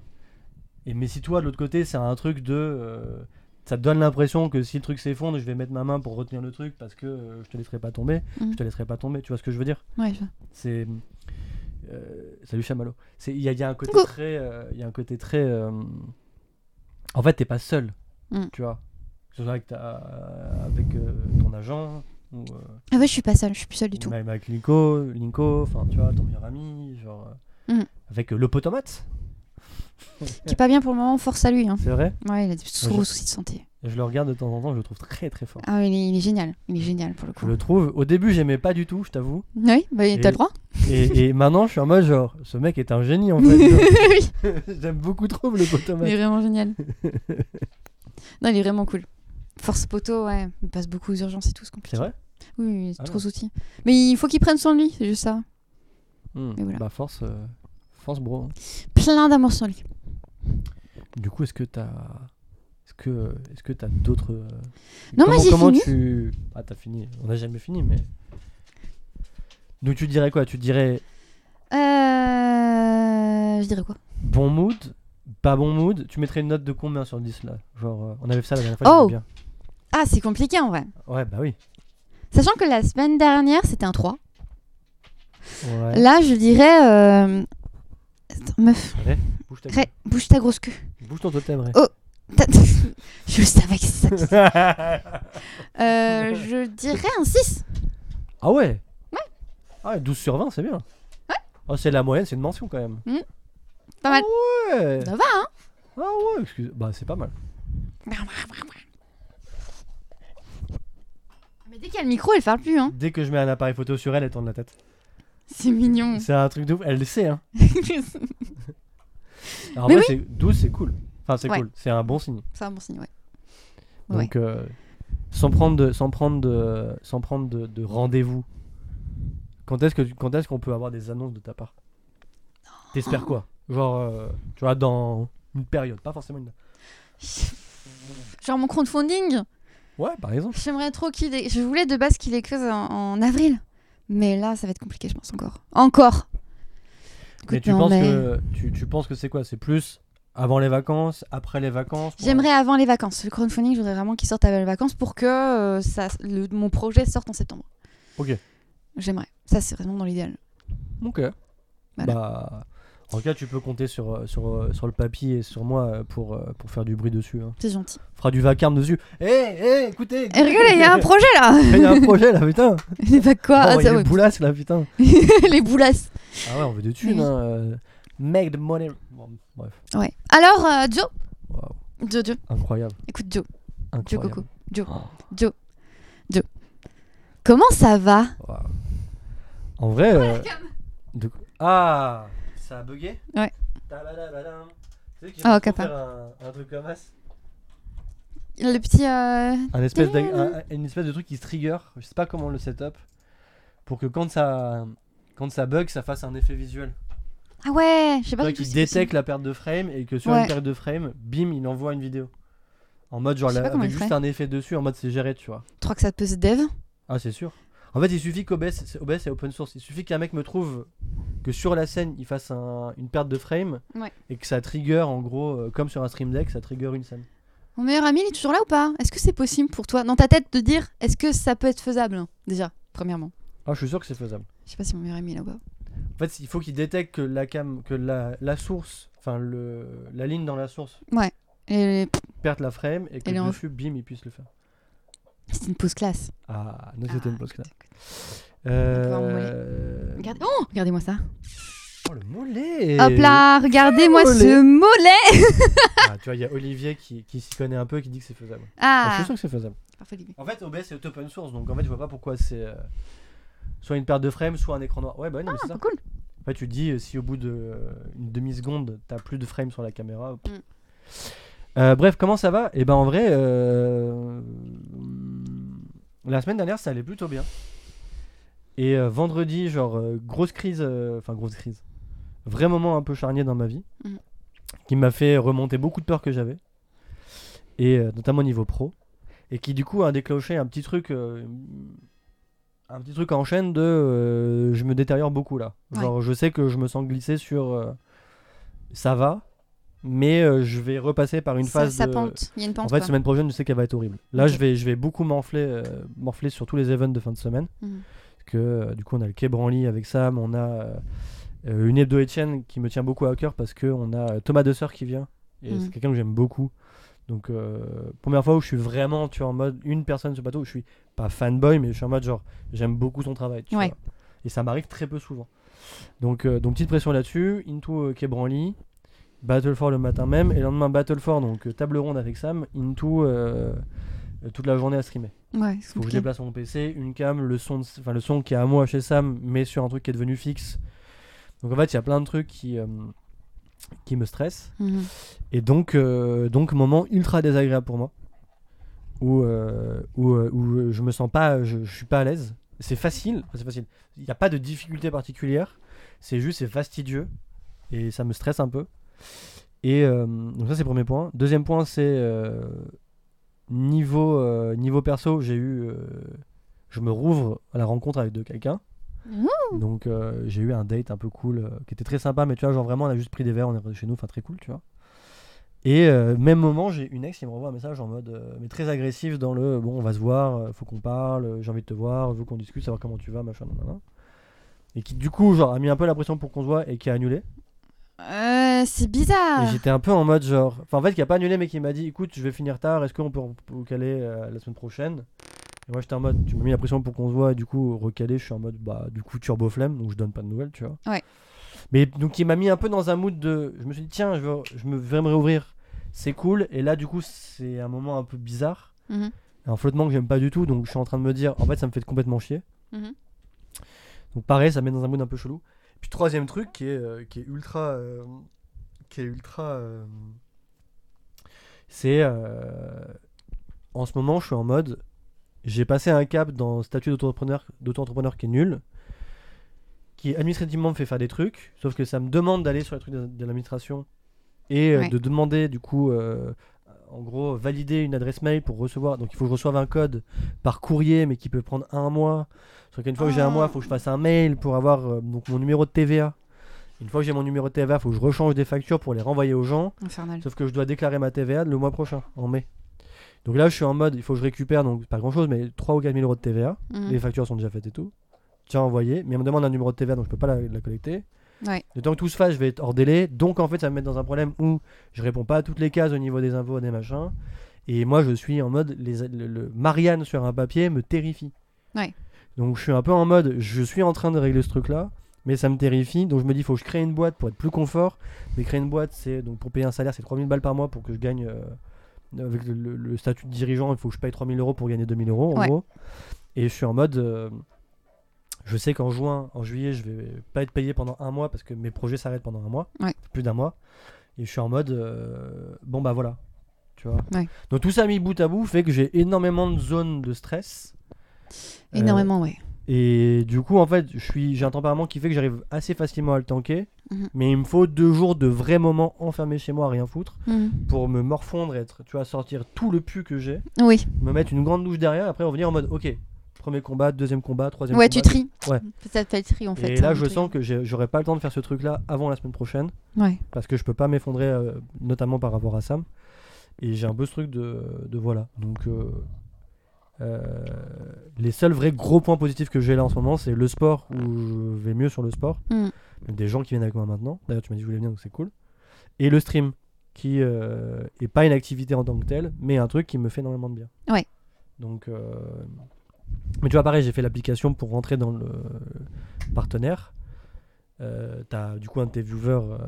Et, mais si toi, de l'autre côté, c'est un truc de. euh, ça te donne l'impression que si le truc s'effondre, je vais mettre ma main pour retenir le truc parce que euh, je te laisserai pas tomber.
Mhm.
Je te laisserai pas tomber. Tu vois ce que je veux dire
Ouais, je vois.
C'est. euh, salut Chamallow. C'est- Il y a, il y a un côté
Coucou.
très. euh, Il y a un côté très. euh, en fait, t'es pas seul.
Mm.
Tu vois. Que ce soit avec, ta- avec, euh, ton agent, ou euh,
Ah ouais, je suis pas seule, je suis plus seule du tout.
ou même avec Linko, Linko, enfin, tu vois, ton meilleur ami, genre. euh,
Mm.
Avec euh, le potomate,
Qui est pas bien pour le moment, force à lui. Hein.
c'est vrai.
Ouais, il a des petits
Ouais,
gros
je-
soucis de santé.
Je le regarde de temps en temps, je le trouve très très fort.
Ah, il est, il est génial, il est génial pour le
Je
coup.
le trouve. Au début, j'aimais pas du tout, je t'avoue.
Oui, bah,
Et-
t'as le droit.
Et, et maintenant, je suis en mode genre, ce mec est un génie en fait. genre.
Oui,
J'aime beaucoup trop le
il est
potomate.
vraiment génial. non, il est vraiment cool. Force poteau, ouais, il passe beaucoup aux urgences et tout, c'est compliqué.
C'est vrai.
Oui, oui, c'est
Ah
trop
non.
soutien. Mais il faut qu'il prenne soin de lui, c'est juste ça.
Hmm,
Et voilà.
Bah force, euh, force bro. hein.
Plein d'amour sur lui.
Du coup, est-ce que t'as, est-ce que, est-ce que t'as d'autres. euh,
Non,
comment,
moi, j'ai
comment
fini.
tu, ah t'as fini. On n'a jamais fini, mais. Donc tu dirais quoi Tu dirais
Euh... Je dirais quoi
bon mood, pas bon mood. Tu mettrais une note de combien sur 10 là Genre, euh, on avait fait ça la dernière fois.
Oh
j'aimais
Ah, c'est compliqué en vrai.
bien. Ouais, bah oui.
Sachant que la semaine dernière, c'était un 3.
Ouais.
Là, je dirais. euh, Attends, meuf,
Bouge, ta...
Ré, bouge ta grosse queue.
Bouge ton totem, Ray.
Oh. T'as- je savais que c'est ça. que- Euh, je dirais un 6.
Ah ouais Ouais Ah ouais, 12 sur 20, c'est bien. Ouais Oh, c'est la moyenne, c'est une mention quand même.
Hmm. Pas mal.
Ah ouais
Ça va, hein
Ah ouais, excuse. Bah, c'est pas mal.
Ah, Mais dès qu'il y a le micro, elle parle plus, hein.
Dès que je mets un appareil photo sur elle, elle tourne la tête.
C'est mignon.
C'est un truc de ouf. Elle le sait, hein.
c'est
Alors, en
Mais
vrai, c'est 12, c'est cool. Enfin, c'est
Ouais.
cool. C'est un bon signe.
un bon signe, ouais. Ouais.
Donc, euh, sans prendre de, sans prendre de, sans prendre de, de rendez-vous, quand est-ce que, tu- quand est-ce qu'on peut avoir des annonces de ta part T'espères quoi Genre, euh, tu vois, dans une période, pas forcément une.
Genre mon crowdfunding,
Ouais, par exemple.
j'aimerais trop qu'il ait... Je voulais de base qu'il ait close en, en avril. Mais là, ça va être compliqué, je pense, encore. Encore
Mais
Écoute,
tu
non,
penses
mais
que tu, tu penses que c'est quoi C'est plus avant les vacances, après les vacances pour-
J'aimerais avant les vacances. Le crowdfunding, je voudrais vraiment qu'il sorte avant les vacances pour que euh, ça, le- mon projet sorte en septembre.
Ok.
J'aimerais. Ça, c'est vraiment dans l'idéal.
Ok.
Voilà.
Bah, en tout cas, tu peux compter sur, euh, sur, euh, sur le papy et sur moi euh, pour, euh, pour faire du bruit dessus. Hein.
C'est gentil.
On fera du vacarme dessus. Hé, hé, écoutez
Et regardez, Eh, il y a un projet là
Il y a un projet là, putain
Les vagues quoi
Ah,
Ah, ça,
les
ouais.
boulasses là, putain
Les boulasses
Ah ouais, on veut des thunes,
Oui.
hein euh, Make the money Bon, Bref,
Ouais. Alors, euh, Joe
Waouh.
Joe, Joe.
incroyable.
Écoute, Joe. Joe
incroyable.
Coco. Joe.
Oh.
Joe. Joe. Comment ça va
Waouh. En vrai. euh, de- Ah Ça a bugué
Ouais.
Tabadabadam. Tu sais que j'ai
Ah,
pas
au
trop
capin.
faire un, un truc comme ça
Le petit. euh,
un espèce d'ag- un- Une espèce de truc qui se trigger, je sais pas comment on le setup, pour que quand ça, quand ça bug, ça fasse un effet visuel.
Ah ouais Je sais
Tu
pas.
vois,
du tout
qui
si c'est
détecte la perte de frame et que sur
Ouais.
une perte de frame, bim, il envoie une vidéo. En mode genre
Je sais
là,
pas comment
avec
il
juste
ferait.
un effet dessus, en mode c'est géré, tu vois.
possible. Je crois que ça peut se dev.
Ah, c'est sûr. En fait, il suffit qu'OBS c'est- OBS est open source. Il suffit qu'un mec me trouve que sur la scène, il fasse un- une perte de frame
Ouais.
et que ça trigger, en gros, euh, comme sur un stream deck, ça trigger une scène.
Mon meilleur ami, il est toujours là ou pas Est-ce que c'est possible pour toi, dans ta tête, de dire est-ce que ça peut être faisable hein, Déjà, premièrement.
Ah, je suis sûr que c'est faisable.
Je sais pas si mon meilleur ami est là ou pas.
En fait, il faut qu'il détecte que la cam, que la, la source, enfin le, la ligne dans la source
Et... pff,
perde la frame et que
Elle est en-
dessus, bim, il puisse le faire.
C'est une pause classe.
Ah, nous c'était
Ah,
une pause là.
pouvoir
Euh...
Regardez- Oh Regardez-moi ça.
Oh le mollet
Hop là, regardez-moi ce
mollet.
mollet
Ah, Tu vois, il y a Olivier qui, qui s'y connaît un peu et qui dit que c'est faisable. Ah, je
Ah
suis sûr que c'est faisable.
Parfait, Libé.
En fait, OBS est open source, donc en fait, je vois pas pourquoi c'est euh, soit une perte de frame, soit un écran noir. Ouais, bah non, mais c'est ça.
Ah, cool.
En fait, tu te dis euh, si au bout de euh, une demi seconde, t'as plus de frames sur la caméra. hop.
Mm.
Euh, bref, comment ça va Et ben en vrai, euh, la semaine dernière, ça allait plutôt bien. Et euh, vendredi, genre euh, grosse crise, euh, enfin grosse crise, vrai moment un peu charnier dans ma vie,
Mhm.
qui m'a fait remonter beaucoup de peurs que j'avais, et euh, notamment au niveau pro, et qui du coup a déclenché un petit truc, euh, un petit truc en chaîne de euh, je me détériore beaucoup là.
Ouais.
Genre, je sais que je me sens glisser sur euh, ça va, mais euh, je vais repasser par une
ça,
phase.
ça
de-
pente. Il y a une
En
pente.
fait,
quoi.
semaine prochaine, je sais qu'elle va être horrible. Là,
Ok.
je, vais, je vais beaucoup morfler, euh, morfler sur tous les events de fin de semaine.
Mhm.
Parce que euh, du coup, on a le Quai Branly avec Sam, on a euh, euh, une hebdo Etienne qui me tient beaucoup à cœur parce qu'on a euh, Thomas Desseur qui vient. Et
Mhm.
c'est quelqu'un que j'aime beaucoup. Donc, euh, première fois où je suis vraiment tu vois, en mode une personne sur le bateau, je suis pas fanboy, mais je suis en mode genre j'aime beaucoup son travail. tu
Ouais.
vois. Et ça m'arrive très peu souvent. Donc, euh, donc petite pression là-dessus. Into euh, Quai Branly. Battle for le matin même et le lendemain Battle for donc euh, table ronde avec Sam into euh, euh, toute la journée à streamer.
Ouais, c'est
Faut que je
compliqué.
déplace mon PC, une cam, le son, de- enfin le son qui est à moi chez Sam mais sur un truc qui est devenu fixe. Donc en fait il y a plein de trucs qui euh, qui me stressent
Mhm.
et donc euh, donc moment ultra désagréable pour moi où euh, où, euh, où je me sens pas je, je suis pas à l'aise. C'est facile, enfin, c'est facile. Il n'y a pas de difficulté particulière. C'est juste c'est fastidieux et ça me stresse un peu. Et euh, donc ça c'est le premier point. Deuxième point c'est euh, niveau euh, niveau perso j'ai eu euh, je me rouvre à la rencontre avec de quelqu'un. Donc euh, j'ai eu un date un peu cool euh, qui était très sympa mais tu vois genre vraiment on a juste pris des verres on est rentré chez nous enfin très cool tu vois. Et euh, même moment j'ai une ex qui me renvoie un message en mode euh, mais très agressif dans le bon on va se voir euh, faut qu'on parle euh, j'ai envie de te voir veux qu'on discute savoir comment tu vas machin nanana. Et qui du coup genre a mis un peu la pression pour qu'on se voit et qui a annulé.
Euh, c'est
Et
bizarre.
j'étais un peu en mode genre. Enfin, en fait, qui a pas annulé, mais qui m'a dit écoute, je vais finir tard, est-ce qu'on peut recaler euh, la semaine prochaine Et moi, j'étais en mode tu m'as mis la pression pour qu'on se voit, et du coup, recaler, je suis en mode bah, du coup, turbo flemme, donc je donne pas de nouvelles, tu vois.
Ouais.
Mais donc, il m'a mis un peu dans un mood de. Je me suis dit tiens, je, veux- je me, vais me réouvrir, c'est cool, et là, du coup, c'est un moment un peu bizarre,
Mhm.
un flottement que j'aime pas du tout, donc je suis en train de me dire en fait, ça me fait complètement chier.
Mhm.
Donc pareil, ça met dans un mood un peu chelou. Puis troisième truc qui est, euh, qui est ultra... euh, qui est ultra... euh, c'est... euh, en ce moment, je suis en mode... J'ai passé un cap dans le statut d'auto-entrepreneur d'auto-entrepreneur qui est nul, qui administrativement me fait faire des trucs, sauf que ça me demande d'aller sur les trucs de, de l'administration et euh,
Ouais.
de demander du coup... euh, en gros, valider une adresse mail pour recevoir. Donc, il faut que je reçoive un code par courrier, mais qui peut prendre un mois. Sauf qu'une fois que j'ai un mois, il faut que je fasse un mail pour avoir euh, donc mon numéro de TVA. Une fois que j'ai mon numéro de TVA, il faut que je rechange des factures pour les renvoyer aux gens.
Infernal.
Sauf que je dois déclarer ma TVA le mois prochain, en mai. Donc là, je suis en mode, il faut que je récupère, donc pas grand chose, mais 3 ou 4 000 euros de TVA.
Mhm.
Les factures sont déjà faites et euh, tout. Tiens, envoyé. Mais on me demande un numéro de TVA, donc je peux pas la, la collecter.
Ouais.
Le temps que tout se fasse, je vais être hors délai. Donc en fait, ça va me mettre dans un problème où je réponds pas à toutes les cases au niveau des infos, des machins. Et moi, je suis en mode, les, le, le Marianne sur un papier me terrifie.
Ouais.
Donc je suis un peu en mode, je suis en train de régler ce truc-là, mais ça me terrifie. Donc je me dis, il faut que je crée une boîte pour être plus confort. Mais créer une boîte, c'est donc pour payer un salaire, c'est 3000 balles par mois pour que je gagne. euh, avec le, le- le statut de dirigeant, il faut que je paye 3000 euros pour gagner 2000 euros en
Ouais.
gros. Et je suis en mode, euh, je sais qu'en juin, en juillet, je vais pas être payé pendant un mois parce que mes projets s'arrêtent pendant un mois,
Ouais.
plus d'un mois. Et je suis en mode, euh, bon bah voilà, tu vois.
Ouais.
Donc tout ça mis bout à bout fait que j'ai énormément de zones de stress. Euh,
Énormément, ouais.
et du coup, en fait, je suis, j'ai un tempérament qui fait que j'arrive assez facilement à le tanker.
Mhm.
Mais il me faut deux jours de vrais moments enfermés chez moi à rien foutre
Mhm.
pour me morfondre, être, tu vois, sortir tout le pu que j'ai,
Oui,
me mettre une grande douche derrière, après revenir en mode, ok, premier combat, deuxième combat, troisième
ouais,
combat.
tu tries.
Ouais.
Ça te fait le tri en fait.
Et là,
hein,
je
le truc.
sens que j'ai- j'aurai pas le temps de faire ce truc-là avant la semaine prochaine,
Ouais.
parce que je peux pas m'effondrer, euh, notamment par rapport à Sam. Et j'ai un peu ce truc de, de voilà. Donc, euh, euh, les seuls vrais gros points positifs que j'ai là en ce moment, c'est le sport, où je vais mieux sur le sport.
Mm.
Des gens qui viennent avec moi maintenant. D'ailleurs, tu m'as dit que je voulais venir, donc c'est cool. Et le stream, qui euh, est pas une activité en tant que telle, mais un truc qui me fait énormément de bien.
Ouais.
Donc, euh, mais tu vois, pareil, j'ai fait l'application pour rentrer dans le partenaire. Euh, T'as du coup un de tes viewers euh,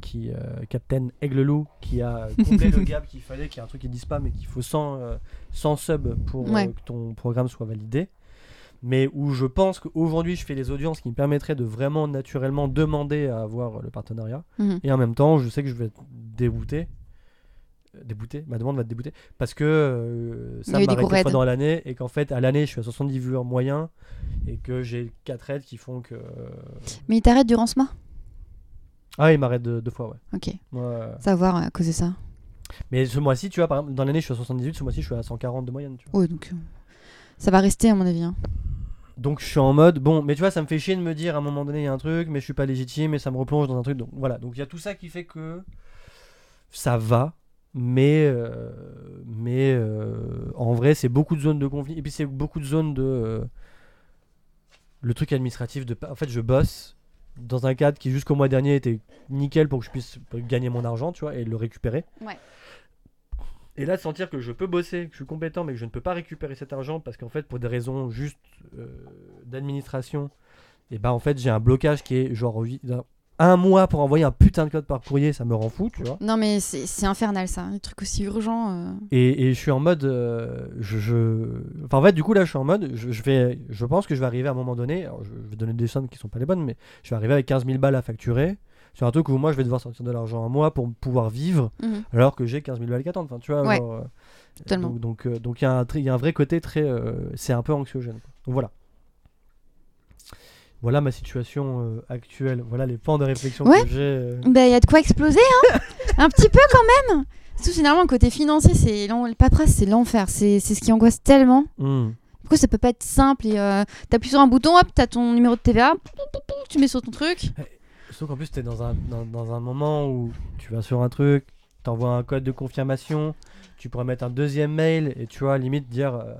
qui, euh, Captain Aigle-Loup, qui a comblé le gap qu'il fallait, qui est un truc qu'ils disent pas, mais qu'il faut 100, euh, 100 subs pour euh,
Ouais.
que ton programme soit validé. Mais où je pense qu'aujourd'hui, je fais les audiences qui me permettraient de vraiment naturellement demander à avoir euh, le partenariat.
Mhm.
Et en même temps, je sais que je vais être débouté. Euh, Débouté Ma demande va être déboutée. Parce que euh,
Il y a
ça
eu des
m'arrête
gros
des
raids.
fois dans l'année. Et qu'en fait, à l'année, je suis à 70 viewers moyens. Et que j'ai 4 raids qui font que. euh,
Mais il t'arrête durant ce mois
Ah, il m'arrête deux, deux fois, ouais.
Ok.
Ouais.
Savoir à cause de ça.
Mais ce mois-ci, tu vois, par exemple,
Oh,
dans l'année, je suis à 78. Ce mois-ci, je suis à 140 de moyenne. Tu vois.
Oui, donc. euh, Ça va rester à mon avis. hein.
Donc je suis en mode, bon, mais tu vois, ça me fait chier de me dire à un moment donné, il y a un truc, mais je suis pas légitime et ça me replonge dans un truc. Donc voilà, donc il y a tout ça qui fait que ça va, mais, euh, mais euh, en vrai, c'est beaucoup de zones de conflit. Et puis c'est beaucoup de zones de... euh, le truc administratif de... pa- En fait, je bosse dans un cadre qui jusqu'au mois dernier était nickel pour que je puisse gagner mon argent, tu vois, et le récupérer.
Ouais.
Et là, de sentir que je peux bosser, que je suis compétent, mais que je ne peux pas récupérer cet argent parce qu'en fait, pour des raisons juste euh, d'administration, et ben en fait, j'ai un blocage qui est genre oui, d'un- un mois pour envoyer un putain de code par courrier, ça me rend fou, tu vois.
Non, mais c'est c'est infernal ça, un truc aussi urgent. euh.
Et, et je suis en mode, euh, je, je- enfin, en fait, du coup là, je suis en mode, je, je vais, je pense que je vais arriver à un moment donné. alors, je, je vais donner des sommes qui sont pas les bonnes, mais je vais arriver avec 15 000 balles à facturer sur un truc où moi, je vais devoir sortir de l'argent à moi pour pouvoir vivre,
Mhm.
alors que j'ai 15 000 balles qui attendent. Enfin, tu vois.
Ouais,
genre, euh,
totalement.
Donc, donc, euh, donc il y, a un tr- il y a un vrai côté très, euh, c'est un peu anxiogène. quoi. Donc voilà. Voilà ma situation euh, actuelle. Voilà les pans de réflexion
Ouais.
que j'ai. euh.
Ben, il y a de quoi exploser, hein Un petit peu quand même Surtout, généralement, le côté financier, c'est l'en- le paperasse, c'est l'enfer. C'est c'est ce qui angoisse tellement.
Hmm.
Pourquoi ça peut pas être simple et euh, t'appuies sur un bouton, hop, t'as ton numéro de TVA, tu mets sur ton truc.
Sauf qu'en plus, t'es dans un, dans, dans un moment où tu vas sur un truc, t'envoies un code de confirmation, tu pourrais mettre un deuxième mail et tu vois, limite dire. euh,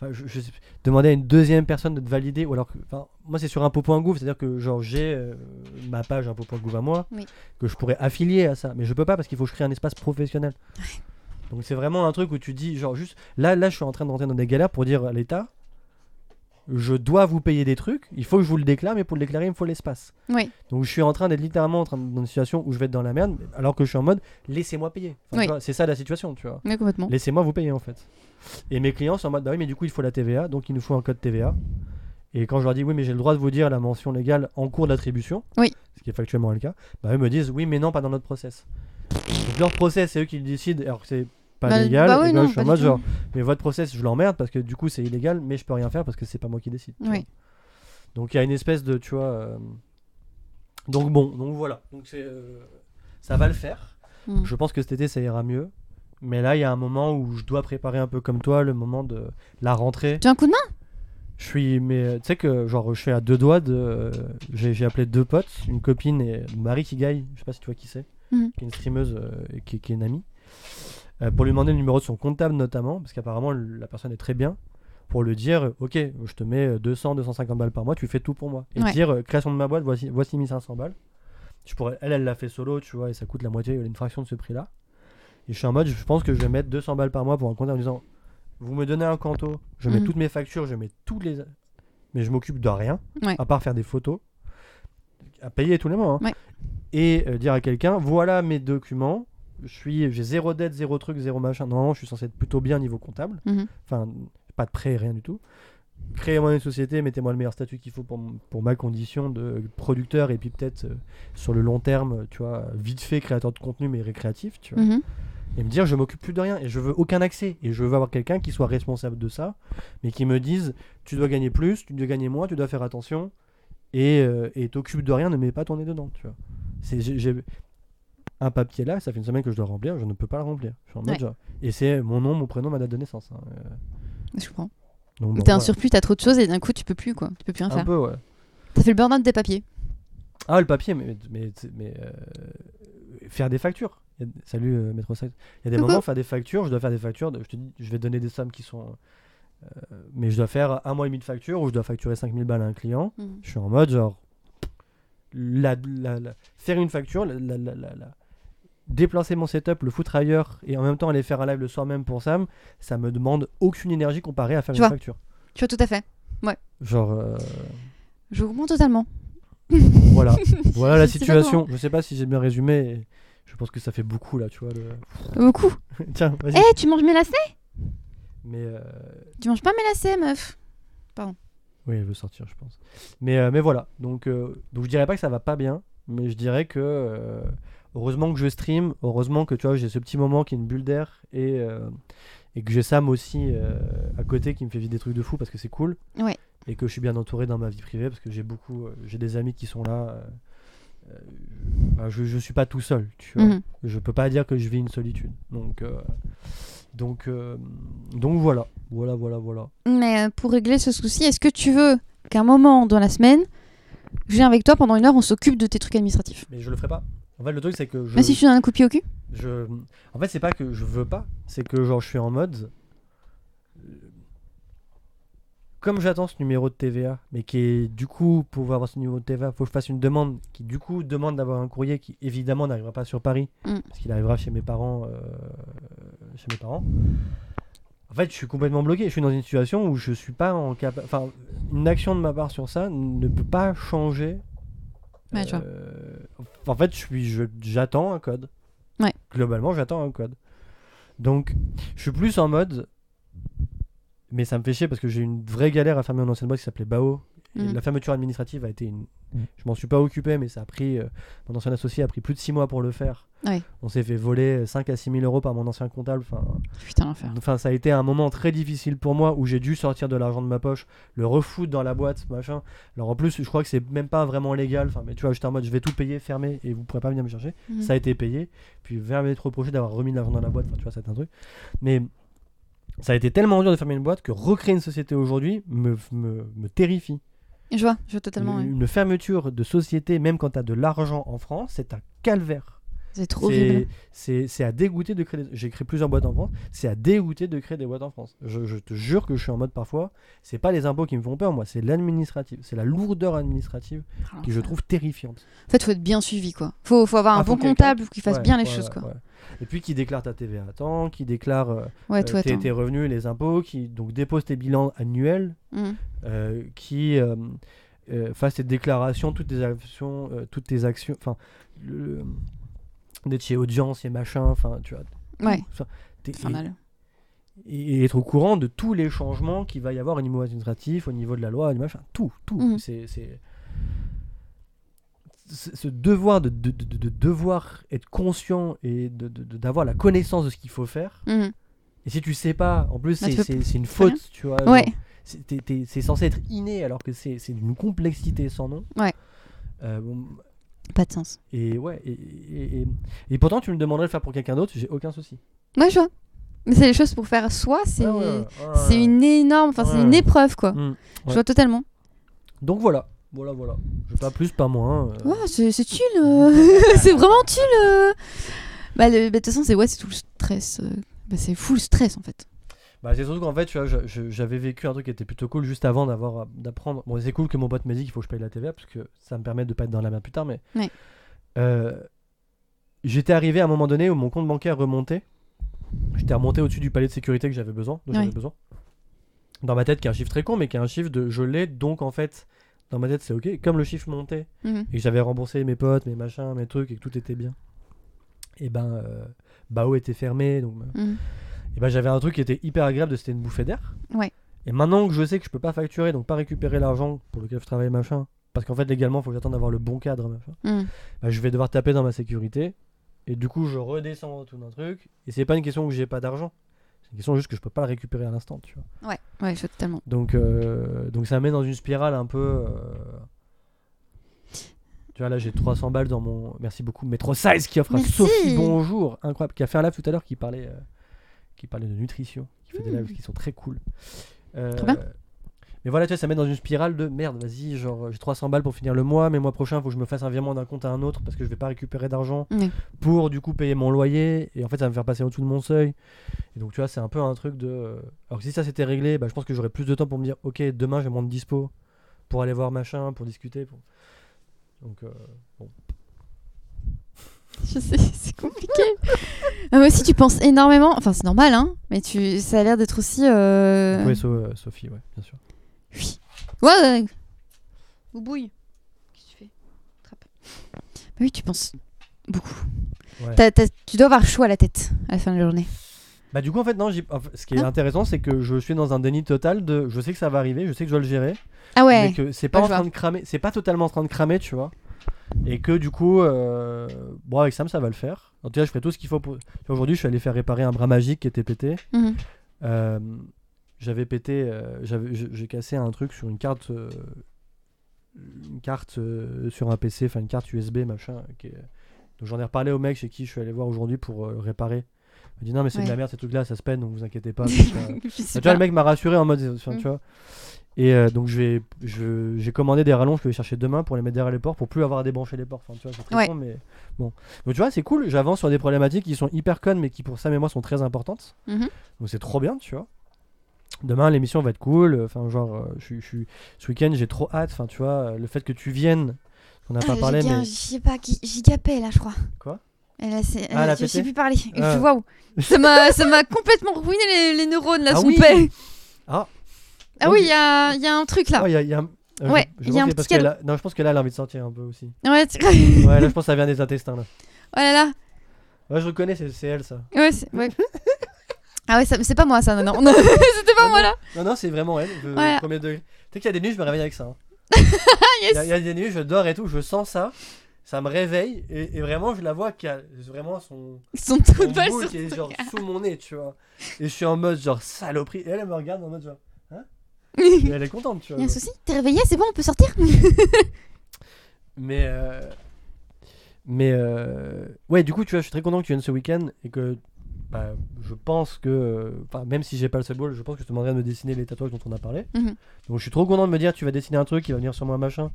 enfin, je, je sais- demander à une deuxième personne de te valider, ou alors que. enfin, Moi, c'est sur un impôts.gouv, c'est-à-dire que genre j'ai euh, ma page impôts.gouv à moi,
Oui.
que je pourrais affilier à ça, mais je peux pas parce qu'il faut que je crée un espace professionnel. Donc c'est vraiment un truc où tu dis, genre juste. Là, là, je suis en train de rentrer dans des galères pour dire à l'État. Je dois vous payer des trucs, il faut que je vous le déclare, mais pour le déclarer, il me faut l'espace.
Oui,
Donc je suis en train d'être littéralement en train de- dans une situation où je vais être dans la merde, alors que je suis en mode laissez-moi payer. Enfin, tu
Oui.
vois, c'est ça la situation, tu vois.
mais complètement.
Laissez-moi vous payer en fait. Et mes clients sont en mode bah oui, mais du coup il faut la TVA, donc il nous faut un code TVA. Et quand je leur dis oui, mais j'ai le droit de vous dire la mention légale en cours d'attribution,
Oui.
ce qui est factuellement le cas, bah ils me disent oui, mais non, pas dans notre process. Donc leur process, c'est eux qui le décident, alors que c'est pas
Bah,
légal.
bah
Et
oui,
moi,
non,
je suis
pas
en
du
mode
tout.
genre, mais votre process, je l'emmerde parce que du coup c'est illégal, mais je peux rien faire parce que c'est pas moi qui décide. tu
Oui.
vois. Donc il y a une espèce de, tu vois. euh, Donc bon, donc voilà. Donc c'est, euh, ça va le faire.
Mm.
Je pense que cet été ça ira mieux. Mais là, il y a un moment où je dois préparer un peu comme toi le moment de la rentrée.
Tu as un coup de main
Je suis, mais euh, tu sais que genre je suis à deux doigts de, euh, j'ai j'ai appelé deux potes, une copine et Marie Kigai, je sais pas si tu vois qui c'est,
Mhm.
qui est une streameuse euh, et qui, qui est une amie, euh, pour lui demander le numéro de son comptable notamment, parce qu'apparemment la personne est très bien, pour lui dire, ok, je te mets euh, 200, 250 balles par mois, tu fais tout pour moi, et
Ouais.
dire euh, création de ma boîte, voici, voici 1500 balles. Je pourrais, elle, elle l'a fait solo, tu vois, et ça coûte la moitié, une fraction de ce prix-là. Et je suis en mode, je pense que je vais mettre 200 balles par mois pour un comptable en disant, vous me donnez un canto, je mets
Mhm.
toutes mes factures, je mets toutes les. Mais je m'occupe de rien,
Ouais.
à part faire des photos, à payer tous les mois. hein.
Ouais.
Et euh, dire à quelqu'un voilà mes documents, je suis- j'ai zéro dette, zéro truc, zéro machin. Normalement, je suis censé être plutôt bien niveau comptable.
Mhm.
Enfin, pas de prêt, rien du tout. Créez-moi une société, mettez-moi le meilleur statut qu'il faut pour, m- pour ma condition de producteur et puis peut-être euh, sur le long terme, tu vois, vite fait créateur de contenu mais récréatif, tu vois
Mhm.
et me dire je m'occupe plus de rien et je veux aucun accès et je veux avoir quelqu'un qui soit responsable de ça mais qui me dise tu dois gagner plus tu dois gagner moins tu dois faire attention et euh, et t'occupes de rien ne mets pas ton nez dedans tu vois c'est j'ai- j'ai un papier là ça fait une semaine que je dois remplir je ne peux pas le remplir je suis en mode
Ouais.
genre- et c'est mon nom mon prénom ma date de naissance hein. Euh,
Je comprends.
donc bon,
T'as un
voilà.
surplus, t'as trop de choses et d'un coup, tu peux plus quoi. Tu peux plus rien
un
faire.
peu ouais
T'as fait le burn-out des papiers.
Ah, le papier, mais, mais, mais, euh, faire des factures. Il y a- Salut, euh, Maître Sax. Il y a des
Coucou.
moments, faire des factures, je dois faire des factures. de- Je te dis, je vais donner des sommes qui sont. euh, mais je dois faire un mois et demi de facture ou je dois facturer 5000 balles à un client. Je suis en mode, genre. la- la- la- faire une facture, la, la- la- la- la- déplacer mon setup, le foutre ailleurs et en même temps aller faire un live le soir même pour Sam, ça me demande aucune énergie comparée à faire
Tu
une
vois.
facture.
Tu vois, tout à fait.
Genre. euh,
Je comprends totalement.
Voilà, voilà la
C'est- c'est
situation. Je sais pas si j'ai bien résumé. et Je pense que ça fait beaucoup là, tu vois. Le...
Beaucoup.
Tiens, vas-y.
Eh, tu manges mes lacets
Mais euh,
Tu manges pas mes lacets, meuf
oui, elle veut sortir, je pense. Mais euh, mais voilà. Donc euh, donc je dirais pas que ça va pas bien, mais je dirais que euh, heureusement que je stream, heureusement que tu vois j'ai ce petit moment qui est une bulle d'air et euh, et que j'ai Sam aussi euh, à côté qui me fait vivre des trucs de fou parce que c'est cool.
Ouais.
Et que je suis bien entouré dans ma vie privée parce que j'ai beaucoup, euh, j'ai des amis qui sont là. euh, euh, bah, je, je suis pas tout seul, tu vois.
Mhm.
je peux pas dire que je vis une solitude. Donc, euh, donc, euh, donc voilà, voilà, voilà, voilà.
Mais euh, pour régler ce souci, est-ce que tu veux qu'à un moment dans la semaine, je viens avec toi pendant une heure, on s'occupe de tes trucs administratifs.
Mais je le ferai pas. En fait, le truc, c'est que je.
Bah si je te donne un coup de pied au cul,
je... En fait, c'est pas que je veux pas, c'est que genre je suis en mode. euh, Comme j'attends ce numéro de TVA, mais qui est du coup, pour avoir ce numéro de TVA, faut que je fasse une demande qui du coup demande d'avoir un courrier qui évidemment n'arrivera pas sur Paris,
Mm.
parce qu'il arrivera chez mes parents. euh, Chez mes parents. En fait, je suis complètement bloqué. Je suis dans une situation où je suis pas en capa- Enfin, une action de ma part sur ça ne peut pas changer.
Ouais, je vois.
euh, En fait, je suis, je- j'attends un code.
Ouais.
Globalement, j'attends un code. Donc, je suis plus en mode. Mais ça me fait chier parce que j'ai eu une vraie galère à fermer mon ancienne boîte qui s'appelait Bao. Et
Mhm.
La fermeture administrative a été une. Je m'en suis pas occupé, mais ça a pris. euh, Mon ancien associé a pris plus de 6 mois pour le faire.
Ouais.
On s'est fait voler 5 à 6 000 euros par mon ancien comptable. Enfin,
putain l'enfer.
Enfin, ça a été un moment très difficile pour moi où j'ai dû sortir de l'argent de ma poche, le refoutre dans la boîte, machin. Alors en plus, je crois que c'est même pas vraiment légal. Enfin, mais tu vois, j'étais en mode, je vais tout payer, fermer, et vous pourrez pas venir me chercher.
Mhm.
Ça a été payé. Puis vers m'être reproché d'avoir remis de l'argent dans la boîte. Enfin, tu vois, c'est un truc. Mais ça a été tellement dur de fermer une boîte que recréer une société aujourd'hui me, me, me terrifie.
Je vois, je vois totalement.
une,
ouais.
une fermeture de société, même quand t'as de l'argent en France, c'est un calvaire.
C'est trop
C'est-
horrible.
C'est c'est à dégoûter de créer. des- J'ai créé plusieurs boîtes en France. C'est à dégoûter de créer des boîtes en France. Je, je te jure que je suis en mode parfois. C'est pas les impôts qui me font peur, moi. C'est l'administratif. C'est la lourdeur administrative
Ah,
qui je trouve terrifiante.
En fait, faut être bien suivi quoi. Faut, faut avoir
Ah,
un
faut
bon
quelqu'un-
comptable pour qu'il fasse
Ouais,
bien les
ouais,
choses
ouais,
quoi.
ouais. Et puis qui déclare ta TVA à temps, qui déclare euh,
Ouais, toi,
euh, tes,
attends.
tes revenus, les impôts, qui donc dépose tes bilans annuels,
Mhm.
euh, qui euh, euh, fasse tes déclarations, toutes tes actions, euh, toutes tes actions, enfin, le- d'être chez audience et machin, enfin, tu vois.
Ouais,
t'es-
infernal.
et et être au courant de tous les changements qu'il va y avoir au niveau administratif, au niveau de la loi, du machin, tout, tout.
Mhm.
C'est, c'est- ce ce devoir de, de- de- de devoir être conscient et de, de- de- d'avoir la connaissance de ce qu'il faut faire.
Mhm.
Et si tu sais pas, en plus
Ah,
c'est,
tu peux
c'est- c'est une
rien.
faute, tu vois.
Ouais.
genre, c'est, t'es- t'es- c'est censé être inné alors que c'est, c'est d'une complexité sans nom.
Ouais.
Euh, bon,
Pas de sens.
et ouais. Et, et- et- et pourtant tu me demanderais de le faire pour quelqu'un d'autre, j'ai aucun souci.
Ouais, je vois. Mais c'est les choses pour faire soi, c'est
Ah ouais, ouais,
c'est
ouais.
une énorme, enfin c'est
Ouais.
une épreuve quoi.
Mhm.
Je vois totalement.
Donc voilà, voilà, voilà. Je pas plus, pas moins. euh.
Ouais, c'est c'est chill, euh. c'est vraiment chill. euh. Bah le- bah, de toute façon c'est ouais, c'est tout le stress. euh. Bah, c'est fou le stress en fait.
Bah, c'est surtout qu'en fait, tu vois, je- je- j'avais vécu un truc qui était plutôt cool juste avant d'avoir euh, d'apprendre. Bon, c'est cool que mon pote m'ait dit qu'il faut que je paye la TVA parce que ça me permet de pas être dans la main plus tard, mais.
Ouais.
Euh, J'étais arrivé à un moment donné où mon compte bancaire remontait. J'étais remonté au-dessus du palier de sécurité que j'avais besoin, dont j'avais
Ouais.
besoin. Dans ma tête, qui est un chiffre très con, mais qui est un chiffre de je l'ai, donc en fait, dans ma tête, c'est ok. Comme le chiffre montait,
Mhm.
et que j'avais remboursé mes potes, mes machins, mes trucs, et que tout était bien. Et ben, euh, Bao était fermé, donc.
Mhm.
Et ben, j'avais un truc qui était hyper agréable, de- c'était une bouffée d'air.
Ouais.
Et maintenant que je sais que je peux pas facturer, donc pas récupérer l'argent pour lequel je travaille, machin, parce qu'en fait légalement, faut que j'attende d'avoir le bon cadre, machin.
Mhm.
Bah, je vais devoir taper dans ma sécurité. Et du coup, je redescends tout d'un truc. Et c'est pas une question que j'ai pas d'argent. C'est une question juste que je peux pas le récupérer à l'instant, tu vois.
Ouais, ouais, je vois totalement.
Donc, euh, donc ça met dans une spirale un peu. euh, Tu vois, là j'ai 300 balles dans mon. Merci beaucoup, Metro Size qui offre à
Merci.
Sophie Bonjour, incroyable, qui a fait un live tout à l'heure qui parlait, euh, qui parlait de nutrition, qui fait des
Mm.
lives qui sont très cool. Euh,
Trop bien.
Mais voilà, tu vois, ça met dans une spirale de merde, vas-y, genre j'ai 300 balles pour finir le mois, mais le mois prochain, faut que je me fasse un virement d'un compte à un autre parce que je vais pas récupérer d'argent
Ouais.
pour du coup payer mon loyer, et en fait ça va me faire passer au-dessous de mon seuil. Et donc tu vois, c'est un peu un truc de. Alors que si ça s'était réglé, bah, je pense que j'aurais plus de temps pour me dire, ok, demain je vais me rendre dispo pour aller voir machin, pour discuter. Pour... Donc euh,
Je sais, c'est compliqué. Ah, moi aussi, tu penses énormément. Enfin, c'est normal, hein. Mais tu, ça a l'air d'être aussi. euh,
oui, so- euh, Sophie, ouais, bien sûr.
Oui. Ouais, ouais. Ou bouille. Qu'est-ce que tu fais Trappe. Bah oui, tu penses beaucoup.
Ouais.
T'as- t'as- tu dois avoir chaud à la tête à la fin de la journée.
Bah du coup en fait non, j'ai- en fait, ce qui est
Ah.
intéressant c'est que je suis dans un déni total de, je sais que ça va arriver, je sais que je dois le gérer,
Ah
mais
ouais.
que c'est pas
Ouais,
en
je
train
vois.
de cramer, c'est pas totalement en train de cramer, tu vois. Et que du coup, euh, bon avec Sam ça va le faire. En tout cas, je ferai tout ce qu'il faut pour. tu vois, Aujourd'hui, je suis allé faire réparer un bras magique qui était pété.
Mhm.
Euh, j'avais pété, euh, j'avais, je- j'ai cassé un truc sur une carte, euh, une carte euh, sur un PC, enfin une carte USB machin. qui est- Donc j'en ai reparlé au mec chez qui je suis allé voir aujourd'hui pour euh, réparer. Il m'a dit non mais c'est de la
Ouais.
merde ces trucs là, ça se peine donc vous inquiétez pas. machin.
Je sais
Tu vois,
pas.
le mec m'a rassuré en mode, enfin,
Mm.
tu vois. Et euh, donc je vais, je- j'ai commandé des rallonges que je vais chercher demain pour les mettre derrière les ports pour plus avoir à débrancher les ports. Enfin, tu vois, c'est très
Ouais.
con, mais bon. Donc tu vois, c'est cool. J'avance sur des problématiques qui sont hyper connes, mais qui pour Sam et moi sont très importantes.
Mhm.
Donc c'est trop bien, tu vois. Demain l'émission va être cool. Enfin, genre, euh, je suis- je suis- ce week-end j'ai trop hâte. Enfin, tu vois, euh, le fait que tu viennes, on n'a
Ah,
pas
j'ai
parlé,
bien-
mais
Je sais pas, qui- Gigapay là, je crois.
Quoi
Elle a, c'est-
Ah, elle a
je sais
pété
plus parler.
Ah.
Waouh Ça m'a ça m'a complètement ruiné les, les neurones là,
Ah
son
oui.
paix.
Ah.
Ah oui, il y a, il y a un truc là.
Oh, il y a- il y a un- euh, je-
Ouais,
je
il y a
pense
un
que
petit
parce qu'elle
cadeau.
a- Non, je pense que là elle a envie de sortir un peu aussi.
Ouais, tu-
Ouais, là je pense que ça vient des intestins là.
Oh là là.
Ouais, je reconnais, c'est c'est elle ça.
Ouais, c'est- ouais. Ah ouais, ça- c'est pas moi ça, non, non. non. C'était pas
Ah Non,
moi là.
Non, non, c'est vraiment elle. Je,
Voilà.
Premier degré. Tu sais qu'il y a des nuits, je me réveille avec ça. hein.
yes.
il, y a, il y a des nuits, je dors et tout, je sens ça. Ça me réveille et, et vraiment, je la vois qui a vraiment son,
Son trou
son
de balle
boule
sur
qui est genre sous mon nez, tu vois. Et je suis en mode genre saloperie. Et elle, elle me regarde en mode genre, hein Et Elle est contente,
Il
tu
y
vois.
a un souci T'es réveillé C'est bon, on peut sortir
Mais. euh, Mais. euh, Ouais, du coup, tu vois, je suis très content que tu viennes ce week-end et que. bah, je pense que. euh, Enfin, même si j'ai pas le seul ball, je pense que je te demanderai de me dessiner les tatouages dont on a parlé.
Mhm.
Donc, je suis trop content de me dire, tu vas dessiner un truc, il va venir sur moi, machin.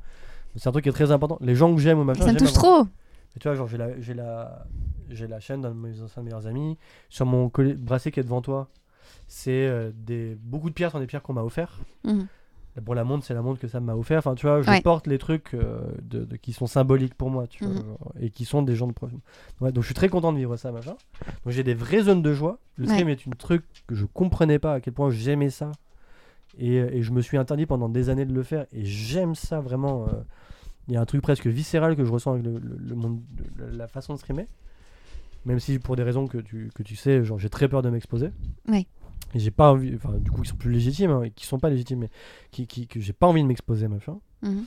C'est un truc qui est très important. Les gens que j'aime ou machin.
Ça me
j'aime
touche
avoir-
trop.
et tu vois, genre, j'ai la, j'ai la, j'ai la chaîne d'un de mes anciens meilleurs amis. Sur mon collet- bracelet qui est devant toi, c'est euh, des, beaucoup de pierres sont des pierres qu'on m'a offert.
Mhm.
Pour la montre, c'est la montre que Sam m'a offert. Enfin, tu vois, je
Ouais.
porte les trucs euh, de, de- qui sont symboliques pour moi, tu vois,
Mhm.
genre, et qui sont des gens de proche. Ouais, donc, je suis très content de vivre ça, machin. Donc, j'ai des vraies zones de joie. Le
Ouais.
stream est un truc que je comprenais pas à quel point j'aimais ça. Et, et je me suis interdit pendant des années de le faire. Et j'aime ça vraiment. euh, il y a un truc presque viscéral que je ressens avec le, le- le monde, le- la façon de streamer. Même si pour des raisons que tu, que tu sais, genre j'ai très peur de m'exposer.
Ouais.
Et j'ai pas envie, enfin du coup qui sont plus légitimes, hein, et qui sont pas légitimes, mais qui, qui- que j'ai pas envie de m'exposer machin.
Mhm.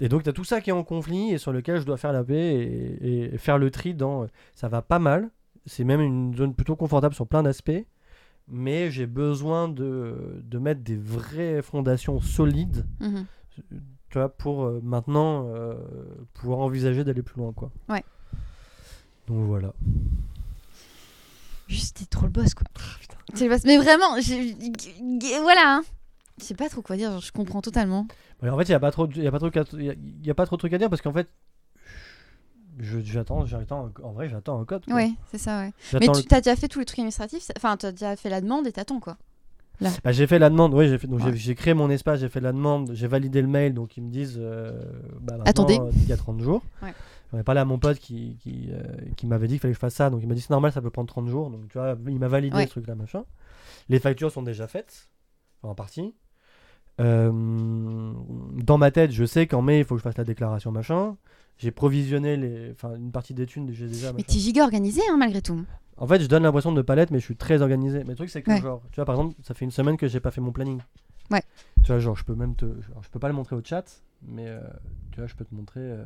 Et donc t'as tout ça qui est en conflit et sur lequel je dois faire la paix et, et faire le tri dans euh, ça va pas mal. C'est même une zone plutôt confortable sur plein d'aspects, mais j'ai besoin de, de mettre des vraies fondations solides
Mhm.
tu vois, pour euh, maintenant euh, pouvoir envisager d'aller plus loin, quoi.
Ouais.
Donc voilà.
Juste, t'es trop le boss, quoi.
Ah,
T'es le boss. Mais vraiment, j'ai- voilà. hein. Je sais pas trop quoi dire, genre, je comprends totalement.
Mais en fait, il n'y a pas trop, de- il y a pas trop, qu'à- il y a- il y a pas trop de trucs à dire parce qu'en fait, je- j'attends, j'attends, en vrai, j'attends un code. quoi.
Ouais, c'est ça, ouais. Mais
J'attends
tu
le-
t'as déjà fait tous les trucs administratifs ça- Enfin, t'as déjà fait la demande et t'attends, quoi.
Bah, j'ai fait la demande, oui, j'ai fait, donc j'ai-
Ouais.
j'ai créé mon espace, j'ai fait la demande, j'ai validé le mail, donc ils me disent, euh, bah, maintenant,
Attendez.
euh, Il y a 30 jours.
Ouais.
J'en ai parlé à mon pote qui, qui, euh, qui m'avait dit qu'il fallait que je fasse ça, donc il m'a dit c'est normal, ça peut prendre 30 jours, donc tu vois, il m'a validé
Ouais.
ce truc-là, machin. Les factures sont déjà faites, enfin, en partie. Euh, dans ma tête, je sais qu'en mai, il faut que je fasse la déclaration, machin. J'ai provisionné les, enfin, une partie des thunes, j'ai déjà.
Mais
machin.
t'es giga organisé, hein, malgré tout.
En fait, je donne l'impression de ne pas l'être, mais je suis très organisé. Mais le truc, c'est que,
Ouais.
genre, tu vois, par exemple, ça fait une semaine que j'ai pas fait mon planning.
Ouais.
Tu vois, genre, je peux même te. alors, je peux pas le montrer au chat, mais euh, tu vois, je peux te montrer. euh,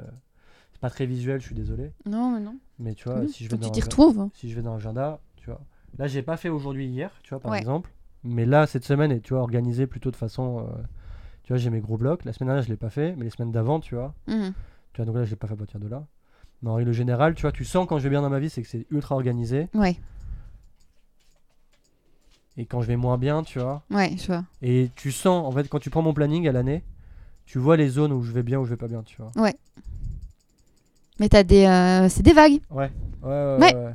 C'est pas très visuel, je suis désolé.
Non, mais non.
Mais tu vois,
Mmh,
si je
faut
vais
que
dans
tu t'y
un-
retrouves.
si je vais dans l'agenda, tu vois. Là, j'ai pas fait aujourd'hui hier, tu vois, par
Ouais.
exemple. Mais là, cette semaine, est, tu vois, organisée plutôt de façon. euh, tu vois, j'ai mes gros blocs. La semaine dernière, je l'ai pas fait, mais les semaines d'avant, tu vois.
Mhm.
Tu vois, donc là, je l'ai pas fait à partir de là. Mais en règle générale, tu vois, tu sens quand je vais bien dans ma vie, c'est que c'est ultra organisé.
Ouais,
Et quand je vais moins bien, tu vois.
ouais, je vois.
Et tu sens, en fait, quand tu prends mon planning à l'année, tu vois les zones où je vais bien, où je vais pas bien, tu vois.
Mais t'as des. euh, C'est des vagues.
Ouais. Ouais, ouais,
Ouais.
ouais.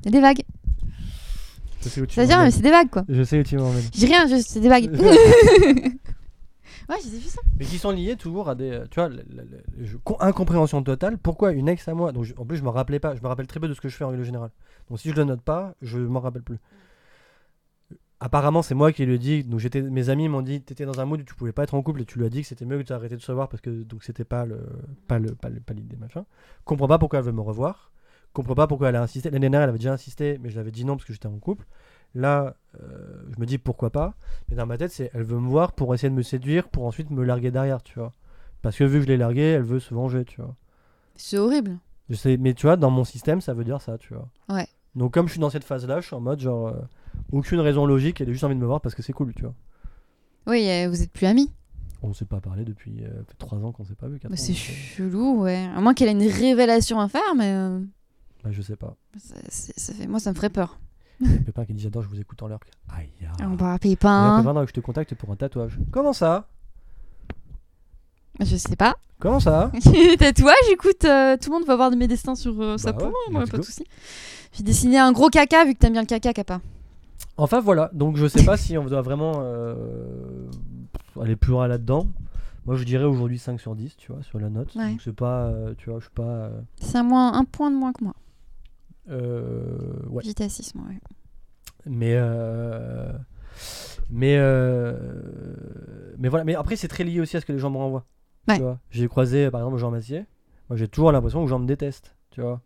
Il y a des vagues.
Je sais où tu
C'est-à-dire, mais
m'emmènes.
c'est des vagues, quoi.
Je sais où tu m'emmènes.
J'ai rien, juste, c'est des vagues. Ouais, j'ai vu ça.
Mais qui sont liés toujours à des. euh, Tu vois, la- la- la- je- con- incompréhension totale. Pourquoi une ex à moi donc je- En plus, je me rappelais pas. Je me rappelle très peu de ce que je fais en règle générale. Donc si je le note pas, je m'en rappelle plus. Apparemment, c'est moi qui lui ai dit. Donc j'étais, mes amis m'ont dit, t'étais dans un mood où tu pouvais pas être en couple et tu lui as dit que c'était mieux que tu arrêté de se voir parce que donc c'était pas le, pas le, pas le, pas l'idée machin. Comprends pas pourquoi elle veut me revoir. Comprends pas pourquoi elle a insisté. L'année dernière, elle avait déjà insisté, mais je l'avais dit non parce que j'étais en couple. Là, euh, je me dis pourquoi pas. Mais dans ma tête, c'est elle veut me voir pour essayer de me séduire, pour ensuite me larguer derrière, tu vois. Parce que vu que je l'ai largué, elle veut se venger, tu vois.
C'est horrible.
Je sais, mais tu vois, dans mon système, ça veut dire ça, tu vois.
Ouais.
Donc comme je suis dans cette phase-là, je suis en mode genre euh, aucune raison logique, elle a juste envie de me voir parce que c'est cool, tu vois.
Oui, euh, vous êtes plus amis.
On s'est pas parlé depuis euh, peut-être trois ans qu'on s'est pas vu. quatre
Bah,
ans,
c'est
donc, euh,
chelou, ouais. À moins qu'elle ait une révélation à faire, mais. euh,
bah, je sais pas.
ça, c'est- ça fait... Moi, ça me ferait peur.
Pépin qui dit J'adore, je vous écoute en lurk. Aïe. aïe.
On
Il y a
va
un
Pépin.
Pépin, donc, je te contacte pour un tatouage.
Comment ça
Je sais pas.
Comment ça
Tatouage, écoute, euh, tout le monde va voir de mes destins sur euh, ça
Bah
pour
ouais,
moi, moi,
let's
pas
go.
de soucis. J'ai dessiné un gros caca vu que t'aimes bien le caca, Kappa.
Enfin voilà, donc je sais pas si on doit vraiment euh, aller plus loin là-dedans. Moi je dirais aujourd'hui 5 sur 10, tu vois, sur la note.
Ouais.
Donc c'est pas, euh, tu vois, je suis pas. euh,
C'est un, moins, un point de moins que moi.
euh, ouais.
J'étais à 6, moi, ouais.
Mais. euh, mais. euh, mais voilà, mais après c'est très lié aussi à ce que les gens me renvoient.
Ouais.
Tu vois, j'ai croisé par exemple Jean Massier. Moi j'ai toujours l'impression que Jean me déteste, tu vois.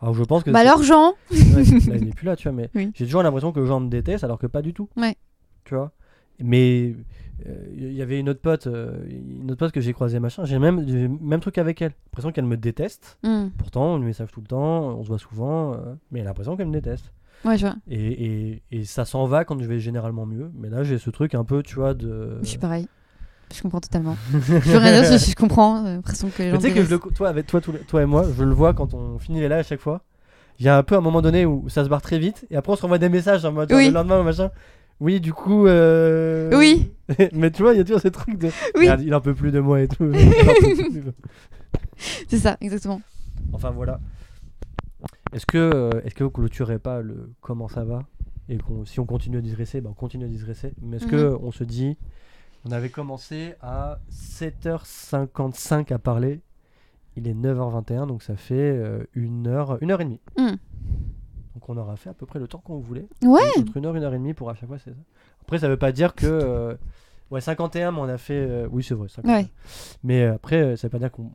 Alors je pense que.
Bah
c'est-
alors, Jean
Ouais, là, il n'est plus là, tu vois, mais
Oui.
j'ai toujours l'impression que Jean me déteste alors que pas du tout.
Ouais.
Tu vois Mais euh, il y avait une autre pote, euh, une autre pote que j'ai croisée, machin, j'ai même, j'ai même truc avec elle. L'impression qu'elle me déteste.
Hmm.
Pourtant, on lui message tout le temps, on se voit souvent, euh, mais elle a l'impression qu'elle me déteste.
Ouais, je vois.
Euh. Et, et- et ça s'en va quand je vais généralement mieux. Mais là, j'ai ce truc un peu, tu vois, de.
Je suis pareil. Je comprends totalement. je veux rien dire, je, je comprends. euh, l'impression que les
Mais
gens
tu sais que je
détestent.
le, toi, avec toi, tous les- toi et moi, je le vois quand on finit les lives à chaque fois. Il y a un peu un moment donné où ça se barre très vite et après on se renvoie des messages en mode genre,
Oui.
le lendemain ou machin. Oui, du coup. euh,
Oui.
Mais tu vois, il y a toujours ce truc de.
Oui,
Merde, il en peut plus de moi et tout. Il en peut plus.
c'est ça, exactement.
enfin voilà. Est-ce que, euh, est-ce que vous clôturez pas le comment ça va et qu'on, si on continue à digresser, ben on continue à digresser. Mais est-ce que
Mhm.
euh, on se dit, on avait commencé à 7h55 à parler, il est 9h21, donc ça fait euh, une heure, une heure et demie.
Mhm.
Donc on aura fait à peu près le temps qu'on voulait.
Ouais.
Entre une heure, une heure et demie pour à chaque fois, c'est ça. Après, ça veut pas dire que. euh, ouais, 51, mais on a fait. euh, oui, c'est vrai. 51.
Ouais.
Mais euh, après, euh, ça veut pas dire qu'on.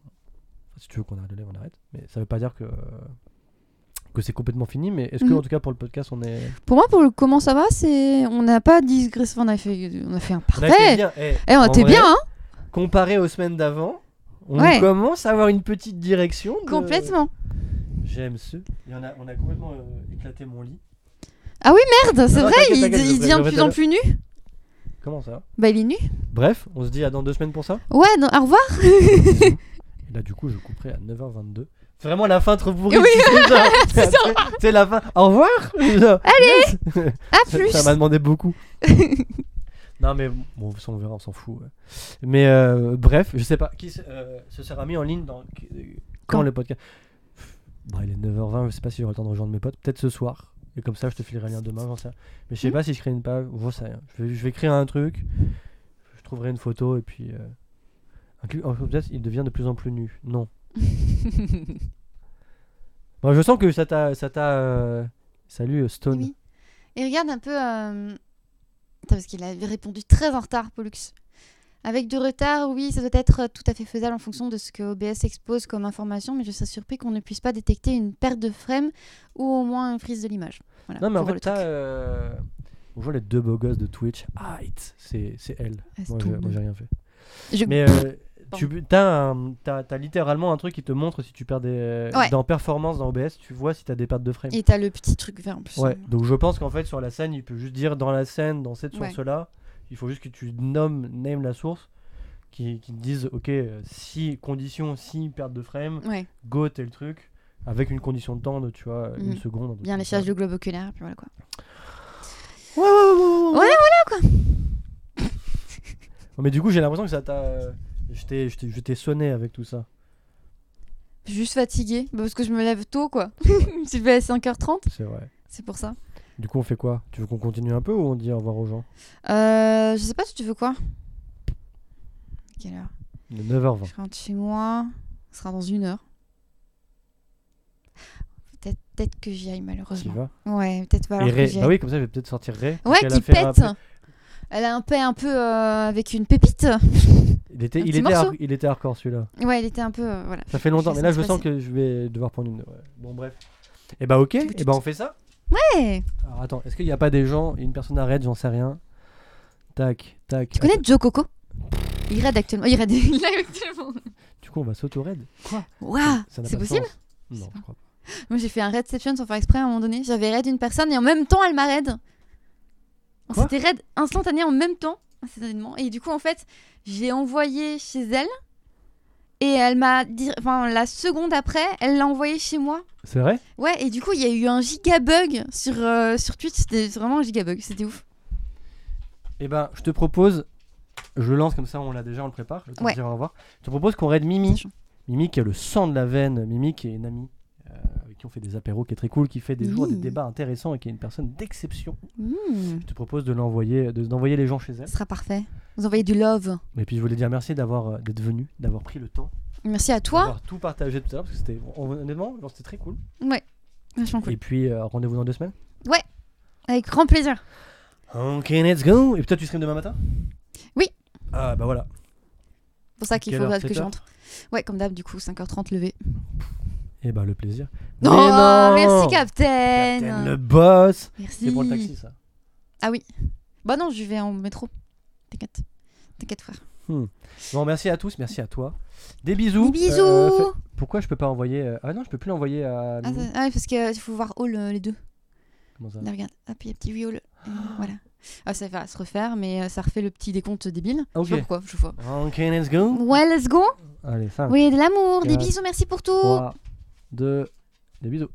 Si tu veux qu'on arrête de live, on arrête. Mais ça veut pas dire que. euh, que c'est complètement fini. Mais est-ce que,
Mhm.
en tout cas, pour le podcast, on est.
Pour moi, pour le comment ça va, c'est. On n'a pas digressé. Enfin, on, a fait... on a fait un
On a fait
parfait.
bien. eh,
Eh, on
en
était
vrai,
bien, hein
Comparé aux semaines d'avant, on
Ouais.
commence à avoir une petite direction. de-
Complètement.
J'aime ce. Et on, a, on a complètement euh, éclaté mon lit.
Merde, c'est
non,
vrai,
t'inquiète,
il,
t'inquiète, je
il
vais- je
devient
vais
de plus en
te-
plus nu.
Comment ça
Bah, il est nu.
Bref, on se dit à dans deux semaines pour ça.
Ouais, non, au revoir.
Et là, du coup, je couperai à 9h22. C'est vraiment la fin trop pourrie.
Oui,
c'est ça. C'est- C'est la fin. Au revoir. Allez.
À
Ça-
Ah, plus.
Ça m'a demandé beaucoup. non, mais bon, ça, on verra, on s'en fout. ouais. Mais euh, bref, je sais pas. Qui se, euh, se sera mis en ligne dans, qui- euh, quand,
Quand
le podcast Bon, il est 9h20, je sais pas si j'aurai le temps de rejoindre mes potes. Peut-être ce soir. Et comme ça, je te filerai rien demain, j'en sais rien. Mais je sais pas si je crée une page, j'en sais rien. Je vais, je vais créer un truc, je trouverai une photo et puis. euh, un cli- en fait, peut-être il devient de plus en plus nu. Non. Bon, je sens que ça t'a. ça t'a, euh, Salut euh, Stone.
Oui. Et regarde un peu. euh, Attends, parce qu'il avait répondu très en retard, Pollux. Avec du retard, oui, ça doit être tout à fait faisable en fonction de ce que OBS expose comme information, mais je serais surpris qu'on ne puisse pas détecter une perte de frame ou au moins une frise de l'image. Voilà,
Non, mais en
pour
fait,
Ah, le
t'as.
truc.
euh, Bonjour les deux beaux gosses de Twitch. Ah, it's- c'est c'est elle.
Ah, c'est
Moi,
tout
je-
le
moi,
monde.
j'ai rien fait.
Je-
Mais euh, tu as, littéralement un truc qui te montre si tu perds des. euh,
Ouais.
Dans performance, dans OBS, tu vois si t'as des pertes de frame.
Et t'as le petit truc vert en plus.
Ouais. Donc je pense qu'en fait, sur la scène, il peut juste dire dans la scène, dans cette
Ouais.
source-là, il faut juste que tu nommes, name la source, qui, qui te dise, ok, euh, si condition, si perte de frame,
Ouais,
go, tel truc, avec une condition de temps de, tu vois, une
Mhm.
seconde. un truc
bien
comme
les
ça.
charges de globe oculaire, puis voilà quoi.
Ouais, ouais, ouais, ouais, ouais,
Voilà,
quoi. mais du coup, j'ai l'impression que ça t'a. euh, Je t'ai- je t'ai je t'ai sonné avec tout ça.
Je suis juste fatiguée, bah, parce que je me lève tôt quoi. je me suis levée à 5h30,
C'est vrai.
c'est pour ça.
Du coup, on fait quoi Tu veux qu'on continue un peu ou on dit au revoir aux gens
Euh, je sais pas si tu veux quoi Quelle heure
Il est 9h20.
Je rentre chez moi. Ce sera dans une heure. Peut-être peut que j'y aille
Tu y
malheureusement.
vas
Ouais, peut-être va
Et
falloir que
Ray-
j'y
Bah
aille.
oui, comme ça, je vais peut-être sortir Ray. parce
Ouais,
qu'elle a
qui
fait un
pète.
peu-
Elle a un paix un peu euh, avec une pépite.
Il était,
Un
il
petit
était,
morceau.
har- il était hardcore celui-là.
Ouais, elle était un peu euh, voilà.
Ça fait longtemps,
Je
mais
vais
là je
laisser
sens
passer.
que je vais devoir prendre une. ouais. Bon, bref. Et bah, ok, et bah, on fait ça.
Hey,
Alors, attends, est-ce qu'il n'y a pas des gens, une personne arrête, j'en sais rien. Tac, tac.
tu connais Joe Coco Il raid actuellement. Il raid il live actuellement.
Du coup, on va s'auto-raid. Quoi
Waouh,
Ça n'a
Ah, c'est
pas de
possible
sens. Non, je crois pas.
Moi j'ai fait un raidception sans faire exprès à un moment donné. J'avais raid une personne et en même temps elle m'a raid. On
Quoi
s'était raid instantané en même temps, instantanément. Et du coup en fait, j'ai envoyé chez elle Et elle m'a dit, enfin la seconde après, elle l'a envoyé chez moi.
C'est vrai
Ouais, et du coup, il y a eu un giga bug sur, euh, sur Twitch. C'était vraiment un giga bug, c'était ouf.
Eh ben, je te propose, je le lance comme ça, on l'a déjà, on le prépare. Je,
Ouais.
dire au revoir. je te propose qu'on raid Mimi. Mimi qui a le sang de la veine, Mimi qui est une amie euh, avec qui on fait des apéros, qui est très cool, qui fait des jours des
Oui.
débats intéressants et qui est une personne d'exception.
Mmh,
Je te propose de l'envoyer, de- d'envoyer les gens chez elle.
ce sera parfait. Vous envoyez du love.
Et puis je voulais dire merci d'avoir euh, d'être venu, d'avoir pris le temps,
Merci à toi.
d'avoir tout partagé tout à l'heure parce que c'était honnêtement, genre, c'était très cool.
Vachement cool.
Et puis euh, rendez-vous dans deux semaines.
Avec grand plaisir.
Ok, let's go. Et puis toi, tu stream demain matin
Oui.
Ah bah voilà.
C'est pour ça qu'il
Quelle
faut
heure,
pas que
7 heures
j'entre. Ouais, comme d'hab, du coup, 5h30 levé.
Et bah le plaisir.
Non,
Mais non
Oh, Merci, Captain.
Captain, le boss.
Merci.
C'est pour le taxi ça.
Bah non, je vais en métro. T'inquiète. T'inquiète, frère.
Bon, merci à tous, merci à toi. Des bisous.
Des bisous
Euh, fait- Pourquoi je peux pas envoyer euh, Ah non, je peux plus l'envoyer à.
Ah,
Mimi.
ça- ah ouais, parce qu'il faut voir Hall euh, les deux.
Comment ça
Là, regarde, hop, il y a petit Hall. euh, voilà. Ah, ça va se refaire, mais euh, ça refait le petit décompte débile.
Ah, Ok.
Je sais pas pourquoi, je vois.
Ok, let's go.
Ouais, let's go.
Allez, 5,
Oui, de l'amour, des
Quatre,
bisous, merci pour tout.
3, 2, des bisous.